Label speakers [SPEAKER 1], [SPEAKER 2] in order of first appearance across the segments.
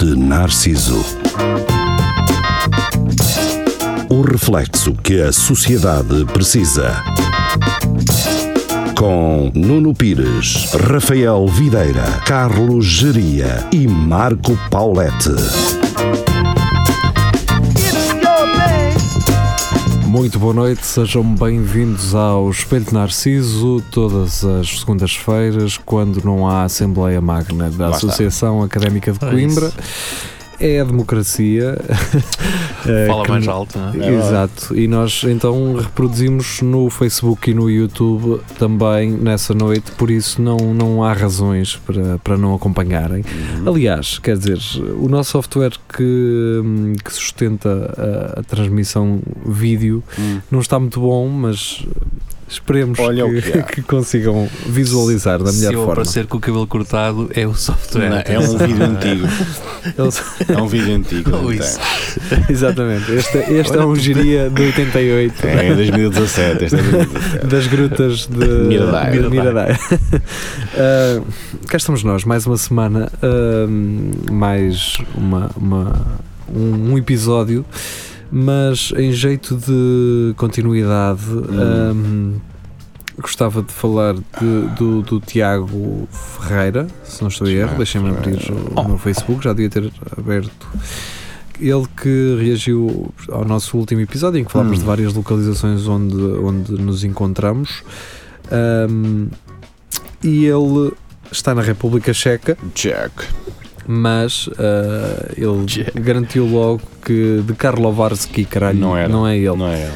[SPEAKER 1] de Narciso. O reflexo que a sociedade precisa. Com Nuno Pires, Rafael Videira, Carlos Geria e Marco Paulette.
[SPEAKER 2] Muito boa noite, sejam bem-vindos ao Espelho de Narciso, todas as segundas-feiras, quando não há Assembleia Magna da
[SPEAKER 3] Lá está.
[SPEAKER 2] Associação Académica de Coimbra. É a democracia. eh,
[SPEAKER 3] Fala
[SPEAKER 2] que-
[SPEAKER 3] mais alto, não é?
[SPEAKER 2] Exato, e nós então reproduzimos no Facebook e no YouTube também nessa noite, por isso não, não há razões para, para não acompanharem.
[SPEAKER 3] Uhum.
[SPEAKER 2] Aliás, quer dizer, o nosso software que, hum, que sustenta a, a transmissão vídeo
[SPEAKER 3] Hum.
[SPEAKER 2] não está muito bom, mas esperemos
[SPEAKER 4] Olha o
[SPEAKER 2] que,
[SPEAKER 4] que há.
[SPEAKER 2] que consigam visualizar da melhor
[SPEAKER 3] Se eu
[SPEAKER 2] forma.
[SPEAKER 3] aparecer com o cabelo cortado, é o software.
[SPEAKER 4] Não, é um vídeo antigo.
[SPEAKER 2] Eles-
[SPEAKER 4] É um vídeo antigo. não
[SPEAKER 3] Ou
[SPEAKER 4] tem.
[SPEAKER 3] isso.
[SPEAKER 2] exatamente, este, este é um giria de 88.
[SPEAKER 4] É em 2017. Este é 2017.
[SPEAKER 2] das grutas de
[SPEAKER 4] Miradai.
[SPEAKER 2] de Miradai. Ah, cá estamos nós, mais uma semana, ah, mais uma, uma- um, um episódio, mas em jeito de continuidade. ah, Gostava de falar de- do, do Tiago Ferreira, se não estou em erro,
[SPEAKER 4] Tiago
[SPEAKER 2] deixem-me abrir o, o meu Facebook, já devia ter aberto. Ele que reagiu ao nosso último episódio, em que falámos
[SPEAKER 4] Hum.
[SPEAKER 2] de várias localizações onde, onde nos encontramos. Ahm, e ele está na República Checa,
[SPEAKER 4] Jack.
[SPEAKER 2] mas ah, ele garantiu logo que de Karlovarsky, caralho, não,
[SPEAKER 4] Não era.
[SPEAKER 2] é ele. Não.
[SPEAKER 4] Não é ele.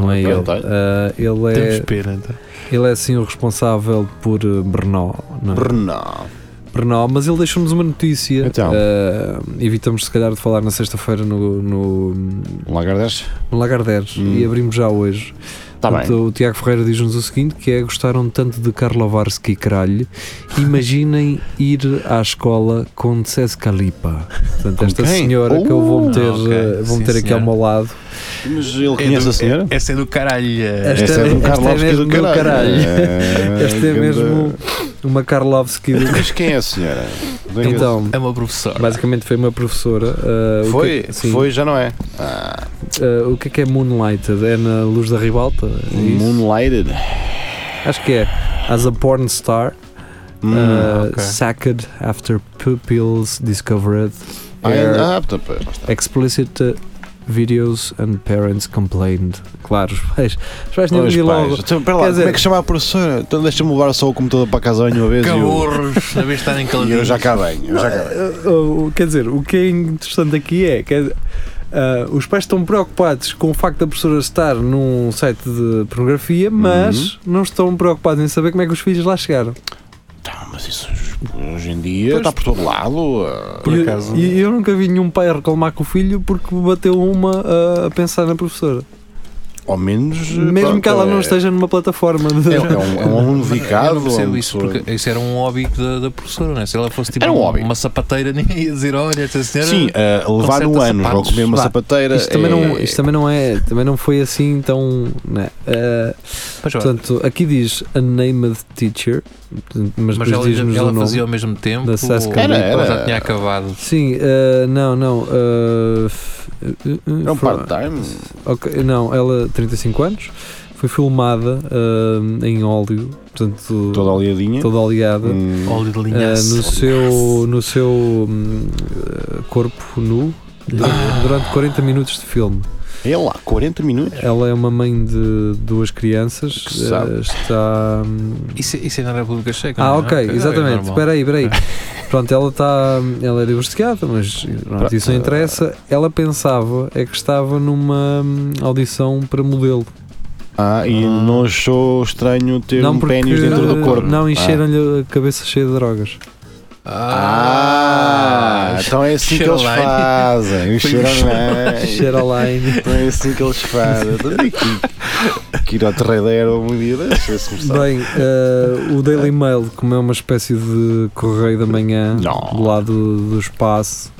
[SPEAKER 4] Não.
[SPEAKER 2] é ele.
[SPEAKER 4] Não tá. tem.
[SPEAKER 2] Ah, ele,
[SPEAKER 3] Temos
[SPEAKER 2] é,
[SPEAKER 3] pena, então.
[SPEAKER 2] ele é sim o responsável por eh, Brno. não é?
[SPEAKER 4] Brno.
[SPEAKER 2] Bernal, mas ele deixou-nos uma notícia.
[SPEAKER 4] Então.
[SPEAKER 2] Ah, evitamos, se calhar, de falar na sexta-feira no, no,
[SPEAKER 4] Um Lagardex?
[SPEAKER 2] no Lagarderes
[SPEAKER 4] Hum.
[SPEAKER 2] e abrimos já hoje.
[SPEAKER 4] Está
[SPEAKER 2] Portanto,
[SPEAKER 4] Tá bem.
[SPEAKER 2] O Tiago Ferreira diz-nos o seguinte: que é gostaram tanto de Karlovarsky e caralho. Imaginem ir à escola com Cescalipa. Portanto,
[SPEAKER 4] Com
[SPEAKER 2] esta
[SPEAKER 4] quem?
[SPEAKER 2] senhora que eu vou
[SPEAKER 4] Oh!
[SPEAKER 2] meter,
[SPEAKER 3] Ah, ok.
[SPEAKER 2] eh, vou
[SPEAKER 3] Sim,
[SPEAKER 2] meter aqui ao
[SPEAKER 3] senhora.
[SPEAKER 2] meu lado.
[SPEAKER 4] Mas ele
[SPEAKER 3] É
[SPEAKER 4] conhece
[SPEAKER 3] do-
[SPEAKER 4] a senhora?
[SPEAKER 3] é- Essa é do caralho.
[SPEAKER 2] Esta
[SPEAKER 4] Esta
[SPEAKER 2] é-
[SPEAKER 4] é um
[SPEAKER 2] esta é
[SPEAKER 4] Karlovski
[SPEAKER 2] mesmo
[SPEAKER 4] do
[SPEAKER 2] do
[SPEAKER 4] caralho.
[SPEAKER 2] caralho.
[SPEAKER 4] É,
[SPEAKER 2] Esta é
[SPEAKER 4] ganda-
[SPEAKER 2] mesmo uma Karlovsky. do-
[SPEAKER 4] Mas quem é a senhora? Não é isso?
[SPEAKER 2] Então,
[SPEAKER 3] É uma professora.
[SPEAKER 2] basicamente foi uma professora. ah, o que-
[SPEAKER 4] Foi?
[SPEAKER 2] sim.
[SPEAKER 4] Foi, já não é? Ah,
[SPEAKER 2] Ah, o que é que é Moonlighted? É na luz da ribalta? É isso? Ah,
[SPEAKER 4] Moonlighted.
[SPEAKER 2] Acho que é As a Porn Star,
[SPEAKER 4] Hum.
[SPEAKER 2] uh,
[SPEAKER 3] ok.
[SPEAKER 2] Sacked After Pupils Discovered,
[SPEAKER 4] Ah,
[SPEAKER 2] Air,
[SPEAKER 4] ah, portanto, pois, lá está.
[SPEAKER 2] Explicit uh, Videos and Parents Complained. Claro, os pais, os pais tinham
[SPEAKER 4] Os
[SPEAKER 2] de ir
[SPEAKER 4] pais.
[SPEAKER 2] logo.
[SPEAKER 4] Então, pera
[SPEAKER 2] um Quer
[SPEAKER 4] lá,
[SPEAKER 2] dizer-
[SPEAKER 4] como é que chama a professora? Então deixa-me levar só o computador para casa uma vez e eu,
[SPEAKER 3] Caborros, na vez de estarem
[SPEAKER 4] e
[SPEAKER 3] caladinhos.
[SPEAKER 4] eu já cá venho. Eu já cá venho.
[SPEAKER 2] Uh, uh, uh, quer dizer, o que é interessante aqui é que uh, os pais estão preocupados com o facto da professora estar num site de pornografia,
[SPEAKER 3] Uhum.
[SPEAKER 2] mas não estão preocupados em saber como é que os filhos lá chegaram.
[SPEAKER 4] Tá, mas isso hoje em dia
[SPEAKER 2] Pois.
[SPEAKER 4] está por todo lado. ah.
[SPEAKER 3] Por
[SPEAKER 2] E eu-
[SPEAKER 3] acaso-
[SPEAKER 2] E eu, nunca vi nenhum pai reclamar com o filho porque bateu uma ah, a pensar na professora.
[SPEAKER 4] Ao menos. ah,
[SPEAKER 2] Mesmo
[SPEAKER 4] pronto,
[SPEAKER 2] que ela não
[SPEAKER 4] é-
[SPEAKER 2] esteja numa plataforma. De...
[SPEAKER 4] É, um- é um, é um aluno vicado.
[SPEAKER 3] Eu não
[SPEAKER 4] é
[SPEAKER 3] percebo
[SPEAKER 4] uma
[SPEAKER 3] isso,
[SPEAKER 4] pessoa-
[SPEAKER 3] porque isso era um hobby da, da professora, não é? Se ela fosse tipo
[SPEAKER 4] Era um
[SPEAKER 3] uma-
[SPEAKER 4] hobby.
[SPEAKER 3] uma sapateira, ninguém ia dizer: olha, esta senhora.
[SPEAKER 4] Sim, ah, levar
[SPEAKER 3] Conserta
[SPEAKER 4] no ânus ou
[SPEAKER 3] sapatos.
[SPEAKER 4] comer uma
[SPEAKER 2] Vá,
[SPEAKER 4] sapateira.
[SPEAKER 2] Isto também,
[SPEAKER 4] é-
[SPEAKER 2] não, isto também não é, também não foi assim tão. né? Ah,
[SPEAKER 3] Pois é.
[SPEAKER 2] portanto, aqui diz a name of teacher, portanto, mas,
[SPEAKER 3] mas
[SPEAKER 2] depois
[SPEAKER 3] ela,
[SPEAKER 2] diz-nos
[SPEAKER 3] ela
[SPEAKER 2] o nome.
[SPEAKER 3] fazia ao mesmo tempo.
[SPEAKER 2] da
[SPEAKER 3] ou-
[SPEAKER 2] Saskia
[SPEAKER 4] Era,
[SPEAKER 3] ou
[SPEAKER 4] era.
[SPEAKER 3] já tinha acabado.
[SPEAKER 2] Sim, ah, não, não. ah, f- ah, ah,
[SPEAKER 4] É um
[SPEAKER 2] from-
[SPEAKER 4] part-time.
[SPEAKER 2] ok, não, ela 35 anos, foi filmada ah, em óleo, portanto,
[SPEAKER 4] Toda oleadinha.
[SPEAKER 2] toda oleada.
[SPEAKER 4] Hum,
[SPEAKER 3] Óleo de
[SPEAKER 2] Ah,
[SPEAKER 3] linhaço.
[SPEAKER 2] no seu, no seu hum, ah, corpo nu
[SPEAKER 4] Ah.
[SPEAKER 2] du- durante 40 minutos de filme.
[SPEAKER 4] É lá, 40 minutos.
[SPEAKER 2] Ela é uma mãe de duas crianças.
[SPEAKER 4] Que sabe.
[SPEAKER 2] ah, está. hum,
[SPEAKER 3] Isso, isso é na República Checa.
[SPEAKER 2] Ah,
[SPEAKER 3] não é?
[SPEAKER 2] ok,
[SPEAKER 3] é
[SPEAKER 2] exatamente.
[SPEAKER 3] normal.
[SPEAKER 2] Espera aí, espera aí. Pronto, ela está. Ela é divorciada, mas pronto, isso não interessa. Ela pensava é que estava numa hum, audição para modelo.
[SPEAKER 4] Ah, e não achou estranho ter
[SPEAKER 2] não
[SPEAKER 4] um
[SPEAKER 2] porque
[SPEAKER 4] pênis dentro do corpo.
[SPEAKER 2] não
[SPEAKER 4] Ah.
[SPEAKER 2] encheram-lhe a cabeça cheia de drogas.
[SPEAKER 4] Ah, então é assim que eles
[SPEAKER 3] Cheiroline.
[SPEAKER 4] fazem. O
[SPEAKER 3] Foi um
[SPEAKER 4] cheiro
[SPEAKER 2] Cheira lá em-
[SPEAKER 4] Não é assim que eles fazem. Eu tenho que- que ir ao terreiro um dia, deixa eu ver se me sabe.
[SPEAKER 2] Bem, eh, o Daily Mail, como é uma espécie de correio da manhã
[SPEAKER 4] Não.
[SPEAKER 2] do lado do espaço,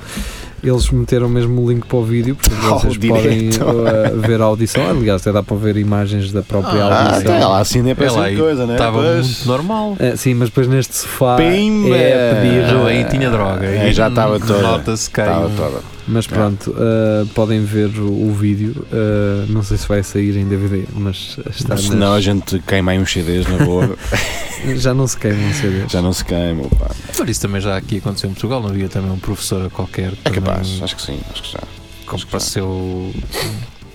[SPEAKER 2] Eles meteram mesmo o link para o vídeo, portanto
[SPEAKER 4] Ao
[SPEAKER 2] vocês podem
[SPEAKER 4] Oh, direito.
[SPEAKER 2] uh, ver a audição. Aliás, até dá para ver imagens da própria
[SPEAKER 4] Ah,
[SPEAKER 2] audição.
[SPEAKER 4] então ela assim nem
[SPEAKER 3] É
[SPEAKER 4] pensa
[SPEAKER 3] lá,
[SPEAKER 4] em
[SPEAKER 3] e
[SPEAKER 4] coisa, né?
[SPEAKER 3] Estava
[SPEAKER 4] Pois.
[SPEAKER 3] muito normal.
[SPEAKER 2] Ah, sim, mas depois neste sofá
[SPEAKER 4] Pimba!
[SPEAKER 2] é pedir.
[SPEAKER 3] Não, aí tinha droga.
[SPEAKER 4] Ah, É,
[SPEAKER 3] aí
[SPEAKER 4] já estava toda.
[SPEAKER 3] Nota-se que
[SPEAKER 4] Estava
[SPEAKER 3] aí-
[SPEAKER 4] toda.
[SPEAKER 2] Mas pronto, uh, podem ver o, o vídeo. uh, não sei se vai sair em DVD, mas está nas-
[SPEAKER 4] Senão a gente queima aí uns CDs na boa.
[SPEAKER 2] já não se queimam CDs.
[SPEAKER 4] já não se queima, pá. É
[SPEAKER 3] Mas isso também já aqui aconteceu em Portugal. Não havia também um professor qualquer que
[SPEAKER 4] É capaz,
[SPEAKER 3] também
[SPEAKER 4] acho que sim, acho que já.
[SPEAKER 3] compareceu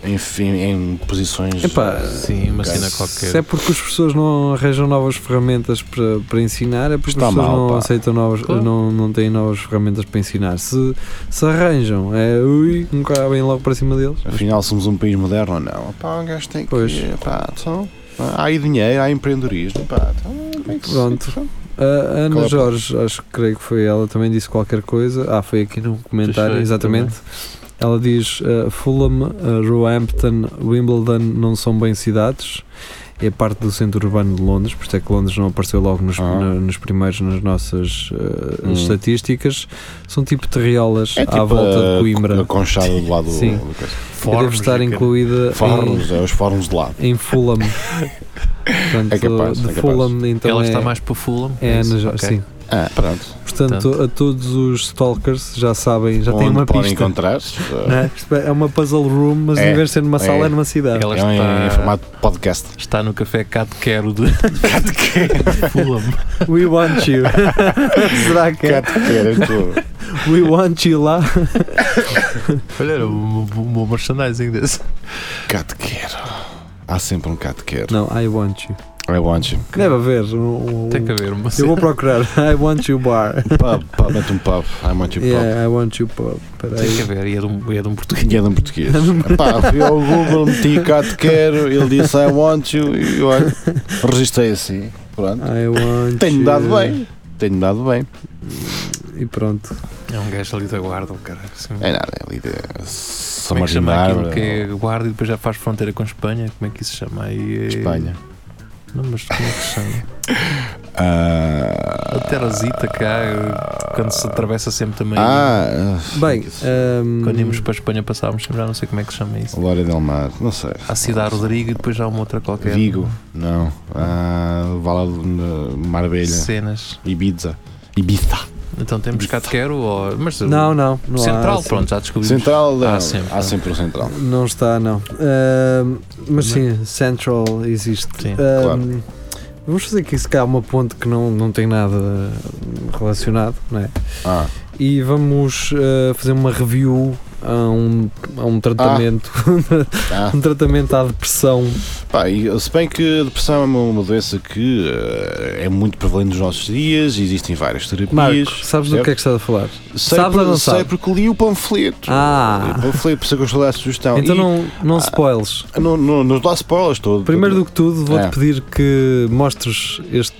[SPEAKER 4] Enfim, em posições.
[SPEAKER 2] Epá,
[SPEAKER 3] sim, uma
[SPEAKER 4] Ok.
[SPEAKER 2] Se
[SPEAKER 3] cena
[SPEAKER 2] é
[SPEAKER 3] qualquer.
[SPEAKER 2] porque os professores não arranjam novas ferramentas para, para ensinar, é porque
[SPEAKER 4] Está
[SPEAKER 2] os professores
[SPEAKER 4] mal,
[SPEAKER 2] não
[SPEAKER 4] pá.
[SPEAKER 2] aceitam novas,
[SPEAKER 3] Claro.
[SPEAKER 2] não, não têm novas ferramentas para ensinar. Se, se arranjam, é ui, nunca bem logo para cima deles.
[SPEAKER 4] Afinal, somos um país moderno ou não? Pá, um gajo tem que.
[SPEAKER 2] Pois.
[SPEAKER 4] Pá, então, há aí dinheiro, há empreendedorismo, pá. Então, tem que se-
[SPEAKER 2] Pronto. A Ana
[SPEAKER 4] Qual é a-
[SPEAKER 2] Jorge, acho que creio que foi ela, também disse qualquer coisa. Ah, foi aqui num comentário,
[SPEAKER 3] foi,
[SPEAKER 2] exatamente. Ela diz: eh, Fulham, eh, Roehampton, Wimbledon não são bem cidades. É parte do centro urbano de Londres, por isso é que Londres não apareceu logo nos,
[SPEAKER 4] Ah.
[SPEAKER 2] na- nos primeiros nas nossas eh,
[SPEAKER 4] Hum.
[SPEAKER 2] estatísticas. São tipo terriolas
[SPEAKER 4] É tipo
[SPEAKER 2] à volta
[SPEAKER 4] a-
[SPEAKER 2] de Coimbra.
[SPEAKER 4] A conchada do lado do.
[SPEAKER 2] Sim.
[SPEAKER 4] do coisa.
[SPEAKER 2] E deve
[SPEAKER 3] Fornos,
[SPEAKER 2] estar
[SPEAKER 3] é que-
[SPEAKER 2] incluída
[SPEAKER 4] Fornos, é os fornos de lado.
[SPEAKER 2] em, em Fulham. Portanto,
[SPEAKER 4] É capaz,
[SPEAKER 2] de
[SPEAKER 4] é capaz.
[SPEAKER 2] Fulham, então.
[SPEAKER 3] Ela
[SPEAKER 2] é,
[SPEAKER 3] está mais para Fulham.
[SPEAKER 2] é a
[SPEAKER 3] isso?
[SPEAKER 2] Ana Jorge,
[SPEAKER 3] Ok.
[SPEAKER 2] sim.
[SPEAKER 4] Ah, pronto.
[SPEAKER 2] Portanto, a todos os stalkers já sabem, já
[SPEAKER 4] Onde
[SPEAKER 2] têm uma
[SPEAKER 4] podem eh,
[SPEAKER 2] pista.
[SPEAKER 4] encontrar
[SPEAKER 2] não é? Isto é uma puzzle room, mas
[SPEAKER 4] É,
[SPEAKER 2] em vez de ser numa sala, é,
[SPEAKER 4] é.
[SPEAKER 2] numa cidade.
[SPEAKER 3] Ela
[SPEAKER 4] É um em, em
[SPEAKER 3] está,
[SPEAKER 4] formato de podcast.
[SPEAKER 3] está no café Cat Quero de de Fulham.
[SPEAKER 2] We want you. Será que é?
[SPEAKER 4] Cat Care, tu.
[SPEAKER 2] We want you lá.
[SPEAKER 3] Olha, era um o o- o meu merchandising desse.
[SPEAKER 4] Cat Care. Há sempre um É Cat Care.
[SPEAKER 2] Não, I want you.
[SPEAKER 4] I want you.
[SPEAKER 2] Deve haver. Um, um-
[SPEAKER 3] Tem que haver uma
[SPEAKER 2] eu
[SPEAKER 3] cena.
[SPEAKER 2] vou procurar. I want you bar.
[SPEAKER 4] Pub, pub, mete um pub. I want you pub.
[SPEAKER 2] Yeah, I want you pub. Peraí.
[SPEAKER 3] Tem que haver. E é de um, e é de um português.
[SPEAKER 4] E é de um português. Pá, fui ao Google, meti Cat Quero, ele disse I want you e olha, registrei assim. Pronto.
[SPEAKER 2] I want
[SPEAKER 4] Tenho
[SPEAKER 2] you.
[SPEAKER 4] dado bem. Tenho dado bem.
[SPEAKER 2] E pronto.
[SPEAKER 3] É um gajo ali da guarda, o cara. Assim,
[SPEAKER 4] É nada, é ali de São
[SPEAKER 3] como é que chama
[SPEAKER 4] Marginal.
[SPEAKER 3] aquilo que é guarda e depois já faz fronteira com Espanha? Como é que isso se chama? Aí, é-
[SPEAKER 4] Espanha.
[SPEAKER 3] Não, mas como é que se chama?
[SPEAKER 4] Ah,
[SPEAKER 3] A Terazita cá, eh, quando se atravessa sempre também.
[SPEAKER 4] ah,
[SPEAKER 2] Bem, hum,
[SPEAKER 3] Quando íamos para a Espanha passávamos sempre, já não sei como é que se chama isso.
[SPEAKER 4] Glória Del Mar, não sei.
[SPEAKER 3] Há Cidade Rodrigo e depois há uma outra qualquer.
[SPEAKER 4] Vigo, não. Ah, Vala de Marbella,
[SPEAKER 3] Cenas.
[SPEAKER 4] Ibiza. Ibiza.
[SPEAKER 3] Então temos cá de quero ou. Mas o
[SPEAKER 2] não, não. não há, assim.
[SPEAKER 3] Central,
[SPEAKER 2] sim.
[SPEAKER 3] pronto, já descobrimos.
[SPEAKER 4] Central, não.
[SPEAKER 3] Há
[SPEAKER 4] há
[SPEAKER 3] sempre.
[SPEAKER 4] sempre, um central.
[SPEAKER 2] Não está, não. Ahm, mas sim, Central existe.
[SPEAKER 3] Sim,
[SPEAKER 2] Ahm,
[SPEAKER 4] claro.
[SPEAKER 2] Vamos fazer aqui se calhar uma ponte que não, não tem nada relacionado, não é?
[SPEAKER 4] Ah,
[SPEAKER 2] E vamos ah, fazer uma review a um, a um tratamento,
[SPEAKER 4] ah.
[SPEAKER 2] um tratamento à depressão.
[SPEAKER 4] Pá, e eh, se bem que a depressão é uma, uma doença que eh, é muito prevalente nos nossos dias, existem várias terapias.
[SPEAKER 2] Marco, sabes do
[SPEAKER 4] certo?
[SPEAKER 2] que é que estás a falar?
[SPEAKER 4] Sei,
[SPEAKER 2] sabes
[SPEAKER 4] por-
[SPEAKER 2] ou não
[SPEAKER 4] sei
[SPEAKER 2] sabes?
[SPEAKER 4] porque li o panfleto.
[SPEAKER 2] Ah.
[SPEAKER 4] Li o panfleto, por isso é que eu estou a dar a sugestão.
[SPEAKER 2] então
[SPEAKER 4] E
[SPEAKER 2] não, não spoiles.
[SPEAKER 4] Não, não, não dá spoilers todo.
[SPEAKER 2] Primeiro do que tudo, vou-te
[SPEAKER 4] É.
[SPEAKER 2] pedir que mostres este,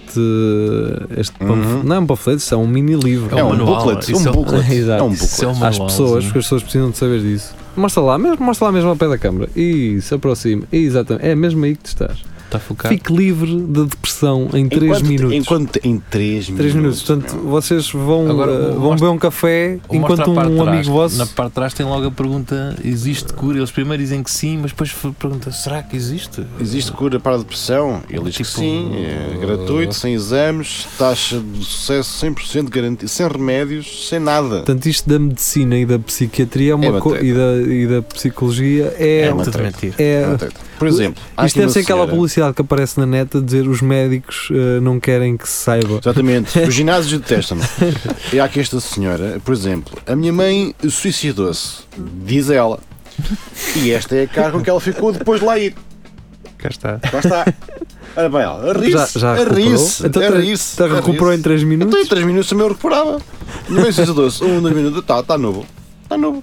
[SPEAKER 2] este
[SPEAKER 4] Uhum.
[SPEAKER 2] panfleto. Não é um panfleto, isso é um mini livro.
[SPEAKER 3] É
[SPEAKER 4] é
[SPEAKER 3] um
[SPEAKER 4] um
[SPEAKER 3] manual,
[SPEAKER 4] booklet.
[SPEAKER 3] isso é
[SPEAKER 4] Um
[SPEAKER 3] um-
[SPEAKER 4] booklet.
[SPEAKER 2] Exato.
[SPEAKER 4] É um
[SPEAKER 3] Isso é
[SPEAKER 4] booklet.
[SPEAKER 3] um
[SPEAKER 2] às
[SPEAKER 3] manual,
[SPEAKER 2] pessoas,
[SPEAKER 3] sim.
[SPEAKER 2] porque as pessoas precisam de saber disso. Mostra lá, mesmo, mostra lá mesmo ao pé da câmara. Isso, aproxima. Exatamente. É mesmo aí que tu estás.
[SPEAKER 3] Está focado.
[SPEAKER 2] Fique livre da depressão em 3
[SPEAKER 4] Enquanto-
[SPEAKER 2] minutos.
[SPEAKER 4] Enquanto, em 3 minutos.
[SPEAKER 2] 3 minutos. Portanto,
[SPEAKER 4] meu.
[SPEAKER 2] vocês vão,
[SPEAKER 3] Agora,
[SPEAKER 2] eh,
[SPEAKER 3] mostra-
[SPEAKER 2] vão beber um café
[SPEAKER 3] Ou mostra
[SPEAKER 2] enquanto
[SPEAKER 3] a parte de
[SPEAKER 2] um
[SPEAKER 3] trás.
[SPEAKER 2] amigo vosso.
[SPEAKER 3] Na parte de trás tem logo a pergunta: existe cura? Eles primeiro dizem que sim, mas depois f- perguntam: será que existe?
[SPEAKER 4] Existe cura para a depressão? Ele diz que
[SPEAKER 3] Tipo,
[SPEAKER 4] sim, é gratuito, sem exames, taxa de sucesso 100% garantida, sem remédios, sem nada.
[SPEAKER 2] Portanto, isto da medicina e da psiquiatria é uma
[SPEAKER 4] É uma
[SPEAKER 2] co-
[SPEAKER 4] treta.
[SPEAKER 2] e, da, e da psicologia é.
[SPEAKER 3] É,
[SPEAKER 2] é,
[SPEAKER 4] uma
[SPEAKER 3] tudo
[SPEAKER 4] treta.
[SPEAKER 3] mentira.
[SPEAKER 4] Por exemplo, há
[SPEAKER 2] isto
[SPEAKER 4] aqui uma
[SPEAKER 2] deve ser aquela
[SPEAKER 4] senhora-
[SPEAKER 2] publicidade que aparece na net a dizer os médicos eh, não querem que se saiba.
[SPEAKER 4] Exatamente, os ginásios detestam-me. E há aqui esta senhora, por exemplo, a minha mãe suicidou-se, diz ela. E esta é a cara com que ela ficou depois de lá ir.
[SPEAKER 3] Cá está.
[SPEAKER 4] Lá está. Ora bem, ela a
[SPEAKER 2] Já,
[SPEAKER 4] rir-se,
[SPEAKER 2] já
[SPEAKER 4] a
[SPEAKER 2] recuperou?
[SPEAKER 4] rir-se,
[SPEAKER 2] Então,
[SPEAKER 4] a
[SPEAKER 2] tra-
[SPEAKER 4] rir-se,
[SPEAKER 2] tra-
[SPEAKER 4] a
[SPEAKER 2] recuperou
[SPEAKER 4] rir-se.
[SPEAKER 2] em 3 minutos?
[SPEAKER 4] é Então em 3 minutos também eu recuperava. No bem sensador-se, um, dois minutos, está tá novo. Está novo.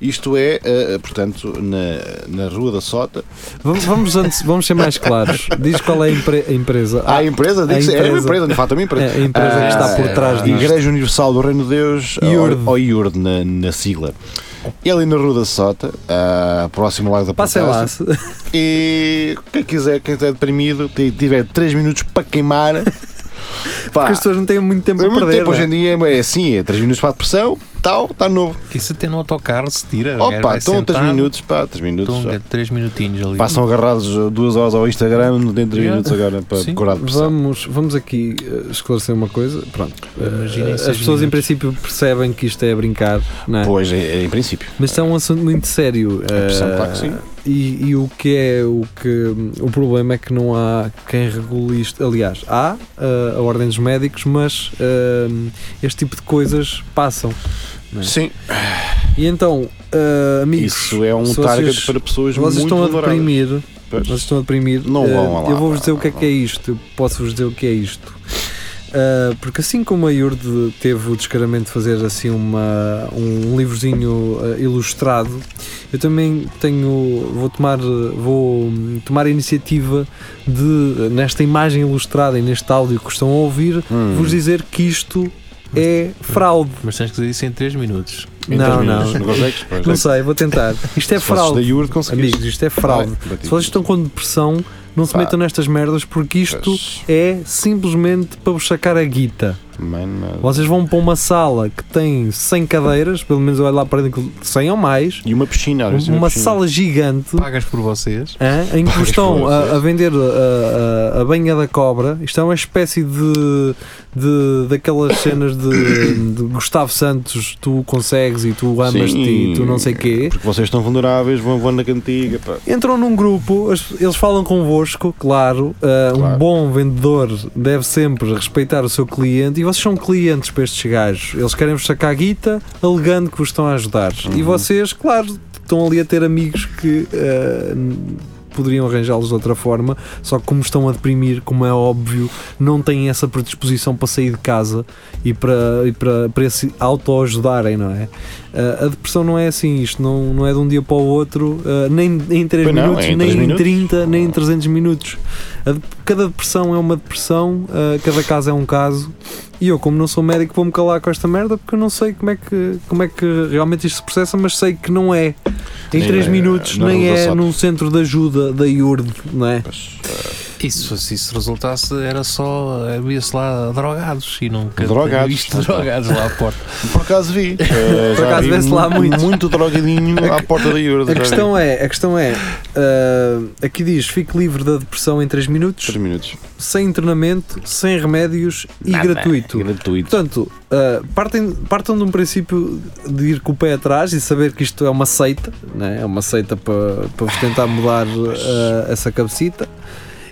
[SPEAKER 4] Isto é, eh, portanto, na, na Rua da Sota.
[SPEAKER 2] Vamos, vamos, antes- vamos ser mais claros. Diz qual é a, empre- Ah, a empresa.
[SPEAKER 4] Há a empresa, diz
[SPEAKER 2] a
[SPEAKER 4] era uma
[SPEAKER 2] empresa.
[SPEAKER 4] empresa, de fato, é uma
[SPEAKER 2] É,
[SPEAKER 4] empresa.
[SPEAKER 2] a empresa que está por
[SPEAKER 4] Ah,
[SPEAKER 2] trás disto.
[SPEAKER 4] Igreja Universal do Reino de Deus,
[SPEAKER 2] IURD.
[SPEAKER 4] ou, ou IURD na, na sigla. E ali na Rua da Sota, ah, próximo ao Lago da
[SPEAKER 2] Passem lá.
[SPEAKER 4] Pontaça. E quem quiser, quem está deprimido, t- tiver 3 minutos para queimar, Pá,
[SPEAKER 2] Porque as pessoas não têm muito tempo
[SPEAKER 4] é
[SPEAKER 2] a
[SPEAKER 4] muito
[SPEAKER 2] perder.
[SPEAKER 4] tempo hoje em
[SPEAKER 2] não
[SPEAKER 4] dia é assim, é 3 minutos para a depressão, tal, está novo.
[SPEAKER 3] Que isso até no autocarro se tira. o gajo
[SPEAKER 4] Opa,
[SPEAKER 3] vai
[SPEAKER 4] estão 3
[SPEAKER 3] sentado,
[SPEAKER 4] minutos, pá, 3
[SPEAKER 2] então
[SPEAKER 4] minutos.
[SPEAKER 3] estão
[SPEAKER 4] já.
[SPEAKER 3] é, três minutinhos ali.
[SPEAKER 4] Passam agarrados duas horas ao Instagram, não tem 3
[SPEAKER 3] Yeah.
[SPEAKER 4] minutos agora para
[SPEAKER 3] Sim.
[SPEAKER 4] curar a
[SPEAKER 2] é?
[SPEAKER 4] depressão.
[SPEAKER 2] Vamos, vamos aqui eh, esclarecer uma coisa. Pronto. Eh,
[SPEAKER 3] Imaginem
[SPEAKER 2] as
[SPEAKER 3] seis
[SPEAKER 2] pessoas em
[SPEAKER 3] minutos.
[SPEAKER 2] princípio percebem que isto é a brincar, não é?
[SPEAKER 4] Pois, é, é, em princípio.
[SPEAKER 2] Mas isto é um assunto muito sério.
[SPEAKER 4] A depressão,
[SPEAKER 2] eh,
[SPEAKER 4] É claro que sim.
[SPEAKER 2] E, e o que é o que o problema é que não há quem regule isto. Aliás, há eh, a ordem dos médicos, mas eh, este tipo de coisas passam. Não é?
[SPEAKER 4] Sim,
[SPEAKER 2] E então, eh, amigos,
[SPEAKER 4] isso é um
[SPEAKER 2] se
[SPEAKER 4] target
[SPEAKER 2] vocês-
[SPEAKER 4] para pessoas
[SPEAKER 2] vocês
[SPEAKER 4] muito
[SPEAKER 2] estão a
[SPEAKER 4] vulneráveis.
[SPEAKER 2] deprimir,
[SPEAKER 4] Pois.
[SPEAKER 2] Vocês estão a deprimir.
[SPEAKER 4] Não
[SPEAKER 2] Eh,
[SPEAKER 4] vão lá,
[SPEAKER 2] Eu vou-vos
[SPEAKER 4] lá,
[SPEAKER 2] dizer o que é
[SPEAKER 4] lá.
[SPEAKER 2] que é isto. Eu posso-vos dizer o que é isto. Eh, porque assim como a Iurde teve o descaramento de fazer assim uma, um livrozinho eh, ilustrado, eu também tenho. Vou tomar, eh, vou hum, tomar a iniciativa de, eh, nesta imagem ilustrada e neste áudio que estão a ouvir,
[SPEAKER 4] Hum.
[SPEAKER 2] vos dizer que isto é fraude.
[SPEAKER 3] Mas tens que dizer isso em três minutos.
[SPEAKER 4] Em
[SPEAKER 2] não,
[SPEAKER 4] três
[SPEAKER 2] não.
[SPEAKER 4] minutos, Não consegues? Pois,
[SPEAKER 2] Não
[SPEAKER 4] é.
[SPEAKER 2] sei, vou tentar. Isto é
[SPEAKER 4] Se fosses da
[SPEAKER 2] fraude.
[SPEAKER 4] Iurde, conseguias.
[SPEAKER 2] Amigos, isto é fraude.
[SPEAKER 4] Vai, bati.
[SPEAKER 2] Se vocês estão com depressão, não se
[SPEAKER 4] Pá.
[SPEAKER 2] metam nestas merdas porque isto
[SPEAKER 4] Pois,
[SPEAKER 2] é simplesmente para vos sacar a guita.
[SPEAKER 4] mano.
[SPEAKER 2] Vocês vão para uma sala que tem 100 cadeiras, pelo menos eu olho lá para dentro, 100 ou mais,
[SPEAKER 4] E uma piscina, às vezes tem
[SPEAKER 2] uma
[SPEAKER 4] piscina.
[SPEAKER 2] sala gigante.
[SPEAKER 3] Pagas por vocês.
[SPEAKER 2] hã, em que vos estão
[SPEAKER 4] Pois, é. pois.
[SPEAKER 2] a, a vender a, a- a banha da cobra, isto é uma espécie de, de daquelas cenas de, de Gustavo Santos, tu consegues e tu amas-te
[SPEAKER 4] Sim.
[SPEAKER 2] e tu não sei quê.
[SPEAKER 4] Porque vocês estão vulneráveis, vão, vão na cantiga. Pá.
[SPEAKER 2] Entram num grupo, as- eles falam convosco, claro, uh,
[SPEAKER 4] Claro.
[SPEAKER 2] Um bom vendedor deve sempre respeitar o seu cliente e vocês são clientes para estes gajos. Eles querem-vos sacar a guita, alegando que vos estão a ajudar. E vocês, claro, estão ali a ter amigos que uh, n- poderiam arranjá-los de outra forma, só que como estão a deprimir, como é óbvio, não têm essa predisposição para sair de casa e para, e para, para se auto-ajudarem, não é? Uh, a depressão não é assim, isto não, não é de um dia para o outro, uh, nem em 3
[SPEAKER 4] Pois não,
[SPEAKER 2] minutos,
[SPEAKER 4] é em
[SPEAKER 2] nem
[SPEAKER 4] três
[SPEAKER 2] em
[SPEAKER 4] minutos.
[SPEAKER 2] 30, nem em 300 minutos. A de- cada depressão é uma depressão, uh, cada caso é um caso. E eu, como não sou médico, vou-me calar com esta merda porque eu não sei como é que, como é que realmente isto se processa, mas sei que não é em
[SPEAKER 4] Nem
[SPEAKER 2] 3
[SPEAKER 4] é
[SPEAKER 2] minutos,
[SPEAKER 4] na
[SPEAKER 2] nem
[SPEAKER 4] Rua da
[SPEAKER 2] é
[SPEAKER 4] Sota.
[SPEAKER 2] num centro de ajuda da IURD, não é?
[SPEAKER 4] Mas,
[SPEAKER 3] E se fosse isso resultasse, era só. Havia-se lá drogados e nunca.
[SPEAKER 4] Drogados,
[SPEAKER 3] tinha visto
[SPEAKER 4] lá está.
[SPEAKER 3] drogados lá à porta.
[SPEAKER 4] Por acaso vi. Eh,
[SPEAKER 2] Por
[SPEAKER 4] já
[SPEAKER 2] acaso
[SPEAKER 4] vi
[SPEAKER 2] vê-se lá muito.
[SPEAKER 4] Muito drogadinho à porta da Iurde.
[SPEAKER 2] A questão é, a questão é, uh, aqui diz, fique livre da depressão em 3 minutos,
[SPEAKER 4] 3 minutos.
[SPEAKER 2] sem internamento, sem remédios e gratuito.
[SPEAKER 4] É Gratuito.
[SPEAKER 2] Portanto, uh, partem, partam de um princípio de ir com o pé atrás e saber que isto é uma seita, né? é uma seita para, para vos tentar mudar uh, essa cabecita.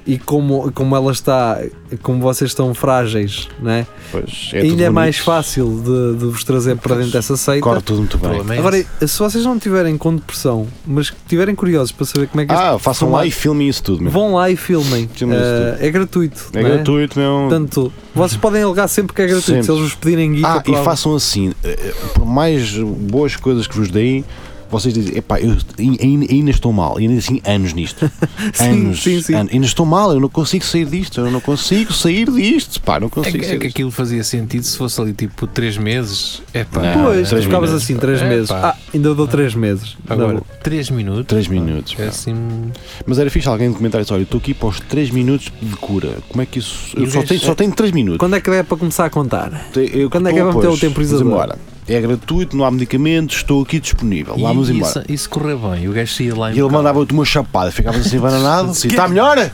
[SPEAKER 2] E como, como ela está, como vocês estão frágeis, né?
[SPEAKER 4] Pois, tudo
[SPEAKER 2] ainda é
[SPEAKER 4] bonito.
[SPEAKER 2] mais fácil de, de vos trazer para dentro dessa seita.
[SPEAKER 4] Corre tudo muito bem.
[SPEAKER 3] Problema é
[SPEAKER 2] Agora,
[SPEAKER 3] esse.
[SPEAKER 2] se vocês não tiverem com depressão, mas tiverem curiosos para saber como é que este
[SPEAKER 4] Ah, façam lá
[SPEAKER 2] formato-
[SPEAKER 4] e filmem isso tudo. meu.
[SPEAKER 2] vão lá e filmem.
[SPEAKER 4] Filmem isso
[SPEAKER 2] Uh, é gratuito.
[SPEAKER 4] É
[SPEAKER 2] né?
[SPEAKER 4] gratuito, não.
[SPEAKER 2] Portanto, vocês podem alegar sempre que é gratuito,
[SPEAKER 4] Sempre.
[SPEAKER 2] se eles vos pedirem guita
[SPEAKER 4] Ah,
[SPEAKER 2] por
[SPEAKER 4] e
[SPEAKER 2] algo.
[SPEAKER 4] façam assim, eh, eh, por mais boas coisas que vos deem, vocês dizem, epá, eu ai- ai- ainda estou mal, ainda assim anos nisto. anos,
[SPEAKER 2] sim, sim.
[SPEAKER 4] anos. ainda estou mal, eu não consigo sair disto, eu não consigo sair disto, pá, não
[SPEAKER 3] É
[SPEAKER 4] consigo
[SPEAKER 3] que, é
[SPEAKER 4] sair
[SPEAKER 3] que
[SPEAKER 4] disto.
[SPEAKER 3] aquilo fazia sentido se fosse ali tipo 3 meses. É pá.
[SPEAKER 4] Não,
[SPEAKER 2] Pois,
[SPEAKER 4] três
[SPEAKER 2] tu Ah, ficavas
[SPEAKER 4] minutos.
[SPEAKER 2] assim 3
[SPEAKER 3] É,
[SPEAKER 2] meses.
[SPEAKER 3] pá.
[SPEAKER 2] Ah, ainda dou 3 meses.
[SPEAKER 3] Agora,
[SPEAKER 2] Não.
[SPEAKER 3] 3 minutos.
[SPEAKER 4] 3 minutos.
[SPEAKER 3] É
[SPEAKER 4] pá.
[SPEAKER 3] assim.
[SPEAKER 4] Mas era fixe alguém comentar isso, olha, eu estou aqui para os 3 minutos de cura. Como é que isso.
[SPEAKER 3] E
[SPEAKER 4] Eu
[SPEAKER 3] o
[SPEAKER 4] só
[SPEAKER 3] gajo-
[SPEAKER 4] tenho, só tenho 3 minutos.
[SPEAKER 2] Quando é que é para começar a contar?
[SPEAKER 4] Eu
[SPEAKER 2] quando é que
[SPEAKER 4] estou,
[SPEAKER 2] vamos ter o
[SPEAKER 4] pois,
[SPEAKER 2] temporizador?
[SPEAKER 4] Vamos embora. É gratuito, não há medicamentos, estou aqui disponível.
[SPEAKER 3] E- é
[SPEAKER 4] Lá vamos
[SPEAKER 3] e
[SPEAKER 4] embora.
[SPEAKER 3] se- E se correr bem, o gajo saía lá em
[SPEAKER 4] E ele
[SPEAKER 3] bocado.
[SPEAKER 4] mandava-te uma chapada, ficavas assim bananado. Assim, está melhor?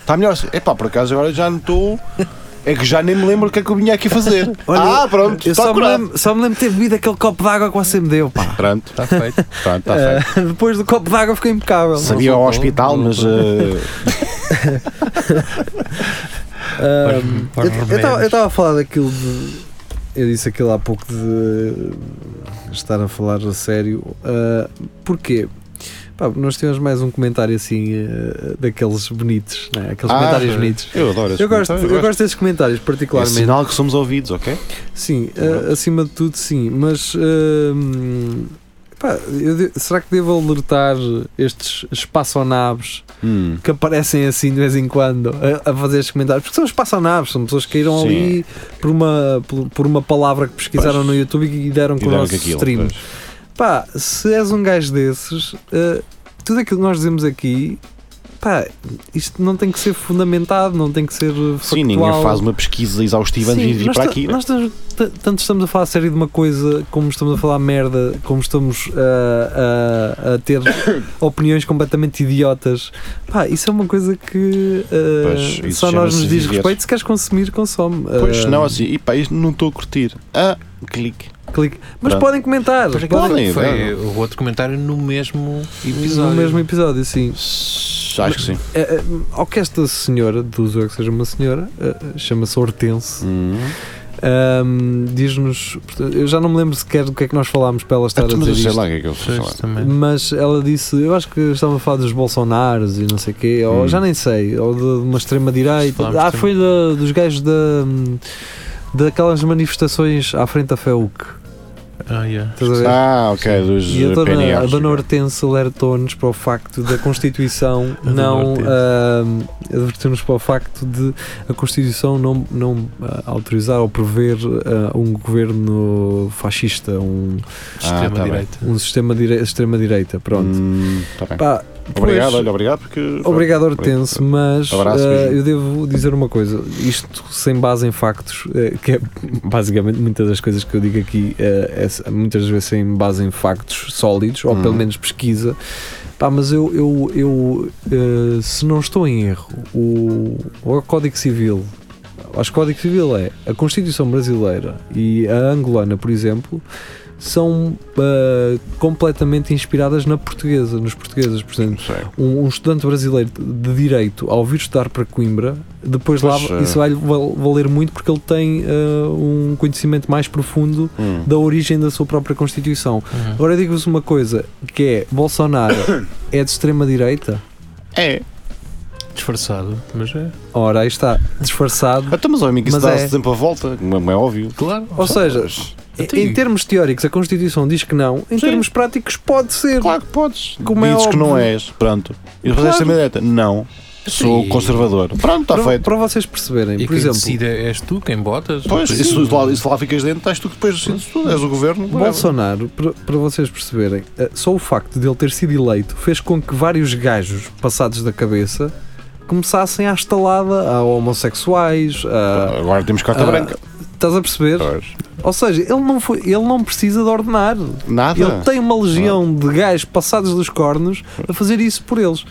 [SPEAKER 4] Está melhor? É pá, por acaso agora já não estou. É que já nem me lembro o que é que eu vinha aqui fazer.
[SPEAKER 2] Olha,
[SPEAKER 4] ah, pronto,
[SPEAKER 2] Eu
[SPEAKER 4] está
[SPEAKER 2] só me,
[SPEAKER 4] curado.
[SPEAKER 2] lembro, só me lembro de ter bebido aquele copo d'água que você me deu, pá.
[SPEAKER 4] Pronto, tá,
[SPEAKER 3] Está feito.
[SPEAKER 4] pronto, está feito.
[SPEAKER 2] Ah, Depois do copo d'água fiquei impecável.
[SPEAKER 4] É. Sabia
[SPEAKER 3] não
[SPEAKER 4] ao
[SPEAKER 3] sou
[SPEAKER 4] hospital,
[SPEAKER 3] bom, não
[SPEAKER 4] mas.
[SPEAKER 3] sou
[SPEAKER 4] eh,
[SPEAKER 2] Ah,
[SPEAKER 3] Para-
[SPEAKER 2] eu-
[SPEAKER 3] para
[SPEAKER 2] eu tava- eu
[SPEAKER 3] remédios.
[SPEAKER 2] estava a falar daquilo de. Eu disse aquilo há pouco de estar a falar a sério. Ah, porquê? Pá, nós tivemos mais um comentário assim ah, daqueles bonitos, né? aqueles
[SPEAKER 4] Ah,
[SPEAKER 2] comentários
[SPEAKER 4] é.
[SPEAKER 2] bonitos.
[SPEAKER 4] eu adoro esse
[SPEAKER 2] Eu gosto,
[SPEAKER 4] comentário,
[SPEAKER 2] eu gosto desses comentários,
[SPEAKER 4] É
[SPEAKER 2] particularmente.
[SPEAKER 4] sinal que somos ouvidos, ok?
[SPEAKER 2] Sim, a- acima de tudo, sim. Mas hum, pá, eu de- será que devo alertar estes espaçonaves
[SPEAKER 4] Hum.
[SPEAKER 2] que aparecem assim de vez em quando a, a fazer estes comentários? Porque são espaçonaves, são pessoas que caíram
[SPEAKER 4] Sim.
[SPEAKER 2] ali por uma, por, por uma palavra que pesquisaram
[SPEAKER 4] Pois.
[SPEAKER 2] no YouTube e deram
[SPEAKER 4] E
[SPEAKER 2] com o
[SPEAKER 4] deram
[SPEAKER 2] nosso
[SPEAKER 4] com é aquilo.
[SPEAKER 2] stream.
[SPEAKER 4] pois.
[SPEAKER 2] Pá, se és um gajo desses, eh, tudo aquilo que nós dizemos aqui pá, isto não tem que ser fundamentado, não tem que ser uh,
[SPEAKER 4] Sim, ninguém
[SPEAKER 2] factual.
[SPEAKER 4] faz uma pesquisa exaustiva antes
[SPEAKER 2] Sim,
[SPEAKER 4] de vir
[SPEAKER 2] nós
[SPEAKER 4] para
[SPEAKER 2] ta-
[SPEAKER 4] aqui. né?
[SPEAKER 2] Nós estamos- ta- tanto estamos a falar sério de uma coisa, como estamos a falar merda, como estamos ah, ah, a ter opiniões completamente idiotas. Pá, isso é uma coisa que ah,
[SPEAKER 4] Pois, isso
[SPEAKER 2] só nós
[SPEAKER 4] chama-se
[SPEAKER 2] nos diz
[SPEAKER 4] viver.
[SPEAKER 2] respeito. Se queres consumir, consome.
[SPEAKER 4] Pois,
[SPEAKER 2] Ah,
[SPEAKER 4] não assim, e pá, isto não estou a curtir. Ah, clique.
[SPEAKER 2] clique. Mas
[SPEAKER 4] Pronto.
[SPEAKER 2] podem comentar
[SPEAKER 3] Pois é que
[SPEAKER 4] Podem,
[SPEAKER 3] foi-
[SPEAKER 4] podem.
[SPEAKER 3] foi o outro comentário no mesmo episódio.
[SPEAKER 2] no mesmo episódio, sim.
[SPEAKER 4] Acho que sim.
[SPEAKER 2] Ah, ah, ao que esta senhora, duvido eu que seja uma senhora, ah, chama-se Hortense.
[SPEAKER 4] Hum.
[SPEAKER 2] Ahm, Diz-nos, portanto, eu já não me lembro sequer do que é que nós falámos para ela estar
[SPEAKER 4] Ah,
[SPEAKER 2] a
[SPEAKER 4] tu,
[SPEAKER 2] dizer
[SPEAKER 4] mas eu sei
[SPEAKER 2] isto.
[SPEAKER 4] lá o que é que eu vou falar.
[SPEAKER 3] Pois, também.
[SPEAKER 2] Mas ela disse, eu acho que estava a falar dos Bolsonaros e não sei o quê, ou
[SPEAKER 4] Hum.
[SPEAKER 2] já nem sei, ou de, de uma extrema-direita.
[SPEAKER 3] Falámos
[SPEAKER 2] Ah,
[SPEAKER 3] de-
[SPEAKER 2] foi da- dos gajos da, daquelas manifestações à frente da FEUC.
[SPEAKER 3] Ah, yeah.
[SPEAKER 2] Estás a ver?
[SPEAKER 4] Ah, ok, dos
[SPEAKER 2] E a dona, a
[SPEAKER 4] PNRs.
[SPEAKER 2] dona Hortense alertou-nos para o facto da Constituição
[SPEAKER 3] A dona
[SPEAKER 2] não.
[SPEAKER 3] Hortense.
[SPEAKER 2] ahm, Advertiu-nos para o facto de a Constituição não, não ah, autorizar ou prever ah, um governo fascista, um,
[SPEAKER 4] tá Ah,
[SPEAKER 3] Extrema-direita.
[SPEAKER 2] um sistema de extrema-direita. Pronto.
[SPEAKER 4] Hum, tá bem.
[SPEAKER 2] Pá,
[SPEAKER 4] Obrigado,
[SPEAKER 2] pois-
[SPEAKER 4] olha, obrigado porque.
[SPEAKER 2] Obrigado, Hortense, mas
[SPEAKER 4] Abraço,
[SPEAKER 2] eh,
[SPEAKER 4] beijinho.
[SPEAKER 2] eu devo dizer uma coisa, isto sem base em factos, eh, que é basicamente muitas das coisas que eu digo aqui, eh, é, muitas vezes sem base em factos sólidos, ou
[SPEAKER 4] Hum.
[SPEAKER 2] pelo menos pesquisa. Pá, mas eu, eu, eu eh, se não estou em erro, o, o Código Civil, acho que o Código Civil é a Constituição Brasileira e a Angolana, por exemplo, são eh, completamente inspiradas na portuguesa, nos portugueses, portanto
[SPEAKER 4] Não sei.
[SPEAKER 2] um, um estudante brasileiro de direito ao vir estudar para Coimbra, depois
[SPEAKER 4] Pois,
[SPEAKER 2] lá
[SPEAKER 4] é.
[SPEAKER 2] isso vai val- valer muito porque ele tem eh, um conhecimento mais profundo
[SPEAKER 4] Hum.
[SPEAKER 2] da origem da sua própria Constituição.
[SPEAKER 3] Uhum.
[SPEAKER 2] Agora eu digo-vos uma coisa, que é Bolsonaro é de extrema direita?
[SPEAKER 4] É.
[SPEAKER 3] Disfarçado, mas é.
[SPEAKER 2] Ora, aí está, disfarçado.
[SPEAKER 4] Então, mas o amigo, isso
[SPEAKER 2] Mas
[SPEAKER 4] dá
[SPEAKER 2] é.
[SPEAKER 4] sempre a volta, como é óbvio.
[SPEAKER 3] Claro.
[SPEAKER 2] Ou seja,
[SPEAKER 3] Então,
[SPEAKER 2] em
[SPEAKER 3] e-
[SPEAKER 2] termos teóricos a Constituição diz que não, em
[SPEAKER 4] Sim.
[SPEAKER 2] termos práticos pode ser.
[SPEAKER 4] Claro que podes.
[SPEAKER 2] Como é
[SPEAKER 4] Dizes que não
[SPEAKER 2] óbvio.
[SPEAKER 4] és, pronto. E depois
[SPEAKER 2] Claro.
[SPEAKER 4] és extrema-direita. Não, sou
[SPEAKER 3] Sim.
[SPEAKER 4] conservador. Pronto, está
[SPEAKER 2] para,
[SPEAKER 4] feito.
[SPEAKER 2] para vocês perceberem,
[SPEAKER 3] E
[SPEAKER 2] por
[SPEAKER 3] quem
[SPEAKER 2] exemplo,
[SPEAKER 3] decide é, és tu, quem botas.
[SPEAKER 4] Pois,
[SPEAKER 3] Sim.
[SPEAKER 4] e se lá, e se lá ficas dentro, estás tu que depois decides tudo. És o governo. whatever.
[SPEAKER 2] Bolsonaro, para, para vocês perceberem, eh, só o facto de ele ter sido eleito fez com que vários gajos passados da cabeça começassem à estalada, a homossexuais, a,
[SPEAKER 4] Agora temos carta
[SPEAKER 2] Ah.
[SPEAKER 4] branca.
[SPEAKER 2] estás a perceber?
[SPEAKER 4] Pois.
[SPEAKER 2] Ou seja, ele não, foi, ele não precisa de ordenar.
[SPEAKER 4] Nada.
[SPEAKER 2] Ele tem uma legião de gajos passados dos cornos a fazer isso por eles.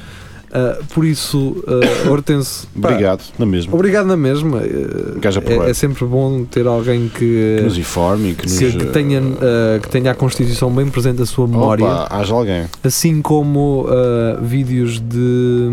[SPEAKER 2] Ah, por isso, ah, Hortense, pá,
[SPEAKER 4] Obrigado, na mesma.
[SPEAKER 2] obrigado na mesma. Eh,
[SPEAKER 4] Gaja por
[SPEAKER 2] É,
[SPEAKER 4] bem.
[SPEAKER 2] é sempre bom ter alguém que,
[SPEAKER 4] Que nos informe e que nos.
[SPEAKER 2] que, que tenha,
[SPEAKER 4] eh,
[SPEAKER 2] ah, que tenha a Constituição bem presente na sua memória.
[SPEAKER 4] Opa, haja alguém.
[SPEAKER 2] assim como ah, vídeos de.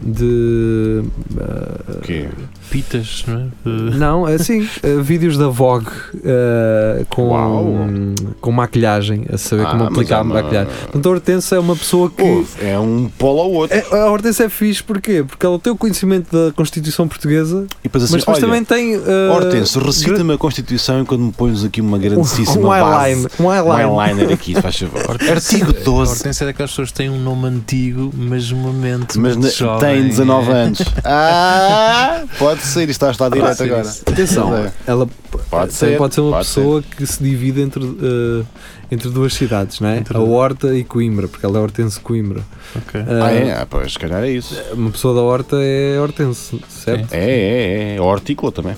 [SPEAKER 2] de ah,
[SPEAKER 4] Que
[SPEAKER 3] Pitas, não é? De-
[SPEAKER 2] não, é assim, ah, vídeos da Vogue ah,
[SPEAKER 4] Uau. Ah,
[SPEAKER 2] com, com maquilhagem, a saber como aplicar maquilhagem. Portanto, a Hortense é uma pessoa que.
[SPEAKER 4] É um polo ao outro.
[SPEAKER 2] É, A Hortense é fixe, porquê? Porque ela tem o conhecimento da Constituição Portuguesa,
[SPEAKER 4] E depois assim,
[SPEAKER 2] mas depois
[SPEAKER 4] olha,
[SPEAKER 2] também tem. ah,
[SPEAKER 4] Hortense, recita-me a Constituição enquanto me pões aqui uma grandíssima
[SPEAKER 2] um, um
[SPEAKER 4] base.
[SPEAKER 2] eyeliner. Um
[SPEAKER 4] Um
[SPEAKER 2] eyeliner.
[SPEAKER 4] eyeliner aqui, se faz favor. Artigo
[SPEAKER 3] A
[SPEAKER 4] 12.
[SPEAKER 3] Hortência é daquelas pessoas que têm um nome antigo, mas uma mente
[SPEAKER 4] Mas
[SPEAKER 3] muito
[SPEAKER 4] ne-
[SPEAKER 3] jovem. é
[SPEAKER 4] tem 19 anos. Ah, pode ser, isto está a estar direto
[SPEAKER 3] ser
[SPEAKER 4] agora.
[SPEAKER 3] isso.
[SPEAKER 2] Atenção,
[SPEAKER 4] Pois é.
[SPEAKER 2] ela
[SPEAKER 4] Pode
[SPEAKER 2] pode
[SPEAKER 4] ser,
[SPEAKER 2] ser, pode ser uma
[SPEAKER 4] pode
[SPEAKER 2] pessoa que se divide entre, eh, entre duas cidades, não é?
[SPEAKER 3] Entre
[SPEAKER 2] a
[SPEAKER 3] duas.
[SPEAKER 2] Horta e Coimbra, porque ela é hortense Coimbra.
[SPEAKER 3] Ok.
[SPEAKER 2] Eh,
[SPEAKER 4] Ah, é? Ah, pois, se calhar é isso.
[SPEAKER 2] Uma pessoa da Horta é hortense, certo?
[SPEAKER 4] É, é, é. Hortícola também.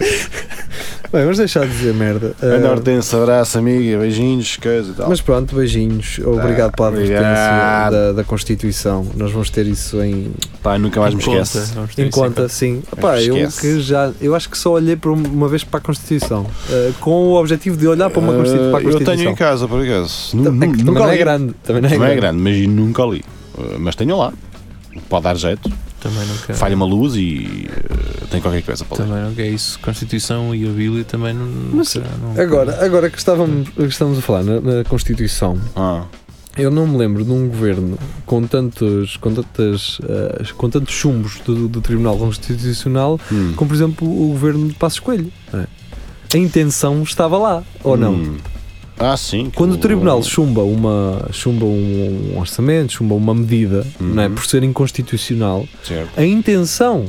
[SPEAKER 2] Bem, vamos deixar de dizer merda. Eh,
[SPEAKER 4] Ana É Hortense, abraço, amiga, beijinhos, coisa e tal.
[SPEAKER 2] mas pronto, beijinhos. Obrigado pela advertência
[SPEAKER 4] obrigado.
[SPEAKER 2] da, da Constituição. Nós vamos ter isso em,
[SPEAKER 4] Pá, nunca mais me esquece.
[SPEAKER 3] Vamos ter
[SPEAKER 2] em
[SPEAKER 3] isso
[SPEAKER 2] conta, sim. Epá, eu,
[SPEAKER 4] Esquece.
[SPEAKER 2] que já, eu acho que só olhei para um- uma vez para a Constituição, eh, com o objetivo de olhar para, uma Constitu- para
[SPEAKER 4] Eh,
[SPEAKER 2] a
[SPEAKER 4] eu
[SPEAKER 2] Constituição.
[SPEAKER 4] tenho em casa, por acaso. Nu-
[SPEAKER 2] Tam- é
[SPEAKER 4] nu-
[SPEAKER 2] que também não é
[SPEAKER 4] li.
[SPEAKER 2] grande. Também não é
[SPEAKER 4] Não
[SPEAKER 2] grande.
[SPEAKER 4] é grande, mas nunca li. Eh, Mas tenho lá. Pode dar jeito.
[SPEAKER 3] Também não quero.
[SPEAKER 4] Falha uma luz e eh, tem qualquer coisa para ler.
[SPEAKER 3] Também não quero isso. Constituição e a Bíblia também não. não
[SPEAKER 2] Mas
[SPEAKER 3] quero, não quero.
[SPEAKER 2] Agora, agora que, estávamos, que estamos a falar na, na Constituição,
[SPEAKER 4] Ah,
[SPEAKER 2] eu não me lembro de um governo com tantos, com tantas, eh, com tantos chumbos do, do Tribunal Constitucional
[SPEAKER 4] hum.
[SPEAKER 2] como, por exemplo, o governo de Passos Coelho. não é? A intenção estava lá, ou não?
[SPEAKER 4] Hum. Ah, sim. que
[SPEAKER 2] Quando o Tribunal chumba, uma, chumba um orçamento, chumba uma medida,
[SPEAKER 4] Uhum.
[SPEAKER 2] não é? por ser inconstitucional,
[SPEAKER 4] Certo,
[SPEAKER 2] a intenção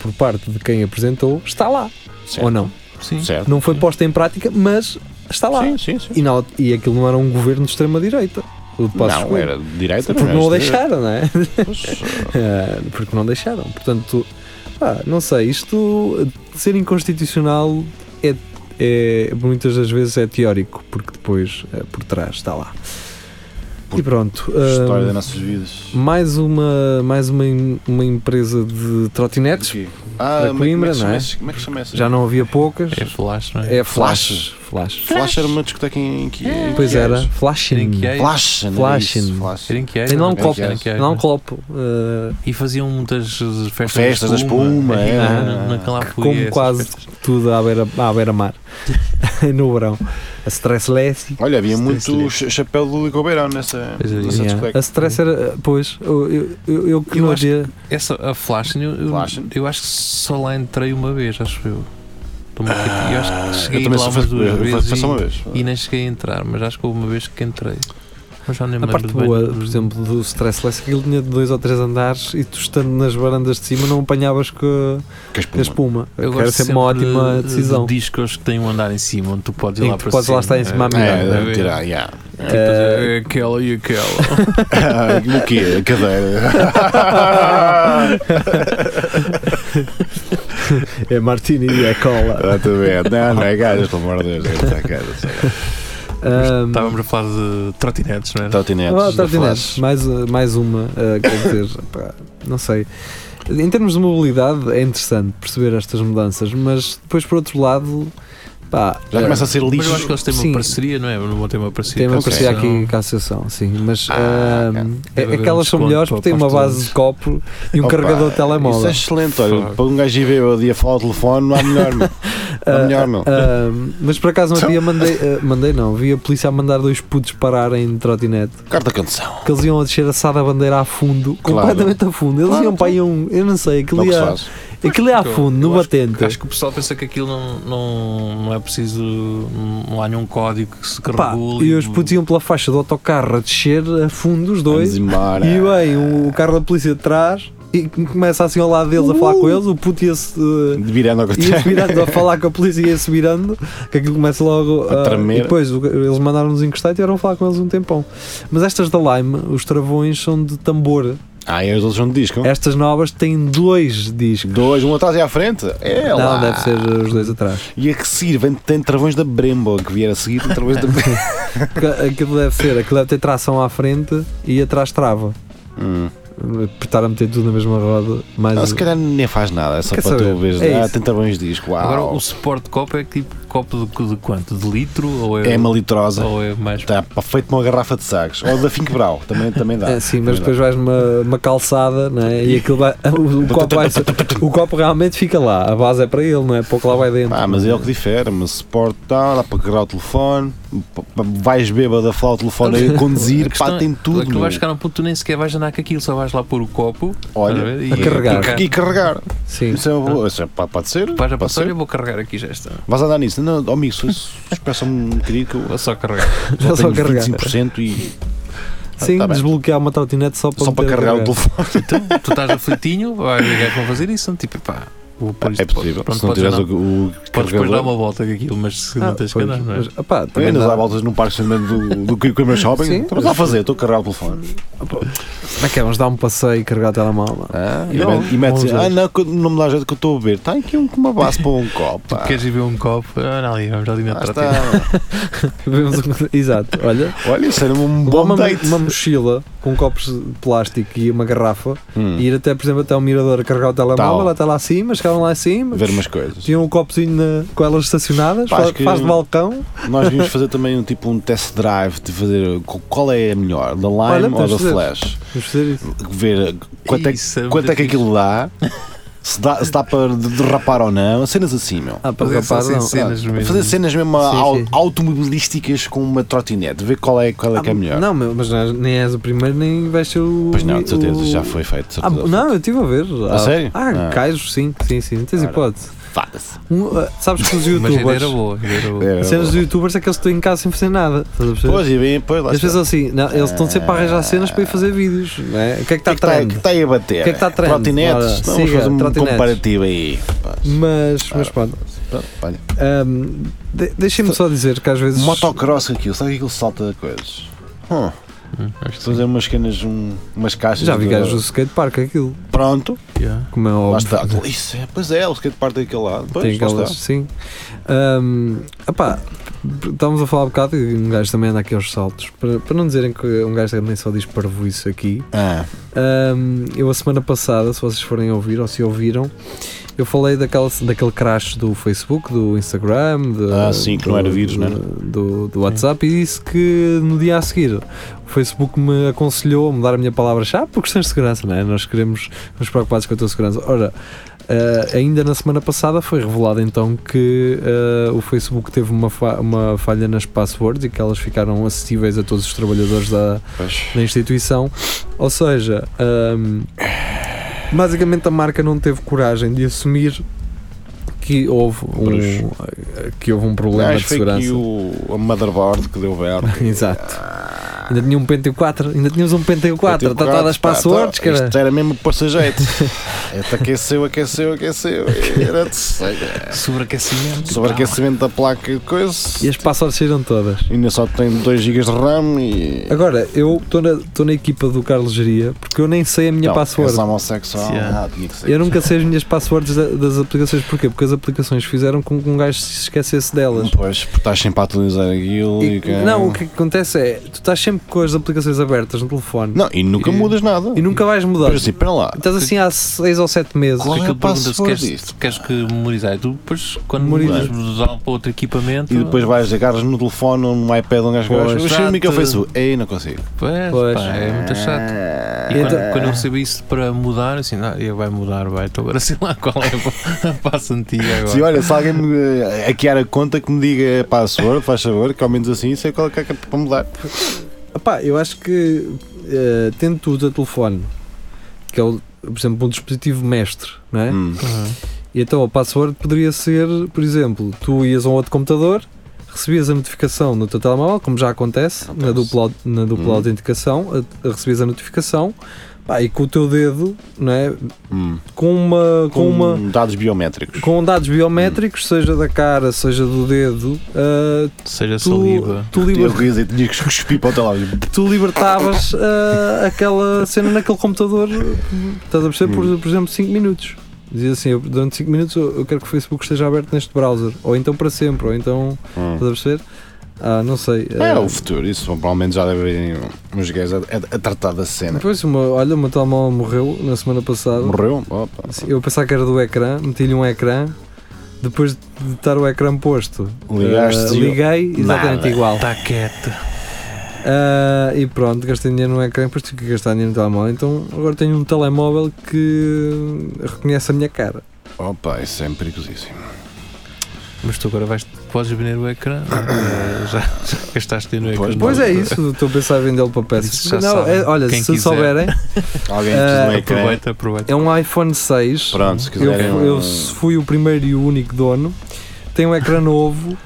[SPEAKER 2] por parte de quem apresentou está lá,
[SPEAKER 4] certo.
[SPEAKER 2] ou não?
[SPEAKER 3] Sim.
[SPEAKER 4] Certo.
[SPEAKER 2] Não foi posta em prática, mas está lá.
[SPEAKER 4] Sim, sim, sim.
[SPEAKER 2] E, na alt- e aquilo não era um governo de extrema-direita. o de Passos
[SPEAKER 4] não,
[SPEAKER 2] Coelho.
[SPEAKER 4] era de direita,
[SPEAKER 2] Porque
[SPEAKER 4] era
[SPEAKER 2] não o
[SPEAKER 4] esquerda.
[SPEAKER 2] deixaram, não é?
[SPEAKER 4] Pois, uh,
[SPEAKER 2] Ah, porque não deixaram. Portanto, pá, não sei, isto de ser inconstitucional é, é- muitas das vezes é teórico, porque depois eh, por trás está lá. E pronto.
[SPEAKER 4] a História
[SPEAKER 2] ah,
[SPEAKER 4] das nossas vidas.
[SPEAKER 2] mais uma, mais uma, em- uma empresa de trotinetes.
[SPEAKER 4] Aqui. Ah,
[SPEAKER 2] para
[SPEAKER 4] como é- como é
[SPEAKER 2] Coimbra,
[SPEAKER 4] que
[SPEAKER 2] não é?
[SPEAKER 4] chama esse- Como é que chama essa?
[SPEAKER 2] Já não havia poucas.
[SPEAKER 3] É flash, não é?
[SPEAKER 2] É Flash. Flash.
[SPEAKER 4] Flash era uma discoteca em em que. em
[SPEAKER 2] Pois
[SPEAKER 4] que
[SPEAKER 2] era.
[SPEAKER 4] eras?
[SPEAKER 2] Flashing.
[SPEAKER 3] Em que é?
[SPEAKER 4] Flash, não era isso,
[SPEAKER 2] Flashin'.
[SPEAKER 4] Flash.
[SPEAKER 3] Era em que
[SPEAKER 2] Tem lá um
[SPEAKER 3] era,
[SPEAKER 2] copo,
[SPEAKER 3] era em que é? era.
[SPEAKER 2] Não um copo. eh,
[SPEAKER 3] E faziam muitas festas,
[SPEAKER 4] Festas da
[SPEAKER 3] da espuma.
[SPEAKER 4] espuma, é.
[SPEAKER 3] na- naquela
[SPEAKER 2] Ah, como
[SPEAKER 3] folia, essas
[SPEAKER 2] quase
[SPEAKER 3] festas.
[SPEAKER 2] tudo à beira, à beira mar. no verão. A stressless.
[SPEAKER 4] Olha, havia muito
[SPEAKER 2] Stress
[SPEAKER 4] cha- chapéu do Licobeirão nessa.
[SPEAKER 3] Pois é,
[SPEAKER 4] nessa
[SPEAKER 3] yeah.
[SPEAKER 4] discoteca.
[SPEAKER 2] A stress era. Pois, eu, eu, eu, eu que
[SPEAKER 3] Eu
[SPEAKER 2] não
[SPEAKER 3] acho
[SPEAKER 2] havia.
[SPEAKER 3] Essa, a Flash, eu, eu,
[SPEAKER 4] Flash.
[SPEAKER 3] eu acho que só lá entrei uma vez, acho eu. Estou-me aqui- eu acho que
[SPEAKER 4] Ah, Eu
[SPEAKER 3] cheguei
[SPEAKER 4] também
[SPEAKER 3] lá
[SPEAKER 4] só
[SPEAKER 3] umas
[SPEAKER 4] fui-
[SPEAKER 3] duas
[SPEAKER 4] eu- eu-
[SPEAKER 3] vezes
[SPEAKER 4] foi só uma
[SPEAKER 3] e,
[SPEAKER 4] vez.
[SPEAKER 3] e nem cheguei a entrar, mas acho que houve uma vez que entrei. Mas já nem me
[SPEAKER 2] A
[SPEAKER 3] lembro
[SPEAKER 2] parte
[SPEAKER 3] bem.
[SPEAKER 2] boa, por exemplo, do stressless, aquilo tinha dois ou três andares e tu estando nas varandas de cima não apanhavas com
[SPEAKER 4] Que
[SPEAKER 2] a
[SPEAKER 4] espuma.
[SPEAKER 2] espuma.
[SPEAKER 3] Eu
[SPEAKER 2] que era
[SPEAKER 3] gosto
[SPEAKER 2] sempre uma
[SPEAKER 3] sempre
[SPEAKER 2] ótima
[SPEAKER 3] de- de
[SPEAKER 2] decisão.
[SPEAKER 3] discos que têm um andar em cima, onde tu podes ir
[SPEAKER 2] Em
[SPEAKER 3] lá
[SPEAKER 2] que tu
[SPEAKER 3] para
[SPEAKER 2] podes
[SPEAKER 3] cima.
[SPEAKER 2] lá estar em cima a
[SPEAKER 3] É,
[SPEAKER 2] mirar.
[SPEAKER 4] É,
[SPEAKER 3] é,
[SPEAKER 4] deve tirar, yeah.
[SPEAKER 3] Tipo,
[SPEAKER 2] Eh,
[SPEAKER 3] é aquela e
[SPEAKER 2] Uhum.
[SPEAKER 3] aquela.
[SPEAKER 4] Ah, o quê? A cadeira.
[SPEAKER 2] é Martini e é cola.
[SPEAKER 4] Exatamente. Não, não é gajas, pelo amor de Deus. É gajas.
[SPEAKER 2] Ahm,
[SPEAKER 3] Estávamos a falar de trotinetes, não era?
[SPEAKER 4] Trotinetes.
[SPEAKER 2] Ah,
[SPEAKER 4] da
[SPEAKER 2] trotinetes.
[SPEAKER 4] Flash.
[SPEAKER 2] mais, mais uma, ah, quer dizer, pá, não sei. Em termos de mobilidade, é interessante perceber estas mudanças, mas depois, por outro lado, pá,
[SPEAKER 4] Já começa a ser
[SPEAKER 3] Mas eu acho
[SPEAKER 4] lixo.
[SPEAKER 3] que eles têm uma
[SPEAKER 2] Sim.
[SPEAKER 3] parceria, não é? Não vão ter uma parceria.
[SPEAKER 2] tem uma
[SPEAKER 3] com a
[SPEAKER 2] parceria
[SPEAKER 3] associação.
[SPEAKER 2] aqui com a associação, sim, mas
[SPEAKER 4] Ah,
[SPEAKER 2] ah,
[SPEAKER 3] Deve
[SPEAKER 2] é-
[SPEAKER 3] haver um
[SPEAKER 2] aquelas são
[SPEAKER 3] desconto
[SPEAKER 2] melhores porque têm uma
[SPEAKER 3] para os
[SPEAKER 2] base de copo e um
[SPEAKER 4] Opa,
[SPEAKER 2] carregador de
[SPEAKER 4] Isso é
[SPEAKER 2] telemóvel.
[SPEAKER 4] excelente. Olha,
[SPEAKER 3] Fuck.
[SPEAKER 4] para um gajo ir ver o dia falar ao telefone, não há melhor, meu. Não há
[SPEAKER 2] Ah,
[SPEAKER 4] melhor, meu.
[SPEAKER 2] ah, mas por acaso não havia, mandei, ah, mandei não, vi a polícia a mandar dois putos pararem de trotinete
[SPEAKER 4] Carta É canção.
[SPEAKER 2] que eles iam a descer assada a bandeira a fundo,
[SPEAKER 4] Claro.
[SPEAKER 2] completamente a fundo. Eles
[SPEAKER 4] Claro,
[SPEAKER 2] iam para aí um, eu não sei,
[SPEAKER 4] É
[SPEAKER 2] aquilo
[SPEAKER 4] o que se
[SPEAKER 2] ia,
[SPEAKER 4] faz.
[SPEAKER 2] aquilo ia a
[SPEAKER 3] Porque eu-
[SPEAKER 2] fundo,
[SPEAKER 3] eu
[SPEAKER 2] no
[SPEAKER 3] acho
[SPEAKER 2] batente.
[SPEAKER 3] Acho que o pessoal pensa que aquilo não, não, não é preciso. Não há nenhum código que se que
[SPEAKER 2] Pá,
[SPEAKER 3] regule.
[SPEAKER 2] e os putos iam pela faixa do autocarro a descer a fundo os dois.
[SPEAKER 4] Vamos embora.
[SPEAKER 2] E bem, o carro da polícia atrás e começa assim ao lado deles a falar com eles. O puto ia-se eh,
[SPEAKER 4] Virando ao
[SPEAKER 2] ia-se
[SPEAKER 4] contrário.
[SPEAKER 2] virando a falar com a polícia, ia-se virando, que aquilo começa logo
[SPEAKER 4] A
[SPEAKER 2] ah,
[SPEAKER 4] tremer.
[SPEAKER 2] E depois o- eles mandaram-nos encostar e tiveram a falar com eles um tempão. Mas estas da Lime, os travões são de tambor.
[SPEAKER 4] Ah, e os outros não discam.
[SPEAKER 2] Estas novas têm dois discos.
[SPEAKER 4] Dois, um atrás e à frente. É
[SPEAKER 2] Não,
[SPEAKER 4] lá.
[SPEAKER 2] deve ser os dois atrás.
[SPEAKER 4] E a que sirva tem travões da Brembo, que vier a seguir tem travões da Brembo.
[SPEAKER 2] Porque aquilo deve ser, aquilo deve ter tração à frente e atrás trava.
[SPEAKER 4] Hum.
[SPEAKER 2] Apertar a meter tudo na mesma roda. Mais um.
[SPEAKER 4] Ah,
[SPEAKER 2] o-
[SPEAKER 4] se calhar nem faz nada, é só
[SPEAKER 2] Quer
[SPEAKER 4] para
[SPEAKER 2] saber?
[SPEAKER 4] tu veres.
[SPEAKER 2] É
[SPEAKER 4] ah,
[SPEAKER 2] isso.
[SPEAKER 4] tem travões de disco. Uau.
[SPEAKER 3] Agora, o suporte de copo é que tipo copo de, de quanto? De litro? Ou é,
[SPEAKER 4] é uma Tá, litrosa.
[SPEAKER 3] Ou é mais.
[SPEAKER 4] Está feito uma garrafa de sacos. Ou da Finkbrau, também, também dá.
[SPEAKER 2] É, sim,
[SPEAKER 4] Também
[SPEAKER 2] mas depois vais numa, numa calçada não é? e aquilo vai, o, o copo vai- o copo realmente fica lá, a base é para ele, não é? Pouco lá vai dentro.
[SPEAKER 4] dá. Ah, mas é o que difere, mas suporte tal, dá para carregar o telefone, p- p- vais bêbado a falar o telefone aí, a conduzir,
[SPEAKER 3] A questão
[SPEAKER 4] pá, tem tudo.
[SPEAKER 3] É que tu vais
[SPEAKER 4] meu.
[SPEAKER 3] chegar a um ponto que tu nem sequer vais andar com aquilo, só vais lá pôr o copo. estás a
[SPEAKER 4] Olha,
[SPEAKER 3] ver? e
[SPEAKER 2] a carregar.
[SPEAKER 4] e carregar.
[SPEAKER 2] Sim.
[SPEAKER 4] Isso é uma boa- isso é- pá, pode ser?
[SPEAKER 3] Vais
[SPEAKER 4] Pode
[SPEAKER 3] a passar e
[SPEAKER 4] ser.
[SPEAKER 3] eu vou carregar aqui já está.
[SPEAKER 4] Vais andar nisso. Não, oh, amigo, expressa-me um querido que eu
[SPEAKER 3] Vou só carregar.
[SPEAKER 4] só
[SPEAKER 2] Já só
[SPEAKER 4] tenho
[SPEAKER 2] carregar.
[SPEAKER 4] 25% e
[SPEAKER 2] Sim,
[SPEAKER 4] tá bem.
[SPEAKER 2] desbloquear uma trotinete só para,
[SPEAKER 4] só para
[SPEAKER 2] meter a
[SPEAKER 4] carregar o telefone.
[SPEAKER 3] então, tu estás aflitinho, vai ver que vão fazer isso. Tipo, pá, vou pôr isto.
[SPEAKER 4] É possível.
[SPEAKER 3] Pronto,
[SPEAKER 4] Se não
[SPEAKER 3] podes
[SPEAKER 4] tiveres
[SPEAKER 3] andar-
[SPEAKER 4] o, o
[SPEAKER 3] Podes depois dar
[SPEAKER 4] carregador.
[SPEAKER 3] uma volta com aquilo, mas se
[SPEAKER 2] Ah,
[SPEAKER 3] não tens que
[SPEAKER 2] pois,
[SPEAKER 3] andar, não é?
[SPEAKER 2] mas, opá, também
[SPEAKER 4] Andas
[SPEAKER 2] dá-
[SPEAKER 4] à volta num parque do, do que Coimbra
[SPEAKER 2] Sim.
[SPEAKER 4] Shopping? Estamos a fazer, estou a carregar o telefone.
[SPEAKER 2] Como é que é? Vamos dar um passeio e carregar a telemóvel.
[SPEAKER 4] Ah, e
[SPEAKER 2] Não,
[SPEAKER 4] mete- e metes
[SPEAKER 2] vamos
[SPEAKER 4] ah,
[SPEAKER 2] ver.
[SPEAKER 4] não, que não me dá jeito que eu estou a beber. Está aqui um, uma base para um copo. pá.
[SPEAKER 3] Queres ir ver um copo? Ah, não, ali, vamos ali na
[SPEAKER 4] Ah,
[SPEAKER 3] tratina.
[SPEAKER 4] está.
[SPEAKER 2] Vemos um- Exato, olha,
[SPEAKER 4] Olha, isso era um
[SPEAKER 2] levar
[SPEAKER 4] bom
[SPEAKER 2] uma,
[SPEAKER 4] date.
[SPEAKER 2] uma mochila com copos de plástico e uma garrafa
[SPEAKER 4] Hum,
[SPEAKER 2] e ir até, por exemplo, até um mirador a carregar o telemóvel,
[SPEAKER 4] Tal.
[SPEAKER 2] até lá acima, chegavam lá acima,
[SPEAKER 4] Tá ver umas coisas.
[SPEAKER 2] tinham um copozinho na- com elas estacionadas,
[SPEAKER 4] Pá,
[SPEAKER 2] faz,
[SPEAKER 4] acho que-
[SPEAKER 2] faz de balcão.
[SPEAKER 4] Nós vimos fazer também um tipo um test drive de fazer co- qual é a melhor, da
[SPEAKER 2] Olha,
[SPEAKER 4] Lime ou
[SPEAKER 2] podemos
[SPEAKER 4] da
[SPEAKER 2] fazer.
[SPEAKER 4] Flash.
[SPEAKER 2] Vamos fazer isso.
[SPEAKER 4] Ver quanto é,
[SPEAKER 3] Isso é muito
[SPEAKER 4] quanto é que
[SPEAKER 3] fixe.
[SPEAKER 4] aquilo dá. Se dá, se dá para de- derrapar ou não, cenas assim, meu.
[SPEAKER 2] Ah, para
[SPEAKER 3] Fazer só
[SPEAKER 2] rapaz,
[SPEAKER 3] assim
[SPEAKER 2] não.
[SPEAKER 3] cenas mesmo.
[SPEAKER 4] Fazer cenas mesmo au-
[SPEAKER 2] sim.
[SPEAKER 4] automobilísticas com uma trotinete, ver qual é, qual é que é
[SPEAKER 2] Ah,
[SPEAKER 4] melhor.
[SPEAKER 2] Não, meu, mas não- nem és o primeiro, nem vais ser o.
[SPEAKER 4] Pois não, de certeza,
[SPEAKER 2] o-
[SPEAKER 4] já foi feito. de
[SPEAKER 2] Ah,
[SPEAKER 4] certeza.
[SPEAKER 2] não, eu estive a ver.
[SPEAKER 4] A
[SPEAKER 2] ah,
[SPEAKER 4] sério?
[SPEAKER 2] Ah,
[SPEAKER 4] Ah.
[SPEAKER 2] cais, sim, sim, sim. Tens
[SPEAKER 4] Ora.
[SPEAKER 2] hipótese.
[SPEAKER 4] Foda-se.
[SPEAKER 2] Um, ah, sabes que os
[SPEAKER 3] Mas a ideia era
[SPEAKER 2] youtubers.
[SPEAKER 3] boa, a ideia era boa.
[SPEAKER 4] É,
[SPEAKER 2] As cenas dos youtubers é que eles estão em casa sem fazer nada. Estás a perceber?
[SPEAKER 4] Pois, e bem, pois lá
[SPEAKER 2] Eles
[SPEAKER 4] está.
[SPEAKER 2] pensam assim, não, eles estão sempre a arranjar cenas para ir fazer vídeos. não é? O que é que está
[SPEAKER 4] O que é que
[SPEAKER 2] trend?
[SPEAKER 4] está aí a bater?
[SPEAKER 2] O que é que está trend? Ora,
[SPEAKER 4] Trotinetes? Vamos
[SPEAKER 2] siga,
[SPEAKER 4] fazer um
[SPEAKER 2] trotinetes.
[SPEAKER 4] comparativo aí.
[SPEAKER 2] Mas, mas
[SPEAKER 4] Ah.
[SPEAKER 2] pronto.
[SPEAKER 4] Pronto, olha.
[SPEAKER 2] ahm, de- Deixem-me só dizer que às vezes.
[SPEAKER 4] é Motocross aquilo, sabe que aquilo salta coisas? Hum,
[SPEAKER 3] Hum, acho que
[SPEAKER 4] Fazer umas canas, um, umas caixas.
[SPEAKER 2] Já vi
[SPEAKER 4] de-
[SPEAKER 2] gajos do skatepark aquilo,
[SPEAKER 4] Pronto,
[SPEAKER 3] sim. Yeah.
[SPEAKER 2] como é
[SPEAKER 4] lá
[SPEAKER 2] óbvio.
[SPEAKER 4] está. Isso é, pois é, o skatepark daquele lado. Pois,
[SPEAKER 2] tem
[SPEAKER 4] lá
[SPEAKER 2] aquelas,
[SPEAKER 4] está.
[SPEAKER 2] sim. Ahm, epá, estávamos a falar um bocado e um gajo também anda aqui aos saltos. Para, para não dizerem que um gajo também só diz parvoíce aqui,
[SPEAKER 4] Ah,
[SPEAKER 2] ahm, eu a semana passada, se vocês forem ouvir ou se ouviram, eu falei daquela, daquele crash do Facebook, do Instagram, de-
[SPEAKER 4] Ah, sim, que não era vírus,
[SPEAKER 2] do,
[SPEAKER 4] não era?
[SPEAKER 2] Do, do WhatsApp e disse que no dia a seguir o Facebook me aconselhou a mudar a minha palavra-chave por questões de segurança, não é? Nós queremos nos preocupados com a tua segurança. Ora, eh, ainda na semana passada foi revelado então que eh, o Facebook teve uma, fa- uma falha nas passwords e que elas ficaram acessíveis a todos os trabalhadores da,
[SPEAKER 4] pois.
[SPEAKER 2] da instituição. Ou seja, hum, basicamente a marca não teve coragem de assumir que houve um,
[SPEAKER 4] Bruxo.
[SPEAKER 2] que houve um problema
[SPEAKER 4] Acho
[SPEAKER 2] de
[SPEAKER 4] que foi aqui
[SPEAKER 2] segurança.
[SPEAKER 4] o a motherboard que deu verde.
[SPEAKER 2] Exato. Ainda tinha um Pentium 4, ainda tínhamos um Pentium 4,
[SPEAKER 4] Tipo,
[SPEAKER 2] tratado as
[SPEAKER 4] pá,
[SPEAKER 2] passwords,
[SPEAKER 4] tá,
[SPEAKER 2] cara.
[SPEAKER 4] Isto era mesmo para jeito. Isto aqueceu, aqueceu, aqueceu. Era de cega.
[SPEAKER 3] Sobreaquecimento.
[SPEAKER 4] Sobreaquecimento da placa e coisa.
[SPEAKER 2] E as passwords saíram todas.
[SPEAKER 4] Ainda só tem 2 GB de RAM e.
[SPEAKER 2] Agora, eu estou na, tô na equipa do Carlos Geria porque eu nem sei a minha
[SPEAKER 4] Não, é
[SPEAKER 2] password. é.
[SPEAKER 4] És homossexual.
[SPEAKER 3] Yeah.
[SPEAKER 4] Ah, tinha que ser.
[SPEAKER 2] Eu nunca sei as minhas passwords da- das aplicações. Porquê? Porque as aplicações fizeram com que um gajo se esquecesse delas.
[SPEAKER 4] Pois, porque estás sempre a atualizar aquilo e,
[SPEAKER 2] é. E-
[SPEAKER 4] que-
[SPEAKER 2] não, o que acontece é, tu estás sempre com as aplicações abertas no telefone
[SPEAKER 4] Não, e nunca
[SPEAKER 3] E-
[SPEAKER 4] mudas nada.
[SPEAKER 2] e nunca vais mudar.
[SPEAKER 4] Mas assim, espera lá.
[SPEAKER 2] Estás assim há 6 ou 7 meses.
[SPEAKER 4] Qual
[SPEAKER 3] Porque
[SPEAKER 4] é a
[SPEAKER 3] aquilo pergunta se
[SPEAKER 4] password
[SPEAKER 3] queres,
[SPEAKER 4] disto?
[SPEAKER 3] queres que memorizar. E Tu depois, quando
[SPEAKER 2] Memorizar.
[SPEAKER 3] memorizas, mudar para outro equipamento.
[SPEAKER 4] E depois vais, agarras no telefone ou no iPad um gajo que
[SPEAKER 2] Pois,
[SPEAKER 4] gosta. Eu
[SPEAKER 3] exato.
[SPEAKER 4] chego no Facebook. Ei, não consigo.
[SPEAKER 3] Pois,
[SPEAKER 2] Pois.
[SPEAKER 3] pá, é muito chato. E
[SPEAKER 2] Então-
[SPEAKER 3] quando, quando eu recebi isso para mudar, assim, não, eu vai mudar, vai, então agora sei lá qual é a passa antiga agora.
[SPEAKER 4] Se olha, se alguém me eh, hackear a conta que me diga a password, faz favor, que ao menos assim sei qual é que é para mudar.
[SPEAKER 2] Epá, eu acho que eh, tendo tudo a telefone, que é, o, por exemplo, um dispositivo mestre, não é?
[SPEAKER 4] Hum.
[SPEAKER 3] Uhum.
[SPEAKER 2] E então a password poderia ser, por exemplo, tu ias a um outro computador, recebias a notificação no teu telemóvel, como já acontece, na dupla, au- na dupla
[SPEAKER 4] Hum.
[SPEAKER 2] autenticação, a- a- recebias a notificação, pá, e com o teu dedo, não é?
[SPEAKER 4] Hum.
[SPEAKER 2] Com uma. Com uma
[SPEAKER 4] um dados biométricos.
[SPEAKER 2] com dados biométricos, seja da cara, seja do dedo, ah,
[SPEAKER 3] Seja
[SPEAKER 2] tu,
[SPEAKER 3] saliva.
[SPEAKER 2] tu,
[SPEAKER 4] Eu
[SPEAKER 2] liber-
[SPEAKER 4] queria dizer, tinha que cuspir para o telemóvel.
[SPEAKER 2] tu libertavas ah, aquela cena naquele computador, estás a perceber, por,
[SPEAKER 4] Hum.
[SPEAKER 2] por exemplo, 5 minutos. Dizia assim, eu, durante 5 minutos eu eu quero que o Facebook esteja aberto neste browser, ou então para sempre, ou então,
[SPEAKER 4] Hum.
[SPEAKER 2] estás a perceber? Ah, não sei.
[SPEAKER 4] É
[SPEAKER 2] ah,
[SPEAKER 4] o futuro, isso provavelmente já devem uns gajos a, a- a tratar da cena.
[SPEAKER 2] depois, uma, olha, o meu telemóvel morreu na semana passada.
[SPEAKER 4] Morreu? Opa.
[SPEAKER 2] Sim, Eu pensava que era do ecrã, meti-lhe um ecrã. Depois de estar o ecrã posto,
[SPEAKER 4] Ligaste
[SPEAKER 2] ah,
[SPEAKER 4] e-
[SPEAKER 2] liguei exatamente
[SPEAKER 4] Nada.
[SPEAKER 2] igual.
[SPEAKER 3] Está quieta.
[SPEAKER 2] Ah, e pronto, gastei dinheiro no ecrã, depois tive que gastar dinheiro no telemóvel. Então agora tenho um telemóvel que reconhece a minha cara.
[SPEAKER 4] Opa, isso é perigosíssimo.
[SPEAKER 3] Mas tu agora vais, podes vender o ecrã. eh, já, já gastaste dinheiro no
[SPEAKER 4] Pois,
[SPEAKER 3] ecrã.
[SPEAKER 2] Pois é isso, estou a pensar em vendê-lo para peças.
[SPEAKER 3] Isso já
[SPEAKER 2] Não,
[SPEAKER 3] sabem,
[SPEAKER 2] é- olha,
[SPEAKER 3] quem
[SPEAKER 2] se
[SPEAKER 3] quiser.
[SPEAKER 2] souberem,
[SPEAKER 4] Alguém
[SPEAKER 2] Ah,
[SPEAKER 4] precisa de um ecrã.
[SPEAKER 3] Aproveita, aproveita.
[SPEAKER 2] é um iPhone 6.
[SPEAKER 4] Pronto, se
[SPEAKER 2] Eu,
[SPEAKER 4] quiserem.
[SPEAKER 2] fu-
[SPEAKER 4] um-
[SPEAKER 2] eu fui o primeiro e o único dono. Tem um ecrã novo.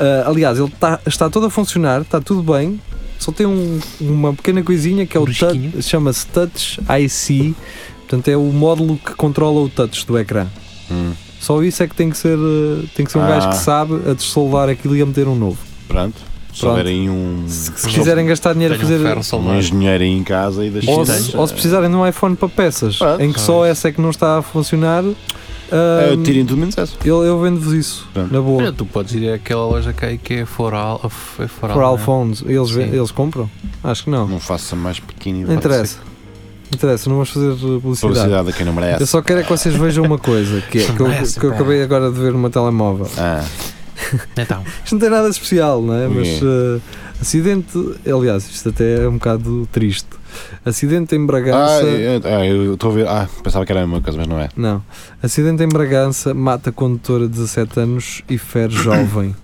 [SPEAKER 2] Ah, aliás, ele tá- está todo a funcionar, está tudo bem. Só tem um- uma pequena coisinha que é o
[SPEAKER 3] Brisquinho.
[SPEAKER 2] touch, chama-se Touch IC. Portanto, é o módulo que controla o touch do ecrã.
[SPEAKER 4] Hum,
[SPEAKER 2] Só isso é que tem que ser, eh, tem que ser um
[SPEAKER 4] Ah.
[SPEAKER 2] gajo que sabe a dessoldar aquilo e a meter um novo.
[SPEAKER 4] Pronto. Se houverem um,
[SPEAKER 2] Se, se quiserem gastar dinheiro a
[SPEAKER 3] Tenho um
[SPEAKER 2] fazer.
[SPEAKER 3] ferro
[SPEAKER 4] um
[SPEAKER 3] soldado.
[SPEAKER 4] engenheiro aí em casa e das
[SPEAKER 2] Ou
[SPEAKER 3] Isto
[SPEAKER 2] se,
[SPEAKER 3] tem.
[SPEAKER 2] ou se precisarem de um iPhone para peças,
[SPEAKER 4] Pronto. Ah,
[SPEAKER 2] em que
[SPEAKER 3] Ah,
[SPEAKER 2] só essa é que não está a funcionar, ahm,
[SPEAKER 4] Tirem tudo menos essa.
[SPEAKER 2] eu, eu vendo-vos isso,
[SPEAKER 4] Pronto.
[SPEAKER 2] na
[SPEAKER 3] Olha,
[SPEAKER 2] boa.
[SPEAKER 3] tu podes ir àquela loja cá aí que é Foral. É Foral,
[SPEAKER 2] For
[SPEAKER 3] né?
[SPEAKER 2] Alphones, eles, ve-
[SPEAKER 3] Sim.
[SPEAKER 2] eles compram? Acho que não. Não,
[SPEAKER 4] Não faça mais pequeno e
[SPEAKER 2] interessa. Não interessa, não vamos fazer eh, publicidade.
[SPEAKER 4] Publicidade a quem não merece.
[SPEAKER 2] Eu só quero é que vocês vejam uma coisa que, é, que, eu,
[SPEAKER 3] Parece,
[SPEAKER 2] que eu
[SPEAKER 3] pá.
[SPEAKER 2] acabei agora de ver numa telemóvel.
[SPEAKER 4] Ah,
[SPEAKER 3] Então,
[SPEAKER 2] Isto não tem nada de especial, não é? Mas
[SPEAKER 4] Ok.
[SPEAKER 2] eh, acidente, aliás, isto até é um bocado triste. Acidente em
[SPEAKER 4] ah,
[SPEAKER 2] Bragança.
[SPEAKER 4] eu- ah, eu estou a ver. Ah, pensava que era a mesma coisa, mas não é.
[SPEAKER 2] Não. Acidente em Bragança mata condutora de 17 anos e fere jovem.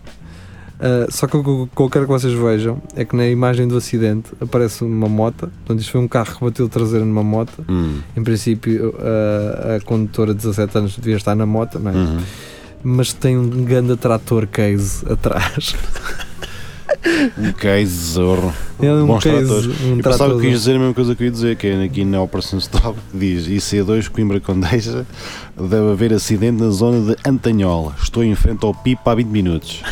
[SPEAKER 2] Ah, só que o que eu- que eu quero que vocês vejam é que na imagem do acidente aparece uma moto. Portanto, isto foi um carro que bateu traseiro numa moto.
[SPEAKER 4] Hum,
[SPEAKER 2] Em princípio, ah, a condutora de 17 anos devia estar na moto, não é?
[SPEAKER 4] uhum.
[SPEAKER 2] mas tem um grande trator case atrás.
[SPEAKER 4] Um case zorro.
[SPEAKER 2] É um
[SPEAKER 4] Bons
[SPEAKER 2] case,
[SPEAKER 4] tratores.
[SPEAKER 2] um
[SPEAKER 4] Eu pensava
[SPEAKER 2] tratador.
[SPEAKER 4] que quis dizer a mesma coisa que eu ia dizer, que é aqui na Operação Stop, que diz IC2 Coimbra Condeixa, deve haver acidente na zona de Antanhola. Estou em frente ao PIP há 20 minutos.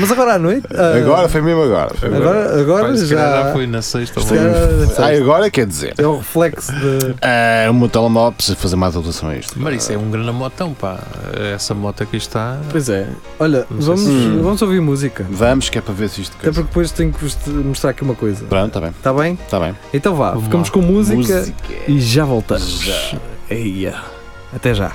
[SPEAKER 2] Mas agora à noite? ah,
[SPEAKER 4] agora foi mesmo agora. Foi mesmo agora.
[SPEAKER 2] agora, agora
[SPEAKER 3] Pá, se calhar
[SPEAKER 2] já,
[SPEAKER 3] já foi na sexta ou
[SPEAKER 2] Se calhar-
[SPEAKER 4] Ah, agora quer dizer.
[SPEAKER 2] é o reflexo de.
[SPEAKER 4] Ah, o meu telemóvel precisa fazer mais atualização a isto.
[SPEAKER 3] Mas isso é um grande motão, pá. Essa moto aqui está.
[SPEAKER 2] Pois é. Olha,
[SPEAKER 3] Não sei
[SPEAKER 2] vamos,
[SPEAKER 4] se-
[SPEAKER 2] vamos ouvir música.
[SPEAKER 4] Vamos, que é para ver se isto.
[SPEAKER 2] Até
[SPEAKER 4] coisa.
[SPEAKER 2] porque depois tenho que vos te- mostrar aqui uma coisa.
[SPEAKER 4] Pronto, está bem,
[SPEAKER 2] Está bem?
[SPEAKER 4] está bem.
[SPEAKER 2] Então vá,
[SPEAKER 3] Vamos
[SPEAKER 2] ficamos
[SPEAKER 3] lá.
[SPEAKER 2] com música, e já voltamos.
[SPEAKER 4] Já.
[SPEAKER 2] Eia. Até já.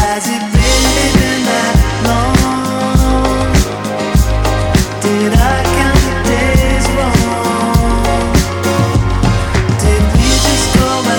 [SPEAKER 5] Has it been that long? Did I count the days wrong? Did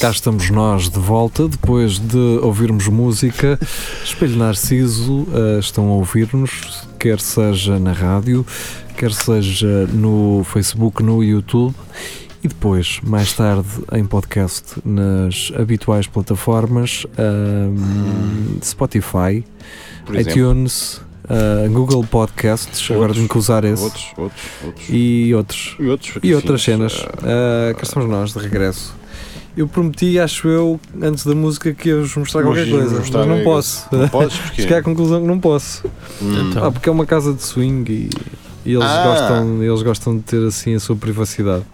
[SPEAKER 2] Cá estamos nós de volta, depois de ouvirmos música. Espelho Narciso eh, estão a ouvir-nos, quer seja na rádio, quer seja no Facebook, no YouTube. E depois, mais tarde, em podcast nas habituais plataformas, ahm, Spotify,
[SPEAKER 4] Por exemplo,
[SPEAKER 2] iTunes, ah, Google Podcasts, agora tenho que usar esse,
[SPEAKER 4] outros, outros, outros.
[SPEAKER 2] e outros.
[SPEAKER 4] E outros.
[SPEAKER 2] E outras
[SPEAKER 4] enfim, eh,
[SPEAKER 2] cenas. Ah, cá estamos nós, de regresso. Eu prometi, acho eu, antes da música, que ia vos mostrar
[SPEAKER 4] Mas
[SPEAKER 2] qualquer
[SPEAKER 4] ia-vos
[SPEAKER 2] coisa,
[SPEAKER 4] mostrar é
[SPEAKER 2] mas não
[SPEAKER 4] aí,
[SPEAKER 2] posso.
[SPEAKER 4] Ah, Não podes porque.
[SPEAKER 2] Cheguei à conclusão que não posso.
[SPEAKER 4] Hum.
[SPEAKER 3] Então.
[SPEAKER 2] Ah, porque é uma casa de swing e, e eles,
[SPEAKER 4] Ah.
[SPEAKER 2] gostam, eles gostam de ter assim a sua privacidade.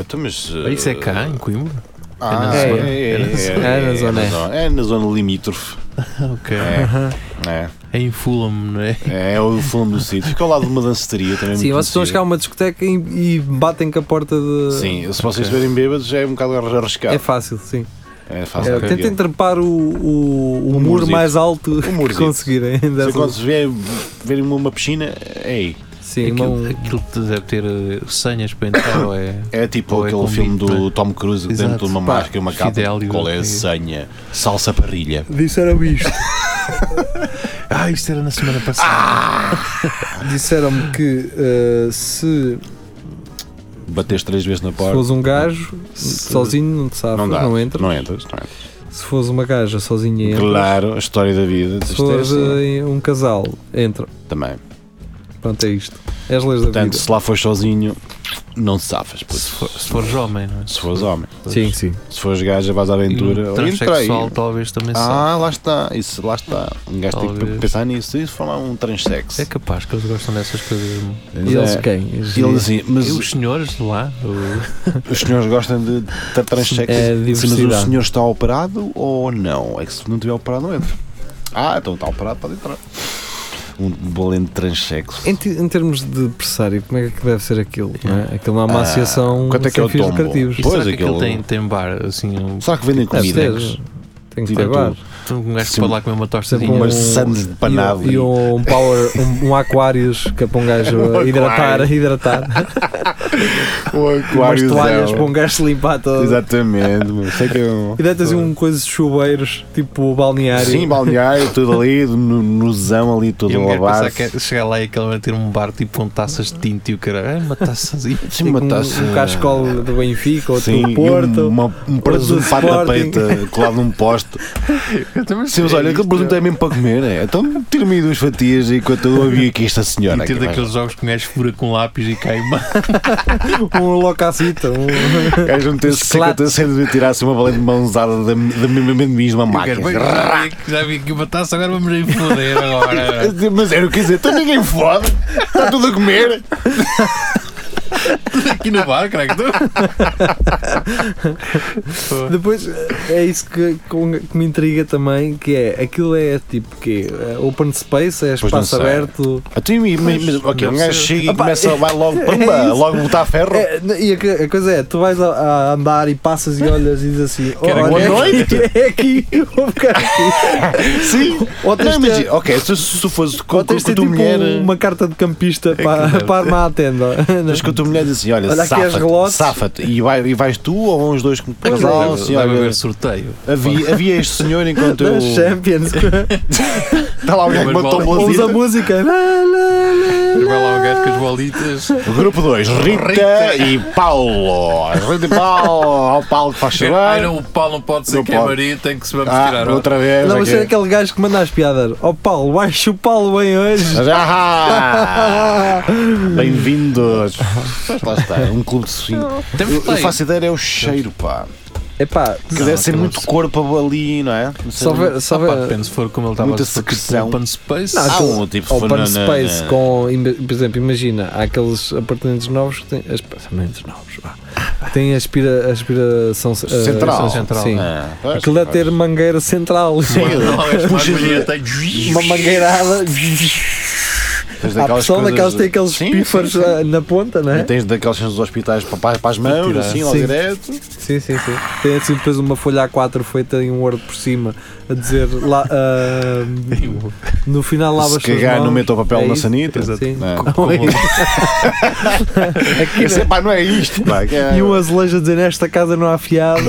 [SPEAKER 4] Então, mas,
[SPEAKER 3] Ah, Isso é
[SPEAKER 4] eh,
[SPEAKER 3] cá, em Coimbra?
[SPEAKER 4] Ah,
[SPEAKER 3] na
[SPEAKER 4] é,
[SPEAKER 3] zona.
[SPEAKER 4] é,
[SPEAKER 3] É na
[SPEAKER 4] é,
[SPEAKER 3] zona.
[SPEAKER 4] é,
[SPEAKER 2] É na zona.
[SPEAKER 4] É na zona limítrofe.
[SPEAKER 3] Ok.
[SPEAKER 4] É, é.
[SPEAKER 3] É em Fulham, não é?
[SPEAKER 4] É, o fundo do sítio. Fica ao lado de uma danceteria também. é
[SPEAKER 2] Sim,
[SPEAKER 4] muito
[SPEAKER 2] vocês estão a
[SPEAKER 4] conhecida.
[SPEAKER 2] chegar a uma discoteca e, e batem com a porta de.
[SPEAKER 4] Sim, é se vocês verem bêbados é um bocado
[SPEAKER 2] É
[SPEAKER 4] arriscado.
[SPEAKER 2] fácil, sim.
[SPEAKER 4] É
[SPEAKER 2] É,
[SPEAKER 4] fácil. de
[SPEAKER 2] tentem
[SPEAKER 4] ver.
[SPEAKER 2] trepar o, o, o
[SPEAKER 4] Um
[SPEAKER 2] muro
[SPEAKER 4] murzito.
[SPEAKER 2] mais alto
[SPEAKER 4] Um
[SPEAKER 2] que
[SPEAKER 4] murzito.
[SPEAKER 2] conseguirem.
[SPEAKER 4] Se
[SPEAKER 2] Dessa-
[SPEAKER 4] quando se vê- verem uma piscina, é aí.
[SPEAKER 2] Sim, uma-
[SPEAKER 3] aquilo,
[SPEAKER 2] um-
[SPEAKER 3] aquilo que deve ter eh, senhas para entrar ou é.
[SPEAKER 4] É tipo
[SPEAKER 3] Ou é
[SPEAKER 4] aquele
[SPEAKER 3] com
[SPEAKER 4] filme
[SPEAKER 3] bico, não
[SPEAKER 4] do Tom Cruise que
[SPEAKER 3] Exato.
[SPEAKER 4] dentro de uma
[SPEAKER 2] Pá,
[SPEAKER 4] máscara e uma capa.
[SPEAKER 3] Fidelio,
[SPEAKER 4] Qual é
[SPEAKER 3] não
[SPEAKER 4] a
[SPEAKER 3] sei.
[SPEAKER 4] senha? Salsa parrilha.
[SPEAKER 3] Disseram isto. ah, isto era na semana passada.
[SPEAKER 2] Disseram-me que eh, se,
[SPEAKER 4] Bateste três vezes na
[SPEAKER 2] se
[SPEAKER 4] porta.
[SPEAKER 2] fores um gajo sozinho, não te safas,
[SPEAKER 4] Não
[SPEAKER 2] não,
[SPEAKER 4] dá.
[SPEAKER 2] entras.
[SPEAKER 4] Não entras, não entras.
[SPEAKER 2] Se fores uma gaja sozinha, entras.
[SPEAKER 4] Claro, a história da vida.
[SPEAKER 2] Se
[SPEAKER 4] Isto é
[SPEAKER 2] fores
[SPEAKER 4] assim.
[SPEAKER 2] eh, um casal, entra.
[SPEAKER 4] Também.
[SPEAKER 2] Pronto, é isto. É as leis da
[SPEAKER 4] Portanto,
[SPEAKER 2] vida.
[SPEAKER 4] se lá fores sozinho, não te safas. puto.
[SPEAKER 3] se, for, se fores homem, não é?
[SPEAKER 4] Se fores homem.
[SPEAKER 2] Sim, sim.
[SPEAKER 4] Se fores gaja, vais à
[SPEAKER 3] E no
[SPEAKER 4] aventura. Olha, entra aí.
[SPEAKER 3] Transexual talvez também ah.
[SPEAKER 4] Ah, lá está. Isso, lá está. Um gajo tem que
[SPEAKER 3] Talvez.
[SPEAKER 4] pensar nisso. Isso foi lá um
[SPEAKER 3] É
[SPEAKER 4] transexo.
[SPEAKER 3] capaz que eles gostam dessas coisas. irmão.
[SPEAKER 2] E
[SPEAKER 4] É.
[SPEAKER 2] eles quem?
[SPEAKER 4] E ele assim, mas
[SPEAKER 3] E os senhores lá? o-
[SPEAKER 4] os senhores gostam de ter transexo.
[SPEAKER 2] É
[SPEAKER 4] Sim, mas o
[SPEAKER 2] diversidade.
[SPEAKER 4] senhor está operado ou não? É que se não tiver operado, não entra. Ah, então está operado, pode entrar. Um bolente transexo.
[SPEAKER 2] Em, ti- em termos de pressário, como é que deve ser aquilo? não é? Aquilo não é uma
[SPEAKER 4] Ah,
[SPEAKER 2] associação
[SPEAKER 4] quanto é que
[SPEAKER 2] sem
[SPEAKER 4] é o
[SPEAKER 2] fins
[SPEAKER 4] tombo?
[SPEAKER 2] lucrativos.
[SPEAKER 3] E
[SPEAKER 4] Pois,
[SPEAKER 3] será que aquilo
[SPEAKER 4] aquele-
[SPEAKER 3] tem, tem bar? Assim, um,
[SPEAKER 4] Será que vendem
[SPEAKER 2] Deve
[SPEAKER 4] comida? né?
[SPEAKER 2] ser. Tem que
[SPEAKER 4] Tira
[SPEAKER 2] ter bar.
[SPEAKER 3] tu- um gajo
[SPEAKER 4] Sim.
[SPEAKER 3] que pode lá comer uma
[SPEAKER 2] Sempre
[SPEAKER 3] torcedinha.
[SPEAKER 2] um-
[SPEAKER 4] Umas sandes de panado.
[SPEAKER 2] E, e um power, um, um aquários que é para um gajo
[SPEAKER 4] Um
[SPEAKER 2] hidratar,
[SPEAKER 4] aquário.
[SPEAKER 2] hidratar.
[SPEAKER 4] Ou
[SPEAKER 2] Umas
[SPEAKER 4] aquários.
[SPEAKER 2] toalhas
[SPEAKER 4] é,
[SPEAKER 2] para um gajo se limpar todo.
[SPEAKER 4] Exatamente, meu. sei que é um.
[SPEAKER 2] E deitas um coisa de chuveiros, tipo balneário.
[SPEAKER 4] Sim, balneário, tudo ali, no, nozão ali, tudo
[SPEAKER 3] E um
[SPEAKER 4] a
[SPEAKER 3] gajo pensar
[SPEAKER 4] lavar.
[SPEAKER 3] que é- chegar lá e aquele vai ter um bar tipo com taças de tinta e o cara, é uma taçazinha.
[SPEAKER 4] Sim,
[SPEAKER 2] Tipo
[SPEAKER 4] uma
[SPEAKER 2] um,
[SPEAKER 4] taça-
[SPEAKER 2] um cascol do Benfica ou
[SPEAKER 4] Sim,
[SPEAKER 2] do
[SPEAKER 4] e um
[SPEAKER 2] Porto.
[SPEAKER 4] uma, um presunto
[SPEAKER 2] do
[SPEAKER 4] para a
[SPEAKER 2] Sporting.
[SPEAKER 4] tapeta colado num poste. Sim, mas olha, aquele presunto é mesmo para comer, é? Então tira-me aí duas fatias enquanto eu ouvi aqui esta senhora.
[SPEAKER 3] E ter
[SPEAKER 4] é que vai-
[SPEAKER 3] daqueles jogos que um gajo fura com lápis e cai uma.
[SPEAKER 2] um locacito. Um...
[SPEAKER 4] O gajo não tem 50
[SPEAKER 2] Chocolates.
[SPEAKER 4] centos de tirasse uma valente mãozada de de amendoins de uma
[SPEAKER 3] O gajo, "Bem,
[SPEAKER 4] máquina.
[SPEAKER 3] já vi- Já vi aqui uma taça, agora vamos aí foder agora.
[SPEAKER 4] Mas era o que dizer, então ninguém fode, está tudo a comer.
[SPEAKER 3] Aqui no bar, então. craque, tu.
[SPEAKER 2] Depois é isso que, com- que me intriga também, que é aquilo é tipo que open space, é
[SPEAKER 4] não
[SPEAKER 2] espaço
[SPEAKER 4] sei.
[SPEAKER 2] aberto.
[SPEAKER 4] A Ah, tu e mas, mas, ok, um
[SPEAKER 3] deve
[SPEAKER 4] gajo
[SPEAKER 3] ser.
[SPEAKER 4] chega e
[SPEAKER 2] Opa,
[SPEAKER 4] começa, vai logo,
[SPEAKER 2] é
[SPEAKER 4] pumba,
[SPEAKER 2] isso.
[SPEAKER 4] logo botar ferro.
[SPEAKER 2] É, e a, que- a coisa é, tu vais a, a andar e passas e olhas e dizes assim,
[SPEAKER 3] Quero
[SPEAKER 2] olha,
[SPEAKER 3] boa
[SPEAKER 2] é
[SPEAKER 4] noite."
[SPEAKER 2] aqui, é aqui, vou ficar aqui.
[SPEAKER 4] Sim,
[SPEAKER 2] Ou tens
[SPEAKER 4] não,
[SPEAKER 2] de
[SPEAKER 4] mas,
[SPEAKER 2] ter-
[SPEAKER 4] ok, se se tu fores com,
[SPEAKER 2] ou
[SPEAKER 4] com, com a
[SPEAKER 2] tens de ter
[SPEAKER 4] tua
[SPEAKER 2] tipo
[SPEAKER 4] mulher. É
[SPEAKER 2] uma carta de campista para,
[SPEAKER 3] deve
[SPEAKER 2] para armar a tenda.
[SPEAKER 4] Mas que a tua mulher diz assim: olha,
[SPEAKER 2] Olha, aqui és
[SPEAKER 4] safa-te,
[SPEAKER 2] relotes. é.
[SPEAKER 4] safa-te. E, vai, e vais tu ou vão os dois como casal?
[SPEAKER 3] Deve
[SPEAKER 4] Assim,
[SPEAKER 3] deve
[SPEAKER 4] olha,
[SPEAKER 3] haver sorteio.
[SPEAKER 4] havia, havia este senhor enquanto eu.
[SPEAKER 2] Das Champions.
[SPEAKER 4] Está lá alguém que
[SPEAKER 3] Mas
[SPEAKER 4] matou
[SPEAKER 3] vale-
[SPEAKER 4] um
[SPEAKER 2] Ouves a
[SPEAKER 4] bolsito.
[SPEAKER 2] música. Lá, lá, lá,
[SPEAKER 3] Vai lá um gajo com as bolitas.
[SPEAKER 4] Grupo 2, Rita, e Paulo. Rita e Paulo, ao Paulo que faz
[SPEAKER 3] Ai
[SPEAKER 4] chorar.
[SPEAKER 3] não, o Paulo não pode ser
[SPEAKER 4] Não
[SPEAKER 3] que é
[SPEAKER 4] pode.
[SPEAKER 3] marido, tem que se vamos
[SPEAKER 4] Ah,
[SPEAKER 3] tirar.
[SPEAKER 4] outra vez.
[SPEAKER 2] Não,
[SPEAKER 4] ok.
[SPEAKER 2] mas é aquele gajo que manda as piadas. Ó Paulo, acho o Paulo bem hoje.
[SPEAKER 4] Ah, Bem-vindos. Lá está, um clube de swing.
[SPEAKER 3] Temos
[SPEAKER 4] Eu, eu
[SPEAKER 3] play.
[SPEAKER 4] faço ideia, é o cheiro, pá.
[SPEAKER 2] Epá,
[SPEAKER 4] Que deve ser muito corpo ali, não é?
[SPEAKER 2] se houver. se
[SPEAKER 3] Ah, pá,
[SPEAKER 2] houver-
[SPEAKER 3] depende se for como ele estava
[SPEAKER 4] Muita
[SPEAKER 3] se for tipo
[SPEAKER 4] secreção.
[SPEAKER 3] open space. Ah,
[SPEAKER 2] Não,
[SPEAKER 4] Há
[SPEAKER 2] aquele
[SPEAKER 4] um tipo
[SPEAKER 2] Open
[SPEAKER 4] na- na-
[SPEAKER 2] space
[SPEAKER 4] na-
[SPEAKER 2] com, im- por exemplo, imagina, há aqueles apartamentos novos que têm. as- Apartamentos novos, vá. Têm aspira, aspiração eh,
[SPEAKER 4] Central.
[SPEAKER 2] central. Sim.
[SPEAKER 4] Ah, pois,
[SPEAKER 2] Aquilo deve ter mangueira central.
[SPEAKER 4] Sim,
[SPEAKER 3] Não, é
[SPEAKER 4] puxas-
[SPEAKER 3] uma mangueira, tem-
[SPEAKER 2] Uma mangueirada.
[SPEAKER 4] Tens
[SPEAKER 2] Há
[SPEAKER 4] daquelas
[SPEAKER 2] pessoal
[SPEAKER 4] coisas-
[SPEAKER 2] daquelas que tem aqueles
[SPEAKER 4] Sim,
[SPEAKER 2] pífaros
[SPEAKER 4] sim, sim.
[SPEAKER 2] ah, na ponta, não é?
[SPEAKER 4] E tens daqueles dos hospitais para, para- para as mãos,
[SPEAKER 3] Tirar.
[SPEAKER 4] assim, lá
[SPEAKER 2] Sim.
[SPEAKER 4] direto.
[SPEAKER 2] Sim, sim, sim. Tem assim depois uma folha A4 feita em um Word por cima a dizer lá, ah, no final lavas
[SPEAKER 4] Se
[SPEAKER 2] as tuas
[SPEAKER 4] cagar,
[SPEAKER 2] mãos.
[SPEAKER 4] não meta o papel
[SPEAKER 2] É
[SPEAKER 4] na
[SPEAKER 2] isso?
[SPEAKER 4] sanita.
[SPEAKER 2] Sim.
[SPEAKER 4] Não.
[SPEAKER 2] Não é isso.
[SPEAKER 4] Quer dizer, pá, não é isto. Pá, que é-
[SPEAKER 2] E um azulejo a dizer nesta casa não há fiado.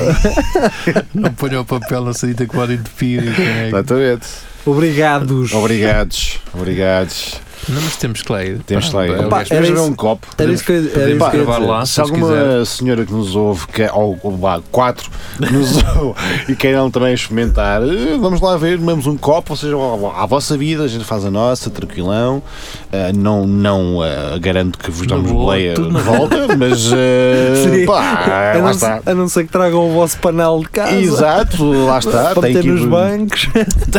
[SPEAKER 3] Não ponha o papel na saída que pode entupir. e caralho.
[SPEAKER 4] Exatamente.
[SPEAKER 2] Obrigados.
[SPEAKER 4] Obrigados, obrigados.
[SPEAKER 3] Não, mas temos clay.
[SPEAKER 4] Temos lá aí.
[SPEAKER 2] Ah,
[SPEAKER 3] Ah,
[SPEAKER 2] Opa,
[SPEAKER 4] Podemos
[SPEAKER 2] era
[SPEAKER 4] beber
[SPEAKER 2] isso-
[SPEAKER 4] um copo.
[SPEAKER 2] Era isso que eu, era
[SPEAKER 3] podemos
[SPEAKER 2] isso que eu ia
[SPEAKER 3] gravar
[SPEAKER 2] dizer.
[SPEAKER 3] lá.
[SPEAKER 4] Se
[SPEAKER 3] se
[SPEAKER 4] alguma
[SPEAKER 3] quiser.
[SPEAKER 4] senhora que nos ouve, que, é, ou, ou lá, quatro, nos ouve e queiram também experimentar, eh, vamos lá ver, tomamos um copo, ou seja, à vossa vida, a gente faz a nossa, tranquilão. Eh, não não eh, garanto que vos
[SPEAKER 3] Na
[SPEAKER 4] damos
[SPEAKER 3] boa,
[SPEAKER 4] boleia
[SPEAKER 3] tudo
[SPEAKER 4] de
[SPEAKER 3] na
[SPEAKER 4] volta, mas eh,
[SPEAKER 2] Sim. É um
[SPEAKER 4] pá,
[SPEAKER 2] a,
[SPEAKER 4] lá
[SPEAKER 2] não,
[SPEAKER 4] está.
[SPEAKER 2] ser- a não ser que tragam o vosso panel de casa.
[SPEAKER 4] Exato, lá está.
[SPEAKER 2] um Para
[SPEAKER 4] Tem
[SPEAKER 2] meter
[SPEAKER 4] que,
[SPEAKER 2] nos
[SPEAKER 4] ir,
[SPEAKER 2] bancos.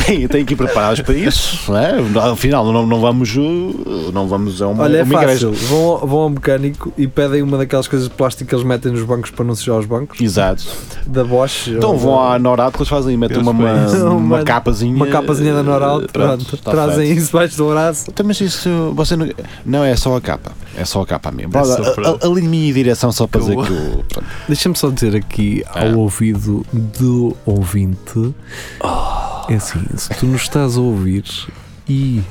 [SPEAKER 4] tem, tem que ir preparados para isso. Não é? Afinal, não, não, vamos, uh, não vamos a uma,
[SPEAKER 2] Olha, é
[SPEAKER 4] uma igreja.
[SPEAKER 2] fácil. Vão, ao- vão ao mecânico e pedem uma daquelas coisas de plástico que eles metem nos bancos para não sujar os bancos.
[SPEAKER 4] Exato.
[SPEAKER 2] Da Bosch.
[SPEAKER 4] Então
[SPEAKER 2] ou
[SPEAKER 4] vão
[SPEAKER 2] da-
[SPEAKER 4] à Norad que eles fazem, metem
[SPEAKER 3] Eles
[SPEAKER 4] uma, uma,
[SPEAKER 2] fazem.
[SPEAKER 4] uma
[SPEAKER 2] Uma-
[SPEAKER 4] capazinha.
[SPEAKER 2] Uma capazinha da Noralt.
[SPEAKER 4] eh, pronto,
[SPEAKER 2] Pronto,
[SPEAKER 4] está
[SPEAKER 2] trazem
[SPEAKER 4] feito.
[SPEAKER 2] isso debaixo do braço.
[SPEAKER 4] Então, mas isso você não, não é só a capa, é só a capa mesmo.
[SPEAKER 3] É
[SPEAKER 4] Pronto,
[SPEAKER 3] só para-
[SPEAKER 4] a- a- ali minha direção só para
[SPEAKER 3] Eu-
[SPEAKER 4] dizer que o. pronto.
[SPEAKER 2] Deixa-me só dizer aqui ao
[SPEAKER 4] Ah.
[SPEAKER 2] ouvido do ouvinte: é assim, se tu nos estás a ouvir e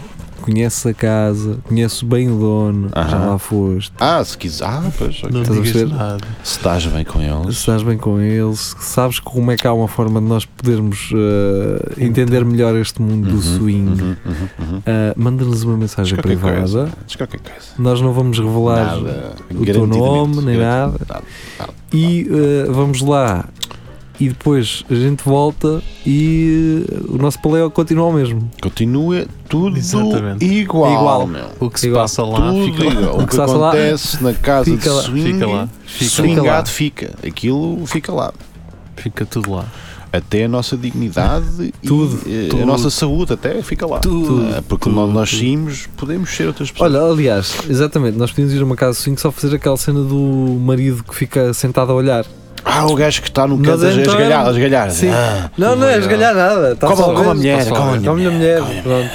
[SPEAKER 2] conheces a casa, conheces bem o dono, já
[SPEAKER 4] Aham.
[SPEAKER 2] lá foste,
[SPEAKER 4] Ah, se quiser. Ah, pois, ok.
[SPEAKER 3] Não
[SPEAKER 2] Estás a
[SPEAKER 3] digas
[SPEAKER 2] perceber?
[SPEAKER 3] nada.
[SPEAKER 4] Se estás bem com
[SPEAKER 2] se
[SPEAKER 4] eles.
[SPEAKER 2] estás bem com eles, sabes como é que há uma forma de nós podermos eh, entender melhor este mundo do swing,
[SPEAKER 4] Uhum, uhum, uhum.
[SPEAKER 2] eh, manda-nos uma mensagem
[SPEAKER 4] Qualquer
[SPEAKER 2] privada.
[SPEAKER 4] coisa. Diz qualquer coisa.
[SPEAKER 2] Nós não vamos revelar
[SPEAKER 4] Nada.
[SPEAKER 2] o teu
[SPEAKER 4] Garantidamente,
[SPEAKER 2] nome, nem nada.
[SPEAKER 4] garantidamente.
[SPEAKER 2] e eh, vamos lá. E depois a gente volta e eh, o nosso paleo continua o mesmo.
[SPEAKER 4] Continua tudo
[SPEAKER 3] Exatamente.
[SPEAKER 4] igual.
[SPEAKER 2] Igual.
[SPEAKER 4] meu.
[SPEAKER 3] O que se
[SPEAKER 2] Igual.
[SPEAKER 3] passa lá
[SPEAKER 4] Tudo
[SPEAKER 3] fica lá.
[SPEAKER 4] igual.
[SPEAKER 2] O
[SPEAKER 4] O
[SPEAKER 2] que
[SPEAKER 4] que
[SPEAKER 2] se passa lá,
[SPEAKER 4] acontece na casa
[SPEAKER 2] fica lá.
[SPEAKER 4] de swing,
[SPEAKER 3] Fica lá. Fica lá.
[SPEAKER 4] swingado fica. Aquilo fica lá.
[SPEAKER 3] Fica tudo lá.
[SPEAKER 4] até a nossa dignidade
[SPEAKER 2] Tudo,
[SPEAKER 4] e eh,
[SPEAKER 3] tudo.
[SPEAKER 4] a nossa saúde até fica lá. Ah, porque
[SPEAKER 3] tudo,
[SPEAKER 4] nós nós
[SPEAKER 3] tudo.
[SPEAKER 4] saímos, podemos ser outras pessoas.
[SPEAKER 2] Olha, aliás, exatamente, nós podíamos ir a uma casa assim só fazer aquela cena do marido que fica sentado a olhar.
[SPEAKER 4] ah, o gajo que está no
[SPEAKER 2] Nós
[SPEAKER 4] canto a
[SPEAKER 2] então-
[SPEAKER 4] esgalhar, a esgalhar.
[SPEAKER 2] Sim.
[SPEAKER 4] Ah,
[SPEAKER 2] Não, não é esgalhar nada. Tá
[SPEAKER 4] como,
[SPEAKER 2] só a
[SPEAKER 4] como a
[SPEAKER 2] ver.
[SPEAKER 4] mulher,
[SPEAKER 3] tá só a
[SPEAKER 4] como a
[SPEAKER 3] ver.
[SPEAKER 2] Come
[SPEAKER 4] mulher.
[SPEAKER 2] a mulher. Pronto.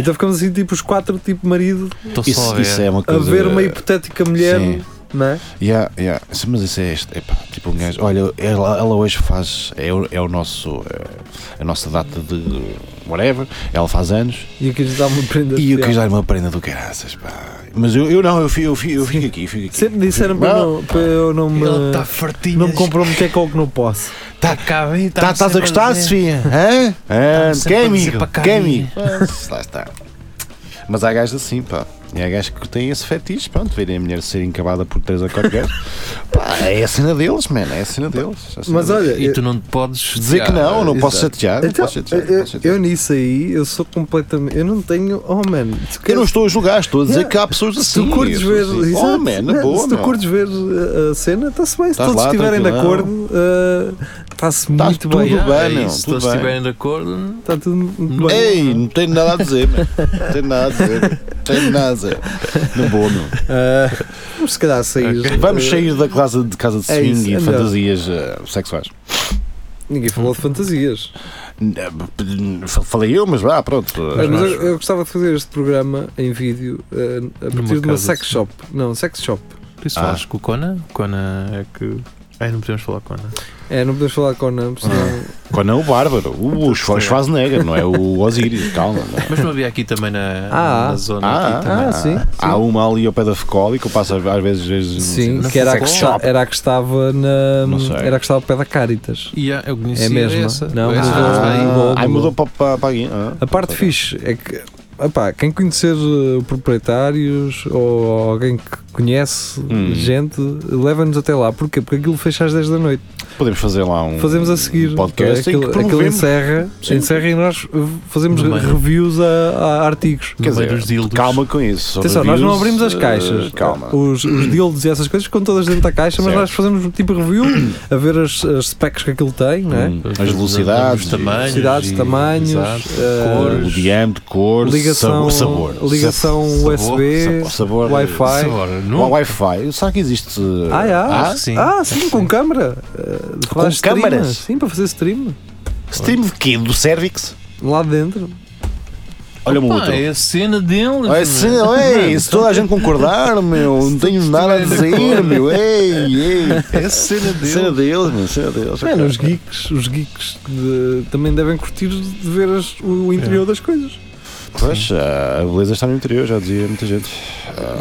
[SPEAKER 2] Então ficamos assim, tipo, os quatro, tipo, marido,
[SPEAKER 3] Estou só a
[SPEAKER 4] Isso,
[SPEAKER 3] ver.
[SPEAKER 4] isso é uma
[SPEAKER 2] a
[SPEAKER 4] coisa.
[SPEAKER 2] ver uma hipotética mulher,
[SPEAKER 4] Sim.
[SPEAKER 2] não é?
[SPEAKER 4] Yeah, yeah. Sim, Mas isso é este. Epá, tipo um gajo. Olha, ela, ela hoje faz. É, o- é o nosso. É, a nossa data de. Whatever. Ela faz anos.
[SPEAKER 2] E eu quis dar uma prenda.
[SPEAKER 4] E eu
[SPEAKER 2] especial.
[SPEAKER 4] quis dar uma prenda do caraças. Pá. Mas eu, eu não, eu fico, eu fico, eu fico aqui. Fico aqui.
[SPEAKER 2] Sempre disseram para, eu não, para eu não me,
[SPEAKER 3] Ele está fartinho.
[SPEAKER 2] não me comprometer com o que não posso.
[SPEAKER 3] Está cá bem.
[SPEAKER 4] Tá- Estás a gostar, Sofia? Hã? Hã?
[SPEAKER 3] Tá-me Tá sempre a
[SPEAKER 4] Quem, é
[SPEAKER 3] dizer
[SPEAKER 4] amigo?
[SPEAKER 3] para cá,
[SPEAKER 4] Quem,
[SPEAKER 3] amigo?
[SPEAKER 4] amigo? Ah, Lá está. Mas há gajos assim, pá. E há gajos que têm esse fetiche, pronto, verem a mulher ser encabada por 3 ou 4 gajos. Pá, é a cena deles, mano, é a cena deles. É a cena
[SPEAKER 2] Mas
[SPEAKER 4] deles.
[SPEAKER 2] olha,
[SPEAKER 3] E tu não te podes
[SPEAKER 4] Dizer que não, não posso
[SPEAKER 2] Exato.
[SPEAKER 4] chatear, não
[SPEAKER 2] Então,
[SPEAKER 4] posso chatear.
[SPEAKER 2] eu,
[SPEAKER 4] não posso chatear.
[SPEAKER 2] eu nisso aí, eu sou completamente. Eu não tenho. Oh man, tu
[SPEAKER 4] Eu não
[SPEAKER 2] queres-
[SPEAKER 4] estou a julgar, estou a dizer
[SPEAKER 2] Yeah.
[SPEAKER 4] que há pessoas
[SPEAKER 2] se tu
[SPEAKER 4] assim.
[SPEAKER 2] curtes
[SPEAKER 4] eu
[SPEAKER 2] ver.
[SPEAKER 4] sou assim.
[SPEAKER 2] exato,
[SPEAKER 4] Oh, man, na
[SPEAKER 2] né?
[SPEAKER 4] boa,
[SPEAKER 2] se tu
[SPEAKER 4] meu.
[SPEAKER 2] curtes ver uh, a cena, está-se bem. Se
[SPEAKER 4] Estás
[SPEAKER 2] todos
[SPEAKER 4] lá,
[SPEAKER 2] estiverem de
[SPEAKER 4] tranquilão.
[SPEAKER 2] acordo, uh, está-se
[SPEAKER 4] Estás
[SPEAKER 2] muito
[SPEAKER 4] tudo
[SPEAKER 2] bem.
[SPEAKER 4] bem.
[SPEAKER 3] Ah, é
[SPEAKER 4] não,
[SPEAKER 3] isso, Se
[SPEAKER 4] tudo
[SPEAKER 3] todos
[SPEAKER 4] bem.
[SPEAKER 3] estiverem de acordo,
[SPEAKER 2] Está tudo muito bem.
[SPEAKER 4] Ei, não tenho nada a dizer, mano. Não tenho nada a dizer. Não tenho nada a dizer. Na boa, meu.
[SPEAKER 2] Uh, vamos se calhar sair.
[SPEAKER 4] É. Vamos
[SPEAKER 2] uh,
[SPEAKER 4] sair da casa de, casa de
[SPEAKER 2] É isso,
[SPEAKER 4] swing
[SPEAKER 2] é
[SPEAKER 4] e
[SPEAKER 2] melhor.
[SPEAKER 4] fantasias eh, sexuais.
[SPEAKER 2] Ninguém falou de fantasias.
[SPEAKER 4] N- Eh, f- Falei eu, mas vá, pronto.
[SPEAKER 2] Mas, eu, eu gostava de fazer este programa em vídeo uh, a partir de uma
[SPEAKER 3] casa
[SPEAKER 2] sex
[SPEAKER 4] assim.
[SPEAKER 3] de-
[SPEAKER 2] shop. Não, sex shop.
[SPEAKER 3] por isso
[SPEAKER 4] Ah.
[SPEAKER 3] falas com o Conan. O Conan é que. Ai, não podemos falar com o Conan.
[SPEAKER 2] É, não podemos falar com o Nam, senão.
[SPEAKER 4] Quando é o Bárbaro, o Schwar- Schwarzenegger, não é o Osiris, calma. não é?
[SPEAKER 3] Mas não havia aqui também na,
[SPEAKER 2] Ah,
[SPEAKER 3] na
[SPEAKER 2] ah.
[SPEAKER 3] zona. aqui também.
[SPEAKER 2] ah, sim,
[SPEAKER 4] Há uma ali ao pé da Fecoli que eu passo às às vezes. às vezes assim,
[SPEAKER 2] Sim,
[SPEAKER 4] não é?
[SPEAKER 3] na
[SPEAKER 2] que era a que,
[SPEAKER 3] sex
[SPEAKER 2] esta-
[SPEAKER 4] shop.
[SPEAKER 2] era a que estava na.
[SPEAKER 4] Não sei.
[SPEAKER 2] Era a que estava ao pé da Caritas.
[SPEAKER 3] E há- eu conhecia
[SPEAKER 2] É mesmo,
[SPEAKER 3] essa.
[SPEAKER 2] não,
[SPEAKER 3] Essa
[SPEAKER 4] sei.
[SPEAKER 2] mas
[SPEAKER 3] está aí.
[SPEAKER 2] mudou,
[SPEAKER 4] Ah, ai,
[SPEAKER 2] mudou.
[SPEAKER 4] mudou para- para para aqui. ah.
[SPEAKER 2] A parte fixe é que, opá, quem conhecer eh, proprietários ou alguém que conhece
[SPEAKER 4] Hum.
[SPEAKER 2] gente, leva-nos até lá. Porquê? Porque aquilo fecha às 10 da noite.
[SPEAKER 4] Podemos fazer lá um
[SPEAKER 2] Fazemos a seguir.
[SPEAKER 4] um podcast em
[SPEAKER 2] aquilo,
[SPEAKER 4] que
[SPEAKER 2] aquilo
[SPEAKER 4] promovemos.
[SPEAKER 2] encerra,
[SPEAKER 4] Sim.
[SPEAKER 2] encerra e nós eh, fazemos
[SPEAKER 3] No
[SPEAKER 2] re-
[SPEAKER 3] meio.
[SPEAKER 2] reviews a, a artigos.
[SPEAKER 3] No
[SPEAKER 4] Quer
[SPEAKER 3] meio
[SPEAKER 4] dizer,
[SPEAKER 3] dos dildos.
[SPEAKER 4] calma com isso. só
[SPEAKER 2] Atenção, nós não
[SPEAKER 4] reviews,
[SPEAKER 2] abrimos as
[SPEAKER 4] eh,
[SPEAKER 2] caixas.
[SPEAKER 4] Calma.
[SPEAKER 2] Os, os dildos e essas coisas ficam todas dentro da caixa, mas
[SPEAKER 4] Certo.
[SPEAKER 2] nós fazemos tipo review a ver as, as specs que aquilo tem, não é?
[SPEAKER 4] Hum, As velocidades,
[SPEAKER 3] Os tamanhos.
[SPEAKER 2] Velocidades,
[SPEAKER 3] e-
[SPEAKER 2] tamanhos,
[SPEAKER 3] exato,
[SPEAKER 2] eh,
[SPEAKER 4] o
[SPEAKER 3] cores.
[SPEAKER 4] diâmetro, cor,
[SPEAKER 2] Ligação,
[SPEAKER 4] sabor, sabor.
[SPEAKER 2] ligação
[SPEAKER 3] Sabor,
[SPEAKER 2] USB,
[SPEAKER 4] sabor,
[SPEAKER 2] Wi-Fi.
[SPEAKER 3] Agora,
[SPEAKER 4] Não há
[SPEAKER 3] não.
[SPEAKER 4] Wi-Fi. Será que existe. eh,
[SPEAKER 2] Ah, é?
[SPEAKER 3] Acho
[SPEAKER 2] Ah,
[SPEAKER 3] que sim.
[SPEAKER 2] sim, com câmara. Uh, de fazer stream.
[SPEAKER 4] câmaras?
[SPEAKER 2] Sim, para fazer stream.
[SPEAKER 4] Stream de quê? Do Cervix?
[SPEAKER 2] Lá dentro.
[SPEAKER 4] Olha-me o
[SPEAKER 3] Pá,
[SPEAKER 4] outro.
[SPEAKER 3] é a cena deles. é?
[SPEAKER 4] Olha,
[SPEAKER 3] mano.
[SPEAKER 4] se, ei, se toda a gente concordar, meu, não tenho nada a dizer, meu. Ei, ei.
[SPEAKER 3] É a cena deles.
[SPEAKER 4] Cena deles, meu, É cena deles.
[SPEAKER 2] Mano, os É, geeks, os geeks de- também devem curtir de ver as- o interior das coisas.
[SPEAKER 4] Pois, ah, a beleza está no interior, já dizia muita gente.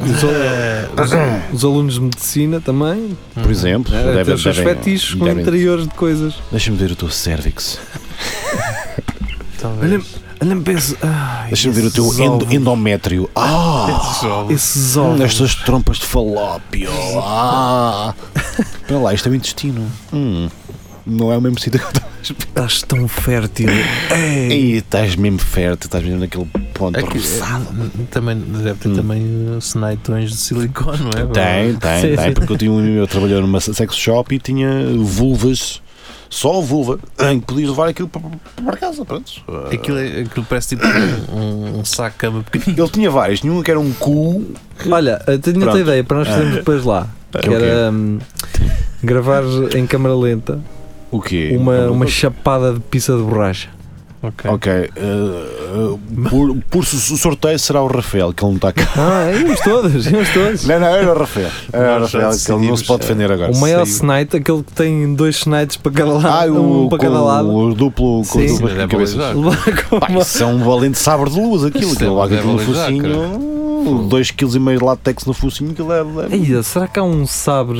[SPEAKER 2] Os, al- os- os alunos de medicina também
[SPEAKER 4] Por exemplo,
[SPEAKER 2] né,
[SPEAKER 4] É, devem-
[SPEAKER 2] têm os seus
[SPEAKER 4] devem-
[SPEAKER 2] fetiches com
[SPEAKER 4] devem-
[SPEAKER 2] interiores de coisas.
[SPEAKER 4] Deixa-me ver o teu cervix.
[SPEAKER 3] Talvez.
[SPEAKER 2] Olha-me olha penso. ai,
[SPEAKER 4] Deixa-me ver o teu
[SPEAKER 2] esses
[SPEAKER 4] endo-
[SPEAKER 2] ovos,
[SPEAKER 4] endométrio. Ah!
[SPEAKER 3] Esses ovos.
[SPEAKER 2] Esses
[SPEAKER 4] Hum,
[SPEAKER 2] ovos.
[SPEAKER 4] Estas trompas de falópio. Ah! Espera lá, isto é o intestino. Hum, Não é o mesmo sítio que eu estou.
[SPEAKER 2] Estás tão fértil. É.
[SPEAKER 4] E estás mesmo fértil, estás mesmo naquele ponto
[SPEAKER 3] É que,
[SPEAKER 4] roçado.
[SPEAKER 3] é, também deve ter
[SPEAKER 4] Hum.
[SPEAKER 3] também eh, senaitões de silicone, não é?
[SPEAKER 4] Tem, tem,
[SPEAKER 2] Sim,
[SPEAKER 4] tem,
[SPEAKER 2] sim.
[SPEAKER 4] porque eu tinha um amigo meu que trabalhou numa sex shop e tinha vulvas, só vulva, em que podias levar aquilo para, para casa, pronto.
[SPEAKER 3] Aquilo, é- aquilo parece tipo um, um saco de cama pequenino.
[SPEAKER 4] Ele tinha várias, tinha uma que era um cu.
[SPEAKER 2] Olha, eu tenho outra
[SPEAKER 4] Pronto.
[SPEAKER 2] ideia para nós fazermos depois lá. Ah. Que
[SPEAKER 4] o quê?
[SPEAKER 2] era hum, gravar em câmara lenta
[SPEAKER 4] O quê?
[SPEAKER 2] uma, uma chapada de pizza de borracha.
[SPEAKER 3] Ok.
[SPEAKER 4] Ok, eh, eh, por, por su- sorteio será o Rafael, que ele não está cá.
[SPEAKER 2] Ah, íamos todos, íamos todos.
[SPEAKER 4] Não, não, era o Rafael. Era o
[SPEAKER 3] Nós
[SPEAKER 4] Rafael, que
[SPEAKER 3] já
[SPEAKER 4] ele não
[SPEAKER 3] decidimos, é.
[SPEAKER 4] se pode defender agora.
[SPEAKER 2] O maior
[SPEAKER 3] saiu.
[SPEAKER 2] Snite, aquele que tem dois Snites para cada
[SPEAKER 4] Ah,
[SPEAKER 2] lado,
[SPEAKER 4] o,
[SPEAKER 2] um para cada
[SPEAKER 4] com
[SPEAKER 2] lado.
[SPEAKER 4] o duplo com
[SPEAKER 2] Sim.
[SPEAKER 4] as
[SPEAKER 3] Sim,
[SPEAKER 4] duplas
[SPEAKER 3] é
[SPEAKER 4] cabeças.
[SPEAKER 3] balizar.
[SPEAKER 2] Levar com
[SPEAKER 4] Pá,
[SPEAKER 2] uma-
[SPEAKER 4] isso é um valente sabre de luz aquilo,
[SPEAKER 3] Isso
[SPEAKER 4] aquilo
[SPEAKER 3] é
[SPEAKER 4] logo aquilo no
[SPEAKER 3] balizar, cara.
[SPEAKER 4] focinho, 2,5kg de látex no focinho, aquilo é, é
[SPEAKER 2] Eia, será que há um sabre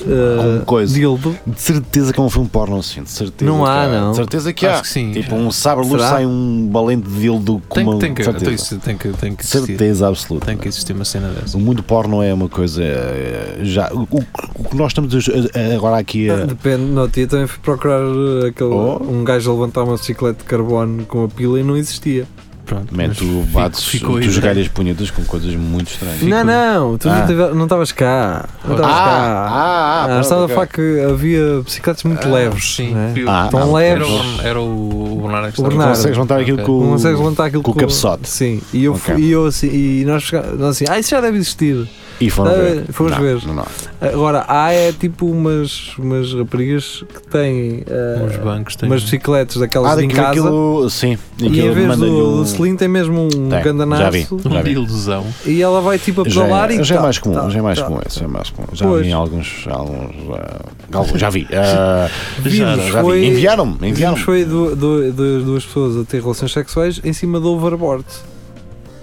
[SPEAKER 4] Alguma
[SPEAKER 2] uh,
[SPEAKER 4] coisa.
[SPEAKER 2] dildo?
[SPEAKER 4] De certeza que é um filme porno, assim, de certeza.
[SPEAKER 2] Não há,
[SPEAKER 4] que
[SPEAKER 2] não.
[SPEAKER 4] De certeza que
[SPEAKER 3] Acho
[SPEAKER 4] há.
[SPEAKER 3] que sim.
[SPEAKER 4] Tipo, um sabre luz
[SPEAKER 2] Será?
[SPEAKER 4] sai um balente de dildo com
[SPEAKER 3] Tem,
[SPEAKER 4] uma.
[SPEAKER 3] tem, que, então tem,
[SPEAKER 4] certeza.
[SPEAKER 3] que- tem que, tem que existir.
[SPEAKER 4] certeza absoluta.
[SPEAKER 3] Tem que existir uma cena dessa.
[SPEAKER 4] O mundo porno é uma coisa. eh, Já, o, o- o que nós estamos a- a- agora aqui a.
[SPEAKER 2] Depende, no dia também fui procurar uh, aquele,
[SPEAKER 4] Oh.
[SPEAKER 2] um gajo a levantar uma bicicleta de carbono com a pila e não existia.
[SPEAKER 3] Pronto.
[SPEAKER 4] Man,
[SPEAKER 3] mas
[SPEAKER 4] tu
[SPEAKER 3] fico-
[SPEAKER 4] bates,
[SPEAKER 3] ficou
[SPEAKER 4] tu
[SPEAKER 3] aí, né?
[SPEAKER 4] jogalhas punhetas com coisas muito estranhas.
[SPEAKER 2] Não, não, tu
[SPEAKER 4] Ah.
[SPEAKER 2] não tive- não estavas cá. Não estavas cá.
[SPEAKER 4] ah,
[SPEAKER 2] Ah,
[SPEAKER 4] pronto,
[SPEAKER 2] estava
[SPEAKER 4] ok.
[SPEAKER 2] a falar que havia bicicletas muito
[SPEAKER 3] Ah,
[SPEAKER 2] leves.
[SPEAKER 3] Sim.
[SPEAKER 2] né?
[SPEAKER 3] Fui-
[SPEAKER 4] Ah,
[SPEAKER 2] Tão
[SPEAKER 4] ah,
[SPEAKER 3] Era
[SPEAKER 2] leves.
[SPEAKER 3] o, era o o Bernardo. que
[SPEAKER 2] O
[SPEAKER 3] estava-
[SPEAKER 2] Bernardo.
[SPEAKER 4] Consegues montar aquilo
[SPEAKER 3] Ok.
[SPEAKER 4] com,
[SPEAKER 2] Não consegues levantar aquilo
[SPEAKER 4] com o cabeçote.
[SPEAKER 2] Sim, e eu,
[SPEAKER 4] Ok.
[SPEAKER 2] fui- e eu assim, e nós, chega- nós assim, ah, isso já deve existir.
[SPEAKER 4] E foram
[SPEAKER 2] Ah,
[SPEAKER 4] ver.
[SPEAKER 2] fomos
[SPEAKER 4] não,
[SPEAKER 2] ver.
[SPEAKER 4] Não, não.
[SPEAKER 2] Agora, há é tipo umas, umas raparigas que têm ah,
[SPEAKER 3] Uns bancos têm.
[SPEAKER 2] umas bicicletas daquelas
[SPEAKER 4] Ah,
[SPEAKER 2] de em
[SPEAKER 4] daquilo,
[SPEAKER 2] casa
[SPEAKER 4] aquilo, sim.
[SPEAKER 2] e em
[SPEAKER 4] aquilo
[SPEAKER 2] vez
[SPEAKER 4] manda-lhe
[SPEAKER 2] do,
[SPEAKER 4] um-
[SPEAKER 2] do selim tem mesmo um
[SPEAKER 4] Tem, já vi.
[SPEAKER 2] gandanaço
[SPEAKER 3] um
[SPEAKER 4] Já vi.
[SPEAKER 3] dildozão.
[SPEAKER 2] e ela vai tipo a
[SPEAKER 4] Já,
[SPEAKER 2] pedalar e
[SPEAKER 4] já é
[SPEAKER 2] tá,
[SPEAKER 4] mais comum,
[SPEAKER 2] tá,
[SPEAKER 4] já é mais
[SPEAKER 2] tá.
[SPEAKER 4] comum, esse, já é mais comum. Já
[SPEAKER 2] Pois.
[SPEAKER 4] vi alguns, alguns, ah, alguns, já vi. ah, já,
[SPEAKER 2] Vimos,
[SPEAKER 4] já
[SPEAKER 2] foi-
[SPEAKER 4] vi. Enviaram-me,
[SPEAKER 2] Vimos
[SPEAKER 4] enviaram-me.
[SPEAKER 2] foi do, do, do- duas pessoas a ter relações sexuais em cima do overboard.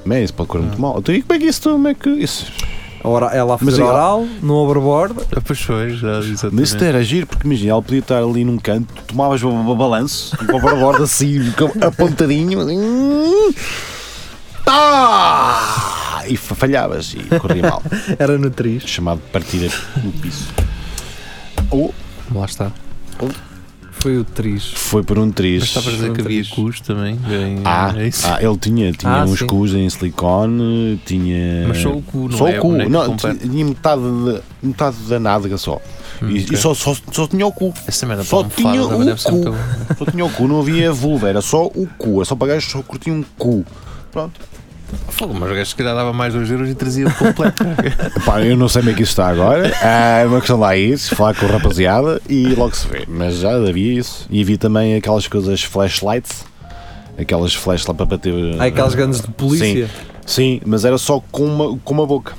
[SPEAKER 4] Man, isso pode correr muito mal. Então, e como é que isso, como é que isso?
[SPEAKER 2] Ora, ela a
[SPEAKER 4] Mas
[SPEAKER 2] fazer
[SPEAKER 4] ela-
[SPEAKER 2] oral, no overboard,
[SPEAKER 3] Ah, Pois foi, já
[SPEAKER 4] Mas isso
[SPEAKER 3] exatamente.
[SPEAKER 4] era giro, porque imagina, ela podia estar ali num canto, tu tomavas o ba- balanço, um overboard assim, com- apontadinho, assim, hum, tá! E fa- falhavas e corria mal.
[SPEAKER 2] era nutriz.
[SPEAKER 4] Chamado partida no piso. Ou
[SPEAKER 3] Lá está.
[SPEAKER 2] Foi o triz.
[SPEAKER 4] foi por um triz.
[SPEAKER 3] Mas estavas a dizer que havia cus também. bem,
[SPEAKER 4] Ah,
[SPEAKER 3] é isso.
[SPEAKER 4] ah, ele tinha, tinha
[SPEAKER 2] Ah,
[SPEAKER 4] uns
[SPEAKER 2] sim.
[SPEAKER 4] cus em silicone, tinha.
[SPEAKER 3] Mas só o cu, não
[SPEAKER 4] Só
[SPEAKER 3] é
[SPEAKER 4] o cu,
[SPEAKER 3] boneco
[SPEAKER 4] não,
[SPEAKER 3] completo.
[SPEAKER 4] tinha metade, de- metade da nádega só.
[SPEAKER 3] Hum,
[SPEAKER 4] e
[SPEAKER 3] ok.
[SPEAKER 4] e só, só, só tinha o cu.
[SPEAKER 3] Essa merda
[SPEAKER 4] só
[SPEAKER 3] para almofada
[SPEAKER 4] tinha
[SPEAKER 3] também
[SPEAKER 4] o
[SPEAKER 3] deve ser
[SPEAKER 4] cu.
[SPEAKER 3] muito bom.
[SPEAKER 4] Só tinha o cu, não havia vulva, era só o cu. Era só para gajos que só curtiam um cu. Pronto.
[SPEAKER 3] Fogo, mas o gajo se calhar dava mais 2 euros e trazia o completo.
[SPEAKER 4] Pá, eu não sei como é que isso está agora. Ah, É uma questão lá isso, falar com a rapaziada e logo se vê. Mas já havia isso. E havia também aquelas coisas flashlights. Aquelas flash lá para bater.
[SPEAKER 2] Há Ah, aquelas gandas de polícia.
[SPEAKER 4] Sim, mas era só com uma, com uma boca.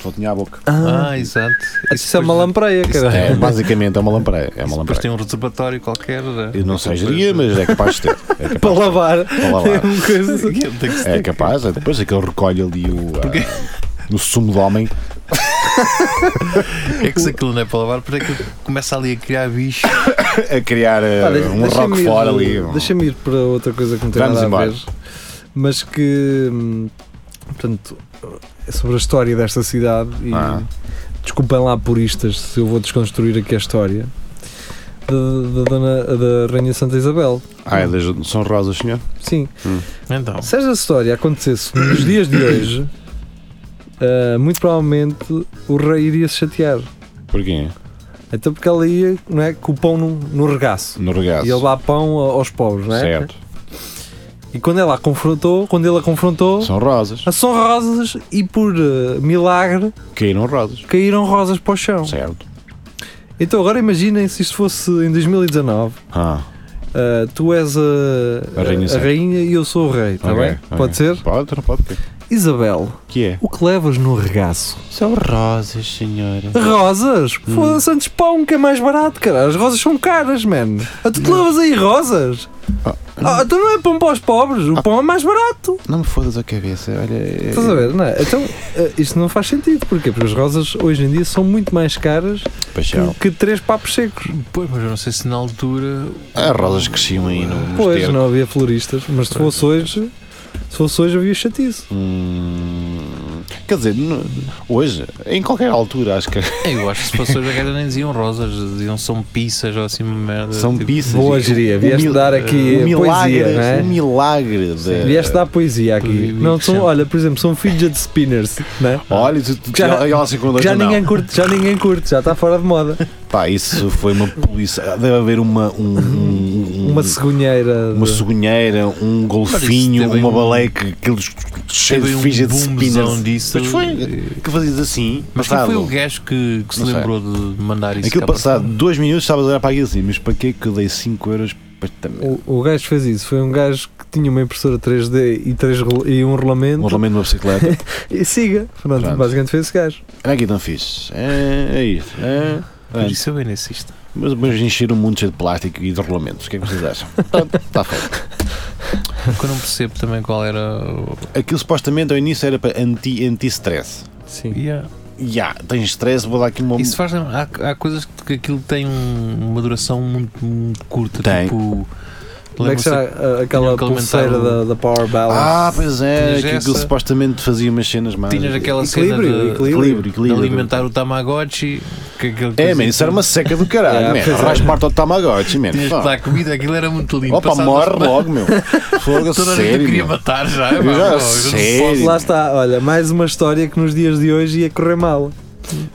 [SPEAKER 4] Só tinha a boca.
[SPEAKER 2] Ah,
[SPEAKER 3] ah, exato.
[SPEAKER 2] isso é uma
[SPEAKER 3] depois-
[SPEAKER 2] lampreia, cara.
[SPEAKER 4] É, basicamente é uma lampreia. É uma
[SPEAKER 3] Isso depois
[SPEAKER 4] lampreia.
[SPEAKER 3] tem um reservatório qualquer. é?
[SPEAKER 4] Eu não sei geria,
[SPEAKER 3] assim.
[SPEAKER 4] mas é capaz de ter. É capaz de
[SPEAKER 2] Para
[SPEAKER 4] ter.
[SPEAKER 2] lavar.
[SPEAKER 4] Para lavar.
[SPEAKER 2] Uma coisa- assim.
[SPEAKER 4] É capaz, é depois é que ele recolhe ali o, ah, o sumo do homem.
[SPEAKER 3] É que se aquilo não é para lavar, porque é que começa ali a criar bicho.
[SPEAKER 4] A criar ah,
[SPEAKER 2] Pá, deixa-
[SPEAKER 4] um
[SPEAKER 2] deixa-me
[SPEAKER 4] rock
[SPEAKER 2] ir-
[SPEAKER 4] fora ali. um-
[SPEAKER 2] Deixa-me ir para outra coisa que não tem
[SPEAKER 4] Vamos
[SPEAKER 2] nada a
[SPEAKER 4] embora.
[SPEAKER 2] ver. Mas que, hum, portanto, é sobre a história desta cidade. E
[SPEAKER 4] Ah.
[SPEAKER 2] desculpem lá, puristas, se eu vou desconstruir aqui a história da, da, dona, da Rainha Santa Isabel.
[SPEAKER 4] Ah, é das- são rosas, senhor?
[SPEAKER 2] Sim,
[SPEAKER 3] Então,
[SPEAKER 2] se esta história acontecesse nos dias de hoje, ah, muito provavelmente o rei iria se chatear.
[SPEAKER 4] Porquê?
[SPEAKER 2] Até porque ela ia não é, com o pão no, no regaço.
[SPEAKER 4] No regaço.
[SPEAKER 2] E ele dá pão a- aos pobres, não é?
[SPEAKER 4] Certo.
[SPEAKER 2] E quando ela a confrontou, quando ele a confrontou,
[SPEAKER 4] São rosas.
[SPEAKER 2] ah, são rosas e por ah, milagre
[SPEAKER 4] Caíram rosas.
[SPEAKER 2] caíram rosas para o chão.
[SPEAKER 4] Certo.
[SPEAKER 2] Então agora imaginem se isto fosse em 2019
[SPEAKER 4] Ah,
[SPEAKER 2] ah, tu és a,
[SPEAKER 4] A rainha
[SPEAKER 2] a,
[SPEAKER 4] certa.
[SPEAKER 2] rainha e eu sou o rei, está
[SPEAKER 4] Ok,
[SPEAKER 2] Tá bem?
[SPEAKER 4] ok.
[SPEAKER 2] Pode ser?
[SPEAKER 4] Pode, não pode. o quê?
[SPEAKER 2] Isabel,
[SPEAKER 4] Que é?
[SPEAKER 2] o que levas no regaço?
[SPEAKER 3] São rosas, senhora. Hum.
[SPEAKER 2] Rosas? Foda-se antes pão que é mais barato, cara. As rosas são caras, man. Ah, tu te levas aí rosas?
[SPEAKER 4] Ah.
[SPEAKER 2] Ah, então não é pão para os pobres,
[SPEAKER 3] Ah.
[SPEAKER 2] o pão é mais barato.
[SPEAKER 4] Não me fodas a cabeça. Olha. é-
[SPEAKER 2] Estás a ver? Não é? Então ah, isto não faz sentido. Porquê? Porque as rosas hoje em dia são muito mais caras
[SPEAKER 4] Paixão.
[SPEAKER 2] que três papos secos.
[SPEAKER 3] Pois, mas eu não sei se na altura.
[SPEAKER 4] As Ah, rosas cresciam aí no nos
[SPEAKER 2] Pois,
[SPEAKER 4] termos.
[SPEAKER 2] não havia floristas, mas se fosse hoje, se fosse hoje havia chatice.
[SPEAKER 4] Hum, quer dizer, no- hoje, em qualquer altura, acho que
[SPEAKER 2] Tipo,
[SPEAKER 3] Eu acho que se fosse hoje a guerra nem diziam rosas, diziam são pizzas ou assim uma merda.
[SPEAKER 4] são
[SPEAKER 3] tipo,
[SPEAKER 4] pizzas.
[SPEAKER 2] Boa, Jeria, vieste
[SPEAKER 4] mil-
[SPEAKER 2] dar aqui
[SPEAKER 4] o milagre,
[SPEAKER 2] poesia, não é?
[SPEAKER 4] o milagre da-
[SPEAKER 2] Vieste dar poesia aqui.
[SPEAKER 3] É. Poesia.
[SPEAKER 2] Não, são, olha, por exemplo, são fidget spinners, não é?
[SPEAKER 4] Olha, tu, tu,
[SPEAKER 2] Já-
[SPEAKER 4] já, ela se
[SPEAKER 2] Que
[SPEAKER 4] encontrou
[SPEAKER 2] já
[SPEAKER 4] não.
[SPEAKER 2] ninguém curte, já ninguém curte, já está fora de moda.
[SPEAKER 4] Pá, isso foi uma polícia. Deve haver uma. Um, um-
[SPEAKER 2] Uma cegonheira.
[SPEAKER 4] uma
[SPEAKER 2] de-
[SPEAKER 4] cegonheira, um golfinho,
[SPEAKER 3] Olha, isso teve
[SPEAKER 4] uma
[SPEAKER 3] um-
[SPEAKER 4] baleia que, que eles cheio
[SPEAKER 3] Teve
[SPEAKER 4] de
[SPEAKER 3] um
[SPEAKER 4] fidget
[SPEAKER 3] boomzão
[SPEAKER 4] spinners.
[SPEAKER 3] disso.
[SPEAKER 4] Mas foi que fazias assim,
[SPEAKER 3] Mas quem
[SPEAKER 4] passado.
[SPEAKER 3] foi o gajo que, que se
[SPEAKER 4] Não sei.
[SPEAKER 3] lembrou de mandar isso?
[SPEAKER 4] Aquilo
[SPEAKER 3] cá
[SPEAKER 4] passado
[SPEAKER 3] para fora?
[SPEAKER 4] dois minutos estavas a olhar para aquilo assim, mas para que é que eu dei 5 euros para esta merda?
[SPEAKER 2] O, o gajo que fez isso. Foi um gajo que tinha uma impressora 3D e, três, rel- e um
[SPEAKER 4] Um
[SPEAKER 2] rolamento.
[SPEAKER 4] rolamento de uma bicicleta.
[SPEAKER 2] E siga. Pronto,
[SPEAKER 4] Pronto.
[SPEAKER 2] basicamente foi esse gajo.
[SPEAKER 4] Era aqui tão fixe. É, é isso. É.
[SPEAKER 3] Por
[SPEAKER 4] Pronto.
[SPEAKER 3] isso eu bem assisto.
[SPEAKER 4] Mas, mas encher um mundo cheio de plástico e de rolamentos. O que é que vocês acham? Está feito.
[SPEAKER 3] Que eu não percebo também qual era o.
[SPEAKER 4] Aquilo supostamente ao início era para anti- anti-stress.
[SPEAKER 2] Sim.
[SPEAKER 3] Yeah.
[SPEAKER 4] Já, tens stress, vou dar aqui uma.
[SPEAKER 3] Isso faz há, há coisas que que aquilo tem um- uma duração muito, muito curta,
[SPEAKER 4] Tem.
[SPEAKER 3] tipo.
[SPEAKER 2] Como é que
[SPEAKER 3] lembro-se-
[SPEAKER 2] será ah, aquela
[SPEAKER 3] tinham que alimentar
[SPEAKER 2] pulseira da,
[SPEAKER 3] o-
[SPEAKER 2] da Power
[SPEAKER 4] um- Ah,
[SPEAKER 2] Balance?
[SPEAKER 4] pois é,
[SPEAKER 3] Tinhas
[SPEAKER 4] que aquilo
[SPEAKER 3] essa.
[SPEAKER 4] supostamente fazia umas cenas mais.
[SPEAKER 3] Tinhas aquela
[SPEAKER 2] Equilíbrio,
[SPEAKER 3] cena de,
[SPEAKER 2] equilíbrio.
[SPEAKER 4] Equilíbrio,
[SPEAKER 3] de
[SPEAKER 4] equilíbrio.
[SPEAKER 3] alimentar o Tamagotchi. Que aquele
[SPEAKER 4] É, man,
[SPEAKER 3] coisa
[SPEAKER 4] isso era uma seca do caralho,
[SPEAKER 2] Yeah,
[SPEAKER 4] man.
[SPEAKER 2] pois é.
[SPEAKER 4] Faz parte do Tamagotchi, man.
[SPEAKER 3] que Tinhas de
[SPEAKER 4] Pá.
[SPEAKER 3] dar comida, aquilo era muito lindo.
[SPEAKER 4] Opa,
[SPEAKER 3] Passava-
[SPEAKER 4] morre logo, meu. Fogo, a
[SPEAKER 3] Toda a gente
[SPEAKER 4] sério.
[SPEAKER 3] queria
[SPEAKER 4] meu.
[SPEAKER 3] matar já.
[SPEAKER 4] Eu
[SPEAKER 3] pá,
[SPEAKER 4] já
[SPEAKER 3] logo,
[SPEAKER 4] sei.
[SPEAKER 3] posso-
[SPEAKER 2] Lá está, olha, mais uma história que nos dias de hoje ia correr mal.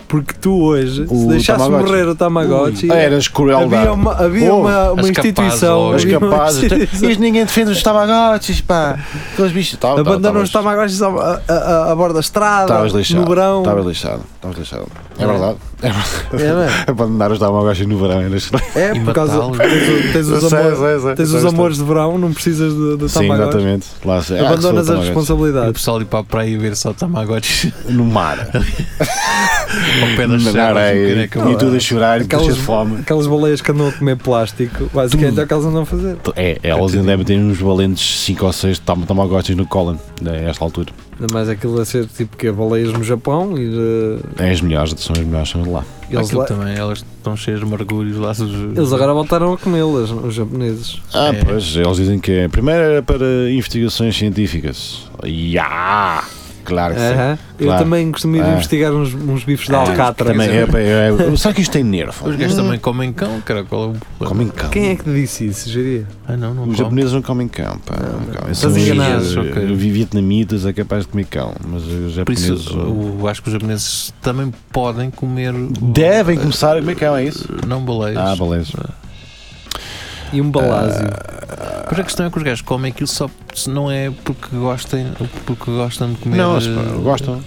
[SPEAKER 2] Porque tu hoje, se
[SPEAKER 4] O
[SPEAKER 2] deixasse
[SPEAKER 4] Tamagotchi.
[SPEAKER 2] morrer o Tamagotchi,
[SPEAKER 4] Ah, Eras crueldade.
[SPEAKER 2] havia uma, havia
[SPEAKER 4] Oh,
[SPEAKER 2] uma, uma
[SPEAKER 3] as
[SPEAKER 2] instituição.
[SPEAKER 3] capazes,
[SPEAKER 4] Os
[SPEAKER 2] havia uma
[SPEAKER 4] capazes.
[SPEAKER 2] instituição.
[SPEAKER 4] Isto ninguém defende os Tamagotchis, pá. Aqueles bichos. Tá, tá,
[SPEAKER 2] Abandonam os
[SPEAKER 4] tá,
[SPEAKER 2] Tamagotchis a, a, a, a bordo da estrada,
[SPEAKER 4] Estavas lixado.
[SPEAKER 2] no verão.
[SPEAKER 4] Estavas lixado. Estavas lixado. É verdade. É
[SPEAKER 2] É,
[SPEAKER 4] verdade.
[SPEAKER 2] não é?
[SPEAKER 4] Abandonar os Tamagotchis no verão era excelente.
[SPEAKER 2] É,
[SPEAKER 3] E
[SPEAKER 2] por causa.
[SPEAKER 3] matá-los.
[SPEAKER 2] Tens, o- tens os,
[SPEAKER 4] Sei,
[SPEAKER 2] amores-
[SPEAKER 4] sei, sei.
[SPEAKER 2] tens
[SPEAKER 4] Sei,
[SPEAKER 2] os
[SPEAKER 4] sei.
[SPEAKER 2] amores de verão, não precisas de, de
[SPEAKER 4] Sim,
[SPEAKER 2] Tamagotchi.
[SPEAKER 4] exatamente. Lá sei. Ah,
[SPEAKER 2] Abandonas
[SPEAKER 4] sou
[SPEAKER 2] a
[SPEAKER 4] Tamagotchi.
[SPEAKER 3] E o
[SPEAKER 2] responsabilidade.
[SPEAKER 3] pessoal ir para a praia ver só Tamagotchi
[SPEAKER 4] No mar.
[SPEAKER 3] ao pé das
[SPEAKER 4] Na
[SPEAKER 3] chaves.
[SPEAKER 4] areia. E tudo a chorar e
[SPEAKER 2] Aquelas-
[SPEAKER 4] ter fome.
[SPEAKER 2] Aquelas baleias que andam a comer plástico, basicamente é o que elas andam a fazer.
[SPEAKER 4] É, elas ainda devem ter uns valentes 5 ou 6 Tamagotchis no Colin, a esta altura.
[SPEAKER 2] Ainda mais aquilo a ser tipo que é baleias no Japão e eh,
[SPEAKER 4] É as melhores, são as melhores, são de lá.
[SPEAKER 2] eles,
[SPEAKER 3] Aquilo
[SPEAKER 2] lá-
[SPEAKER 3] também, elas estão cheias de mergulhos lá.
[SPEAKER 2] eles agora voltaram a comê-las, os japoneses.
[SPEAKER 4] Ah,
[SPEAKER 3] É.
[SPEAKER 4] pois, eles dizem que a primeira era para investigações científicas. Ya! Claro É que sim.
[SPEAKER 2] Aham. Eu
[SPEAKER 4] claro.
[SPEAKER 2] também costumo ir
[SPEAKER 4] Ah.
[SPEAKER 2] investigar uns, uns bifes de
[SPEAKER 4] Ah,
[SPEAKER 2] Alcatra.
[SPEAKER 4] Também
[SPEAKER 2] Quer
[SPEAKER 4] é,
[SPEAKER 2] dizer,
[SPEAKER 4] para- é- é- será que isto tem nervo?
[SPEAKER 3] Os gajos também comem cão, cara. Qual é o problema?
[SPEAKER 4] Comem cão.
[SPEAKER 2] Quem é que te disse isso, Jeria?
[SPEAKER 3] Ah, não, não
[SPEAKER 4] Os
[SPEAKER 3] comem.
[SPEAKER 4] japoneses não comem cão, pá. não comem.
[SPEAKER 2] estás
[SPEAKER 4] São os-
[SPEAKER 2] enganado.
[SPEAKER 4] os-
[SPEAKER 3] Ok.
[SPEAKER 4] os vietnamitas é capaz de comer cão, mas os
[SPEAKER 3] Por isso,
[SPEAKER 4] japoneses...
[SPEAKER 3] eu acho que os japoneses também podem comer. o-
[SPEAKER 4] Devem começar a comer cão, é isso?
[SPEAKER 3] Não baleias.
[SPEAKER 4] Ah, baleias.
[SPEAKER 2] E
[SPEAKER 4] Ah,
[SPEAKER 2] um balásio.
[SPEAKER 3] Mas a questão é que os gajos comem aquilo só se não é porque gostem, porque gostam de comer.
[SPEAKER 4] Não,
[SPEAKER 3] eh,
[SPEAKER 4] eles gostam.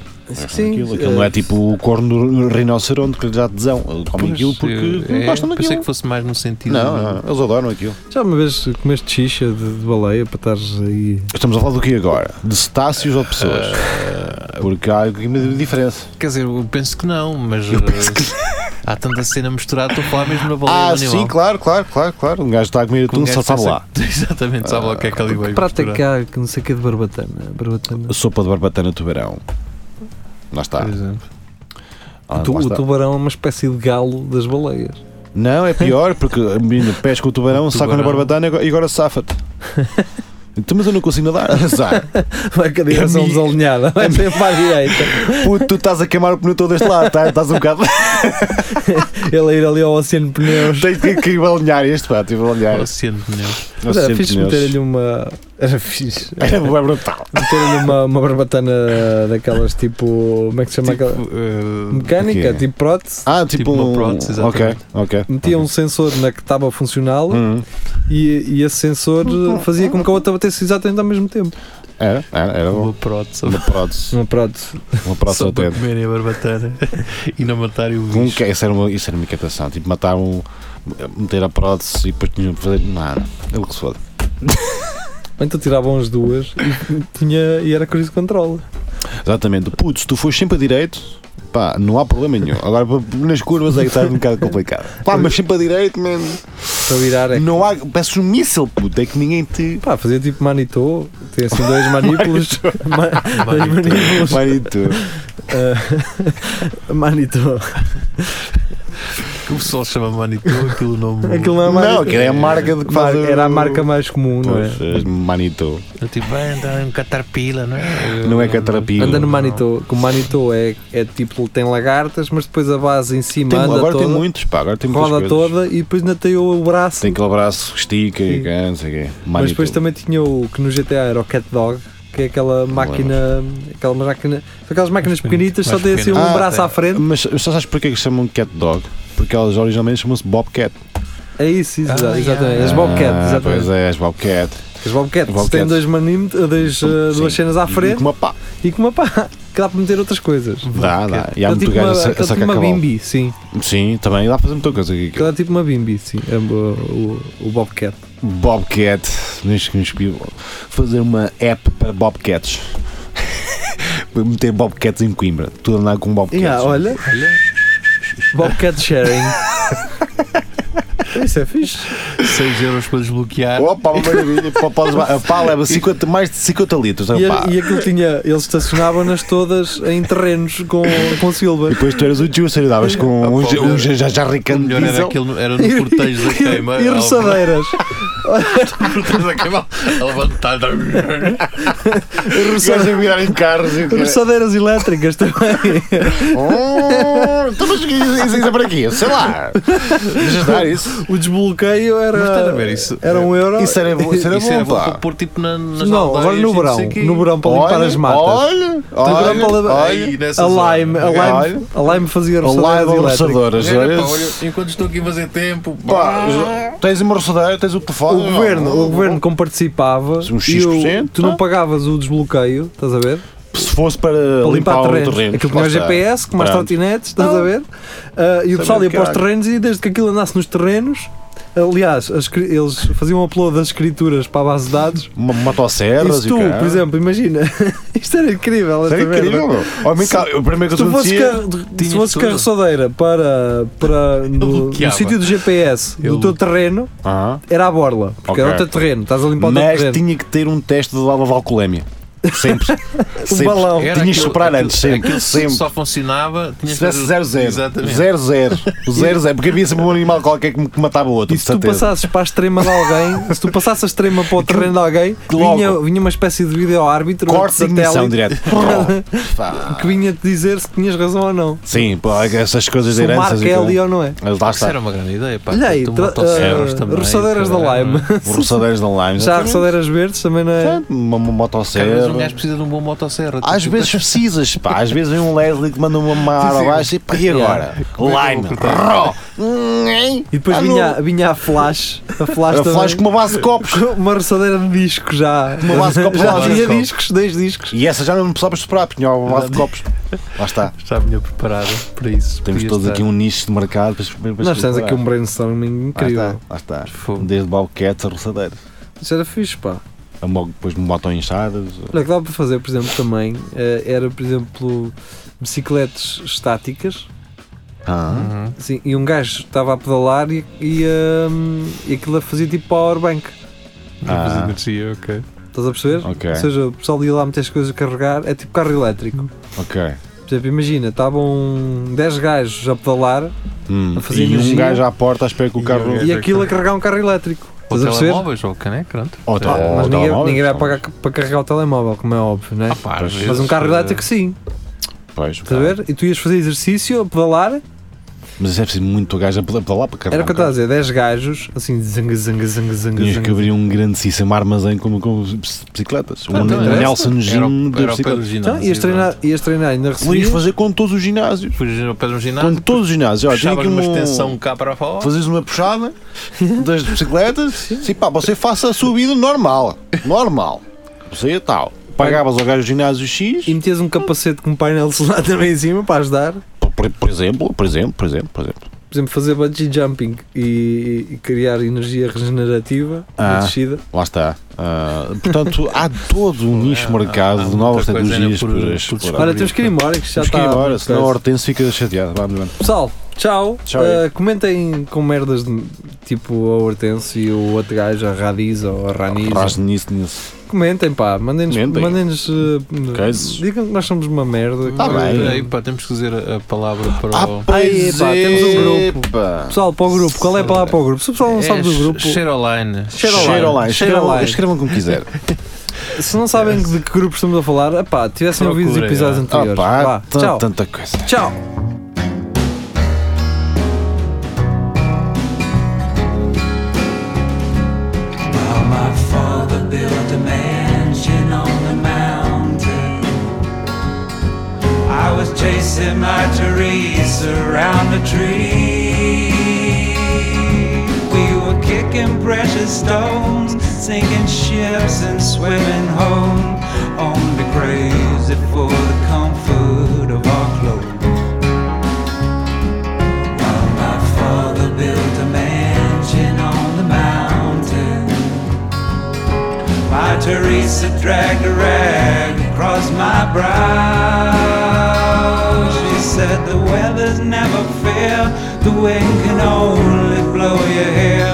[SPEAKER 2] Sim,
[SPEAKER 4] aquilo, aquilo não
[SPEAKER 2] eh,
[SPEAKER 4] é tipo o corno do rinoceronte que lhe dá tesão. Eles comem aquilo porque
[SPEAKER 3] é,
[SPEAKER 4] gostam
[SPEAKER 3] Pensei
[SPEAKER 4] daquilo.
[SPEAKER 3] que fosse mais no sentido.
[SPEAKER 4] Não, não, eles adoram aquilo.
[SPEAKER 2] Já uma vez comeste xixa de, de baleia para estares aí.
[SPEAKER 4] Estamos a falar do que agora? De cetáceos ou de pessoas?
[SPEAKER 3] Eh,
[SPEAKER 4] Porque há aqui uma diferença.
[SPEAKER 3] Quer dizer, eu penso que não, mas. eh, Há tanta cena misturada, estou a falar mesmo na baleia do
[SPEAKER 4] Ah,
[SPEAKER 3] é animal.
[SPEAKER 4] sim, claro, claro, claro, claro. Um gajo está a comer
[SPEAKER 3] Que um
[SPEAKER 4] atum,
[SPEAKER 3] gajo
[SPEAKER 4] só sabe
[SPEAKER 3] pensa
[SPEAKER 4] lá.
[SPEAKER 3] que- Exatamente, sabe lá o que é que ali vai
[SPEAKER 2] Prata
[SPEAKER 3] misturar.
[SPEAKER 2] cá, que não sei o que de barbatana. barbatana.
[SPEAKER 4] Sopa de barbatana tubarão. Lá está.
[SPEAKER 3] Por exemplo.
[SPEAKER 4] Ah,
[SPEAKER 2] Tu-
[SPEAKER 4] lá
[SPEAKER 2] o
[SPEAKER 4] está.
[SPEAKER 2] tubarão é uma espécie de galo das baleias.
[SPEAKER 4] Não, é pior porque a menina pesca o tubarão,
[SPEAKER 3] O
[SPEAKER 4] saca na
[SPEAKER 3] tubarão.
[SPEAKER 4] barbatana e agora- e agora safa-te. Então, Mas eu não consigo nadar. Azar.
[SPEAKER 2] Vai com a direção
[SPEAKER 4] mi-
[SPEAKER 2] desalinhada, vai sempre para a é direita.
[SPEAKER 4] Puto, tu estás a queimar o pneu todo deste lado, tá? estás um bocado.
[SPEAKER 2] Ele a ir ali ao Oceano de Pneus.
[SPEAKER 4] Tens que, que balinhar este, pá, tipo, tive a balinhar.
[SPEAKER 3] Oceano de pneus.
[SPEAKER 2] Mas era fixe meter-lhe
[SPEAKER 4] Era
[SPEAKER 2] uma. Era fixe.
[SPEAKER 3] um-
[SPEAKER 4] É, brutal.
[SPEAKER 2] Meter-lhe uma, uma barbatana daquelas tipo. Como é que se chama aquela?
[SPEAKER 3] Tipo, eh,
[SPEAKER 2] Mecânica,
[SPEAKER 4] o quê?
[SPEAKER 2] tipo prótese.
[SPEAKER 4] Ah, tipo,
[SPEAKER 3] Tipo uma
[SPEAKER 4] um.
[SPEAKER 3] prótese,
[SPEAKER 4] ok,
[SPEAKER 3] exatamente.
[SPEAKER 4] ok.
[SPEAKER 2] Metia um sensor na que estava funcional
[SPEAKER 4] Hum.
[SPEAKER 2] e, e esse sensor eh, fazia com que a outra batesse exatamente ao mesmo tempo.
[SPEAKER 4] Era, era, é, era bom.
[SPEAKER 3] Uma prótese.
[SPEAKER 4] Uma prótese.
[SPEAKER 2] Uma prótese.
[SPEAKER 4] Uma prótese
[SPEAKER 3] Só
[SPEAKER 4] ao
[SPEAKER 3] para
[SPEAKER 4] dedo.
[SPEAKER 3] comerem a barbatana e não matarem o
[SPEAKER 4] Um,
[SPEAKER 3] bicho.
[SPEAKER 4] que- isso, era uma, isso era uma inquietação. Tipo, matar um. meter a prótese e depois tinham que fazer. Nada. Ele que se foda.
[SPEAKER 2] Ou então tiravam as duas e, tinha, e era cruise control.
[SPEAKER 4] Exatamente. Putz, se tu fores sempre a direito, pá, não há problema nenhum. Agora p- nas curvas é que está um bocado complicado. Pá, mas sempre a direito, man.
[SPEAKER 2] Para virar é.
[SPEAKER 4] Não há. Peço um míssel, puto. É que ninguém te.
[SPEAKER 2] Pá, fazia tipo manitô, tinha assim dois manípulos. Ma- dois manípulos.
[SPEAKER 4] Vai aí tu.
[SPEAKER 2] Ah, manitô.
[SPEAKER 3] Que o pessoal chama Manitou, aquilo nome.
[SPEAKER 2] Aquilo não é
[SPEAKER 4] Não,
[SPEAKER 2] manitô.
[SPEAKER 4] que era a marca de que faz o-
[SPEAKER 2] Era a marca mais comum, não é?
[SPEAKER 4] Pois, és Manito.
[SPEAKER 3] Eu tipo, vai andar em catarpila, não é?
[SPEAKER 4] Não é catarpila.
[SPEAKER 2] Anda no manitô, que o manitô é, é tipo, tem lagartas, mas depois a base em cima
[SPEAKER 4] Tem-
[SPEAKER 2] anda
[SPEAKER 4] agora
[SPEAKER 2] toda,
[SPEAKER 4] tem muitos, pá. Agora tem muitas
[SPEAKER 2] roda
[SPEAKER 4] coisas.
[SPEAKER 2] toda e depois ainda tem o braço.
[SPEAKER 4] Tem aquele braço que estica e
[SPEAKER 2] Sim.
[SPEAKER 4] que é, não sei o quê.
[SPEAKER 2] Mas
[SPEAKER 4] Manito.
[SPEAKER 2] depois também tinha o que no GTA era o Cat Dog, que é aquela máquina, aquela máquina, são aquelas máquinas pequenitas, só
[SPEAKER 3] mais
[SPEAKER 2] tem assim um
[SPEAKER 4] pequena. Ah,
[SPEAKER 2] braço
[SPEAKER 3] tem.
[SPEAKER 2] à frente.
[SPEAKER 4] Mas só sabes porquê que chamam cat dog? Porque elas originalmente chamam-se bobcat.
[SPEAKER 2] É isso, isso,
[SPEAKER 3] Ah,
[SPEAKER 2] exatamente.
[SPEAKER 3] yeah.
[SPEAKER 2] As Bobcat,
[SPEAKER 4] Ah, Pois
[SPEAKER 2] exatamente.
[SPEAKER 4] é, as bobcat.
[SPEAKER 2] As Bobcat,
[SPEAKER 4] Bobcat.
[SPEAKER 2] se tem dois manim, dois, uh, duas
[SPEAKER 4] Sim.
[SPEAKER 2] cenas à
[SPEAKER 4] E
[SPEAKER 2] frente
[SPEAKER 4] com uma pá.
[SPEAKER 2] e com uma pá, que dá para meter outras coisas.
[SPEAKER 4] Dá, dá. Hum. E há
[SPEAKER 2] Aquele
[SPEAKER 4] muito
[SPEAKER 2] tipo
[SPEAKER 4] gajo a
[SPEAKER 2] uma,
[SPEAKER 4] sa- a
[SPEAKER 2] aquele tipo
[SPEAKER 4] sacar
[SPEAKER 2] uma
[SPEAKER 4] cavalo.
[SPEAKER 2] bimbi, sim.
[SPEAKER 4] Sim, também dá para fazer muita coisa aqui.
[SPEAKER 2] Aquele é tipo uma bimbi, sim. É o, o, o Bobcat.
[SPEAKER 4] Bobcat. Tens que escrever- fazer uma app para Bobcats. Para meter Bobcats em Coimbra. Tu andar com Bobcats.
[SPEAKER 2] Yeah, olha,
[SPEAKER 3] Olha,
[SPEAKER 2] Bobcat Sharing. isso é fixe.
[SPEAKER 3] 6 euros para desbloquear.
[SPEAKER 4] Opa, uma maravilha. Pá, podes- a pá leva 50, mais de 50 litros.
[SPEAKER 2] E,
[SPEAKER 4] opá.
[SPEAKER 2] a- e aquilo tinha, eles estacionavam-nas todas em terrenos com, com
[SPEAKER 4] E
[SPEAKER 2] silver.
[SPEAKER 4] depois tu eras o juicer e davas com
[SPEAKER 2] Ah,
[SPEAKER 4] um,
[SPEAKER 3] pá,
[SPEAKER 4] ja- um
[SPEAKER 3] o
[SPEAKER 4] ja- já, já
[SPEAKER 3] O
[SPEAKER 4] ricando
[SPEAKER 3] melhor era,
[SPEAKER 4] diesel.
[SPEAKER 3] aquele, era no cortejo da queima.
[SPEAKER 2] e, e roçadeiras.
[SPEAKER 3] No cortejo da queima, a levantar.
[SPEAKER 4] Os gajos a virar em carros. e o cara-
[SPEAKER 2] roçadeiras elétricas também.
[SPEAKER 4] Oh, Então, mas isso isso é para quê? Sei lá. Deixas dar isso.
[SPEAKER 2] O desbloqueio era.
[SPEAKER 3] Mas estás a ver, isso-
[SPEAKER 2] Era um euro.
[SPEAKER 4] Isso era bom. Isso era
[SPEAKER 3] Isso é
[SPEAKER 4] bom,
[SPEAKER 3] bom para
[SPEAKER 4] pá.
[SPEAKER 3] pôr tipo na, nas
[SPEAKER 2] Não, agora
[SPEAKER 3] aldeias
[SPEAKER 2] no
[SPEAKER 3] e não
[SPEAKER 2] verão.
[SPEAKER 3] sei quê.
[SPEAKER 2] No verão para limpar as matas.
[SPEAKER 4] Olha, olha,
[SPEAKER 2] verão para-
[SPEAKER 4] olha.
[SPEAKER 3] Aí, nessa
[SPEAKER 2] a,
[SPEAKER 3] zona.
[SPEAKER 2] Lime, a, Lime, a Lime fazia
[SPEAKER 4] Olá,
[SPEAKER 2] roçadeiras elétricas.
[SPEAKER 4] roçadoras.
[SPEAKER 3] Era,
[SPEAKER 4] olha.
[SPEAKER 3] pá, olha, enquanto estou aqui a fazer tempo,
[SPEAKER 4] Pá,
[SPEAKER 3] pá,
[SPEAKER 4] jo- tens uma roçadeira, tens o telefone.
[SPEAKER 2] O governo, o governo como participava,
[SPEAKER 4] Uns
[SPEAKER 2] e o,
[SPEAKER 4] 6%,
[SPEAKER 2] tu não
[SPEAKER 4] tá?
[SPEAKER 2] pagavas o desbloqueio, estás a ver?
[SPEAKER 4] Se fosse para, limpar,
[SPEAKER 2] para limpar
[SPEAKER 4] o
[SPEAKER 2] terrenos.
[SPEAKER 4] terreno.
[SPEAKER 2] Aquilo tinha
[SPEAKER 4] lá
[SPEAKER 2] o
[SPEAKER 4] está.
[SPEAKER 2] GPS, com mais
[SPEAKER 4] Pronto.
[SPEAKER 2] trotinetes, estás a ver? Ah, e o pessoal ia para os terrenos e desde que aquilo andasse nos terrenos, aliás, as escri- eles faziam um upload das escrituras para a base de dados.
[SPEAKER 4] Uma
[SPEAKER 2] E
[SPEAKER 4] motosserras
[SPEAKER 2] se
[SPEAKER 4] e
[SPEAKER 2] tu,
[SPEAKER 4] o caralho.
[SPEAKER 2] por exemplo, imagina, isto era incrível.
[SPEAKER 4] Isso
[SPEAKER 2] esta
[SPEAKER 4] É era
[SPEAKER 2] merda.
[SPEAKER 4] incrível. meu. Homem, cá, é? o primeiro
[SPEAKER 2] Se
[SPEAKER 4] que
[SPEAKER 2] tu fosses,
[SPEAKER 4] acontecia.
[SPEAKER 2] car se
[SPEAKER 3] tinhas
[SPEAKER 2] fosses
[SPEAKER 3] tudo.
[SPEAKER 2] carroçadeira para, para no, no
[SPEAKER 3] bloqueava.
[SPEAKER 2] sítio do GPS
[SPEAKER 3] Eu-
[SPEAKER 2] do teu terreno,
[SPEAKER 4] Aham.
[SPEAKER 2] era a borla, porque era o
[SPEAKER 4] Ok.
[SPEAKER 2] teu terreno, estás a limpar o teu
[SPEAKER 4] Mas
[SPEAKER 2] terreno.
[SPEAKER 4] tinha que ter um teste de lava valcolémia. Sempre. Sempre.
[SPEAKER 2] balão.
[SPEAKER 4] Tinhas
[SPEAKER 3] Era
[SPEAKER 4] de
[SPEAKER 3] aquilo-
[SPEAKER 4] soprar
[SPEAKER 3] aquilo-
[SPEAKER 4] antes, sempre.
[SPEAKER 3] aquilo
[SPEAKER 4] sempre.
[SPEAKER 3] Só funcionava.
[SPEAKER 4] Se
[SPEAKER 3] tinhas
[SPEAKER 4] tivesse
[SPEAKER 3] que-
[SPEAKER 4] 0 0
[SPEAKER 3] Exatamente.
[SPEAKER 4] 0 0 0 0 porque havia sempre um animal qualquer que que matava o outro.
[SPEAKER 2] E
[SPEAKER 4] de
[SPEAKER 2] se tu
[SPEAKER 4] certeza.
[SPEAKER 2] passasses para a extrema de alguém, se tu passasses a extrema para o terreno de alguém,
[SPEAKER 4] Logo.
[SPEAKER 2] vinha, vinha uma espécie de vídeo árbitro ou de
[SPEAKER 4] Corte de ignição
[SPEAKER 2] satélite
[SPEAKER 4] direto.
[SPEAKER 2] que vinha-te dizer se tinhas razão ou não.
[SPEAKER 4] Sim, pô, é essas coisas de
[SPEAKER 2] Se o
[SPEAKER 4] heranças.
[SPEAKER 2] Marco
[SPEAKER 4] e
[SPEAKER 2] é
[SPEAKER 4] tudo.
[SPEAKER 2] ali ou não é.
[SPEAKER 4] Mas Lá
[SPEAKER 3] Isso era
[SPEAKER 4] está.
[SPEAKER 3] uma grande ideia, pá.
[SPEAKER 2] Olha aí,
[SPEAKER 3] Tu
[SPEAKER 2] tra-
[SPEAKER 3] motosserras
[SPEAKER 2] ah,
[SPEAKER 3] também,
[SPEAKER 2] roçadeiras da
[SPEAKER 3] caralho,
[SPEAKER 2] Lime.
[SPEAKER 3] não é?
[SPEAKER 4] Roçadeiras da um Lime.
[SPEAKER 2] Já
[SPEAKER 4] exatamente.
[SPEAKER 2] roçadeiras verdes também não é.
[SPEAKER 4] Sim, Uma uma
[SPEAKER 3] Cara, mas um
[SPEAKER 4] motosserra.
[SPEAKER 3] gajo precisa de um bom motosserra.
[SPEAKER 4] Às
[SPEAKER 3] tipo,
[SPEAKER 4] vezes precisas, pá. Às vezes vem um Leslie que manda uma mara abaixo e pá, e agora?
[SPEAKER 3] é
[SPEAKER 4] Lime. Ró.
[SPEAKER 2] E depois
[SPEAKER 4] Ah,
[SPEAKER 2] vinha,
[SPEAKER 4] não.
[SPEAKER 2] vinha a flash, a flash
[SPEAKER 4] A
[SPEAKER 2] também.
[SPEAKER 4] flash com uma base de copos.
[SPEAKER 2] uma roçadeira de disco já.
[SPEAKER 4] Uma base de copos
[SPEAKER 2] já
[SPEAKER 4] lá,
[SPEAKER 2] tinha
[SPEAKER 4] Vasco.
[SPEAKER 2] discos, dois discos.
[SPEAKER 4] E essa já não precisava superar, tinha uma base de copos. Lá está.
[SPEAKER 3] Está melhor preparada para isso.
[SPEAKER 4] Temos
[SPEAKER 3] Podia
[SPEAKER 4] todos
[SPEAKER 3] estar.
[SPEAKER 4] aqui um nicho de mercado. Para, para
[SPEAKER 2] Nós temos aqui um
[SPEAKER 4] Lá
[SPEAKER 2] brainstorming incrível.
[SPEAKER 4] Ah, está, lá está.
[SPEAKER 3] Fogo.
[SPEAKER 4] Desde balquetes a roçadeiras.
[SPEAKER 2] Isso era fixe, pá.
[SPEAKER 4] A mo- Depois moto inchadas.
[SPEAKER 2] Olha, o que dava para fazer, por exemplo, também eh, era, por exemplo, bicicletas estáticas.
[SPEAKER 4] Ah.
[SPEAKER 3] Uhum.
[SPEAKER 2] Assim, e um gajo estava a pedalar e, e, hum, e aquilo a fazer tipo powerbank.
[SPEAKER 3] Não
[SPEAKER 4] Ah.
[SPEAKER 3] fazia energia, ok.
[SPEAKER 2] Estás a perceber?
[SPEAKER 4] Ok,
[SPEAKER 2] Ou seja, o pessoal ia lá meter as coisas a carregar, é tipo carro elétrico.
[SPEAKER 4] ok.
[SPEAKER 2] Por exemplo, imagina, estavam 10 gajos a
[SPEAKER 3] É
[SPEAKER 2] pedalar
[SPEAKER 4] Hum.
[SPEAKER 2] A fazer
[SPEAKER 4] E um
[SPEAKER 2] energia.
[SPEAKER 4] gajo à porta à espera que o
[SPEAKER 3] E
[SPEAKER 4] carro.
[SPEAKER 3] eu-
[SPEAKER 2] e aquilo a carregar um carro elétrico.
[SPEAKER 3] Ou
[SPEAKER 2] Estás a perceber?
[SPEAKER 3] telemóveis ou caneca, pronto.
[SPEAKER 4] Ou
[SPEAKER 2] Pá,
[SPEAKER 3] É,
[SPEAKER 4] tal-
[SPEAKER 2] mas
[SPEAKER 4] ou
[SPEAKER 2] ninguém,
[SPEAKER 4] telemóveis,
[SPEAKER 2] ninguém vai
[SPEAKER 4] são-
[SPEAKER 2] pagar para carregar o telemóvel, como é óbvio, não é?
[SPEAKER 3] Ah, pá, às
[SPEAKER 2] Mas um
[SPEAKER 3] vezes,
[SPEAKER 2] carro
[SPEAKER 3] eh, tá.
[SPEAKER 2] elétrico sim,
[SPEAKER 4] Pois,
[SPEAKER 2] estás a ver? E tu ias fazer exercício a pedalar
[SPEAKER 4] Mas isso é preciso muito gajo a peda- pedalar para carregar.
[SPEAKER 2] Era o que eu
[SPEAKER 4] um carro.
[SPEAKER 2] estava a dizer, 10 gajos, assim, zanga, zanga, zanga, zanga,
[SPEAKER 4] Tinhas que
[SPEAKER 2] zanga.
[SPEAKER 4] abrir um grandíssimo armazém com, com bicicletas. Um
[SPEAKER 3] então
[SPEAKER 2] era-
[SPEAKER 4] Nelson
[SPEAKER 3] Era,
[SPEAKER 4] Gin de
[SPEAKER 3] o- era o pé do
[SPEAKER 4] bicicletas.
[SPEAKER 3] ginásio.
[SPEAKER 2] Então, ias treinar, ias treinar ainda
[SPEAKER 4] Podias
[SPEAKER 2] recebias,
[SPEAKER 4] fazer com todos os ginásios.
[SPEAKER 3] Fugias ao pé de um
[SPEAKER 4] Com
[SPEAKER 3] ginásio.
[SPEAKER 4] todos os ginásios. Olha, tinha
[SPEAKER 3] Puxavas
[SPEAKER 4] aqui
[SPEAKER 3] uma
[SPEAKER 4] um-
[SPEAKER 3] extensão cá para fora.
[SPEAKER 4] Fazes uma puxada das bicicletas. Sim, pá, você faça a subida normal. Normal. Você é tal. Pagavas ao gajo do ginásio X,
[SPEAKER 2] E metias um capacete com um painel solar também em cima para ajudar. Por
[SPEAKER 4] por, por exemplo, por exemplo, por exemplo, por exemplo.
[SPEAKER 2] exemplo, fazer bungee jumping e, e criar energia regenerativa na
[SPEAKER 4] Ah.
[SPEAKER 2] descida.
[SPEAKER 4] Lá está. Ah, portanto, há todo um
[SPEAKER 2] Ah,
[SPEAKER 4] nicho mercado
[SPEAKER 3] há
[SPEAKER 4] de
[SPEAKER 3] muita
[SPEAKER 4] novas
[SPEAKER 2] né,
[SPEAKER 3] coisa ainda
[SPEAKER 4] tecnologias
[SPEAKER 3] por-
[SPEAKER 4] por, explorar.
[SPEAKER 3] por descobrir.
[SPEAKER 2] Olha, temos que ir embora, que já tá,
[SPEAKER 4] Temos que
[SPEAKER 2] está.
[SPEAKER 4] ir embora,
[SPEAKER 2] muito
[SPEAKER 4] senão a
[SPEAKER 2] coisa.
[SPEAKER 4] Hortense fica chateada. Vamos, vamos.
[SPEAKER 2] Pessoal, tchau.
[SPEAKER 4] Tchau.
[SPEAKER 2] Ah, comentem com merdas de- tipo a Hortense e o outro gajo, a Radiz ou a Raniz.
[SPEAKER 4] Rasne nisso, nisso.
[SPEAKER 2] Comentem, pá, mandem-nos.
[SPEAKER 4] Comentem.
[SPEAKER 2] Mandem nos
[SPEAKER 4] Cases.
[SPEAKER 2] digam que nós somos uma merda.
[SPEAKER 4] Tá
[SPEAKER 2] que-
[SPEAKER 4] bem.
[SPEAKER 3] Aí, pá, temos que dizer a a palavra para
[SPEAKER 4] Ah,
[SPEAKER 3] o.
[SPEAKER 2] Ai, Tá pá, temos um grupo.
[SPEAKER 4] é, Epa.
[SPEAKER 2] Pessoal, para o grupo, qual é a palavra para o grupo? Se o pessoal não
[SPEAKER 3] É,
[SPEAKER 2] sabe do grupo,
[SPEAKER 3] Share online.
[SPEAKER 2] Cheiro online.
[SPEAKER 4] Cheiro online.
[SPEAKER 2] Cheiro
[SPEAKER 4] Escrevam-
[SPEAKER 2] online.
[SPEAKER 4] Escrevam como quiser.
[SPEAKER 2] se não sabem de que grupo estamos a falar, pá, tivessem ouvido os
[SPEAKER 3] Procurem,
[SPEAKER 2] episódios
[SPEAKER 3] é.
[SPEAKER 4] Ah,
[SPEAKER 2] anteriores.
[SPEAKER 4] pá,
[SPEAKER 2] Tá, Vá,
[SPEAKER 4] tan-
[SPEAKER 2] tchau.
[SPEAKER 4] tanta coisa.
[SPEAKER 2] Tchau.
[SPEAKER 6] While my father built a mansion on the mountain, I was chasing my Teresa around the tree. We were kicking precious stones, sinking ships and swimming home, only crazy for the comfort of our clothes. While my father built a mansion on the mountain. My Teresa dragged a rag across my brow. She said the weather's never fair, the wind can only blow your hair.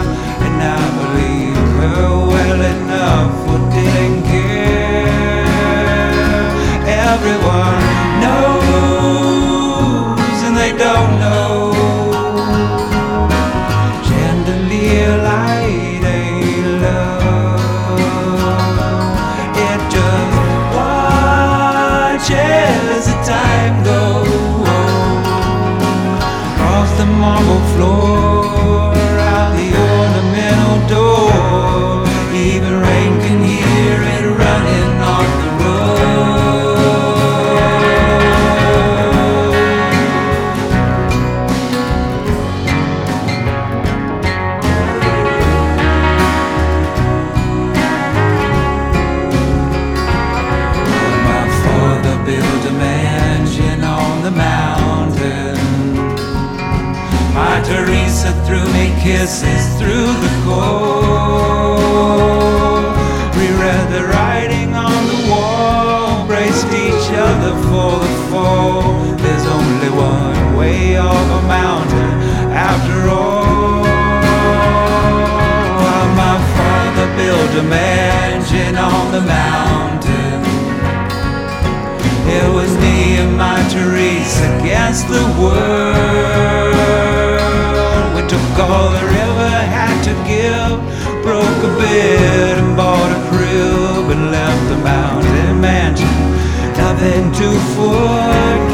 [SPEAKER 6] And I believe her well enough for didn't care. Everyone knows and they don't know chandelier light ain't love. It just watches the time go across the marble floor, out the ornamental door. Even rain can hear it running on the road. My father built a mansion on the mountain. My Teresa threw me kisses through the cold. We read the writing on the wall, braced each other for the fall. There's only one way of a mountain after all. While my father built a mansion on the mountain. It was me and my Teresa against the world. We took all the river had to give, broke a bit and bought a crib and left the mountain mansion. Nothing to forget.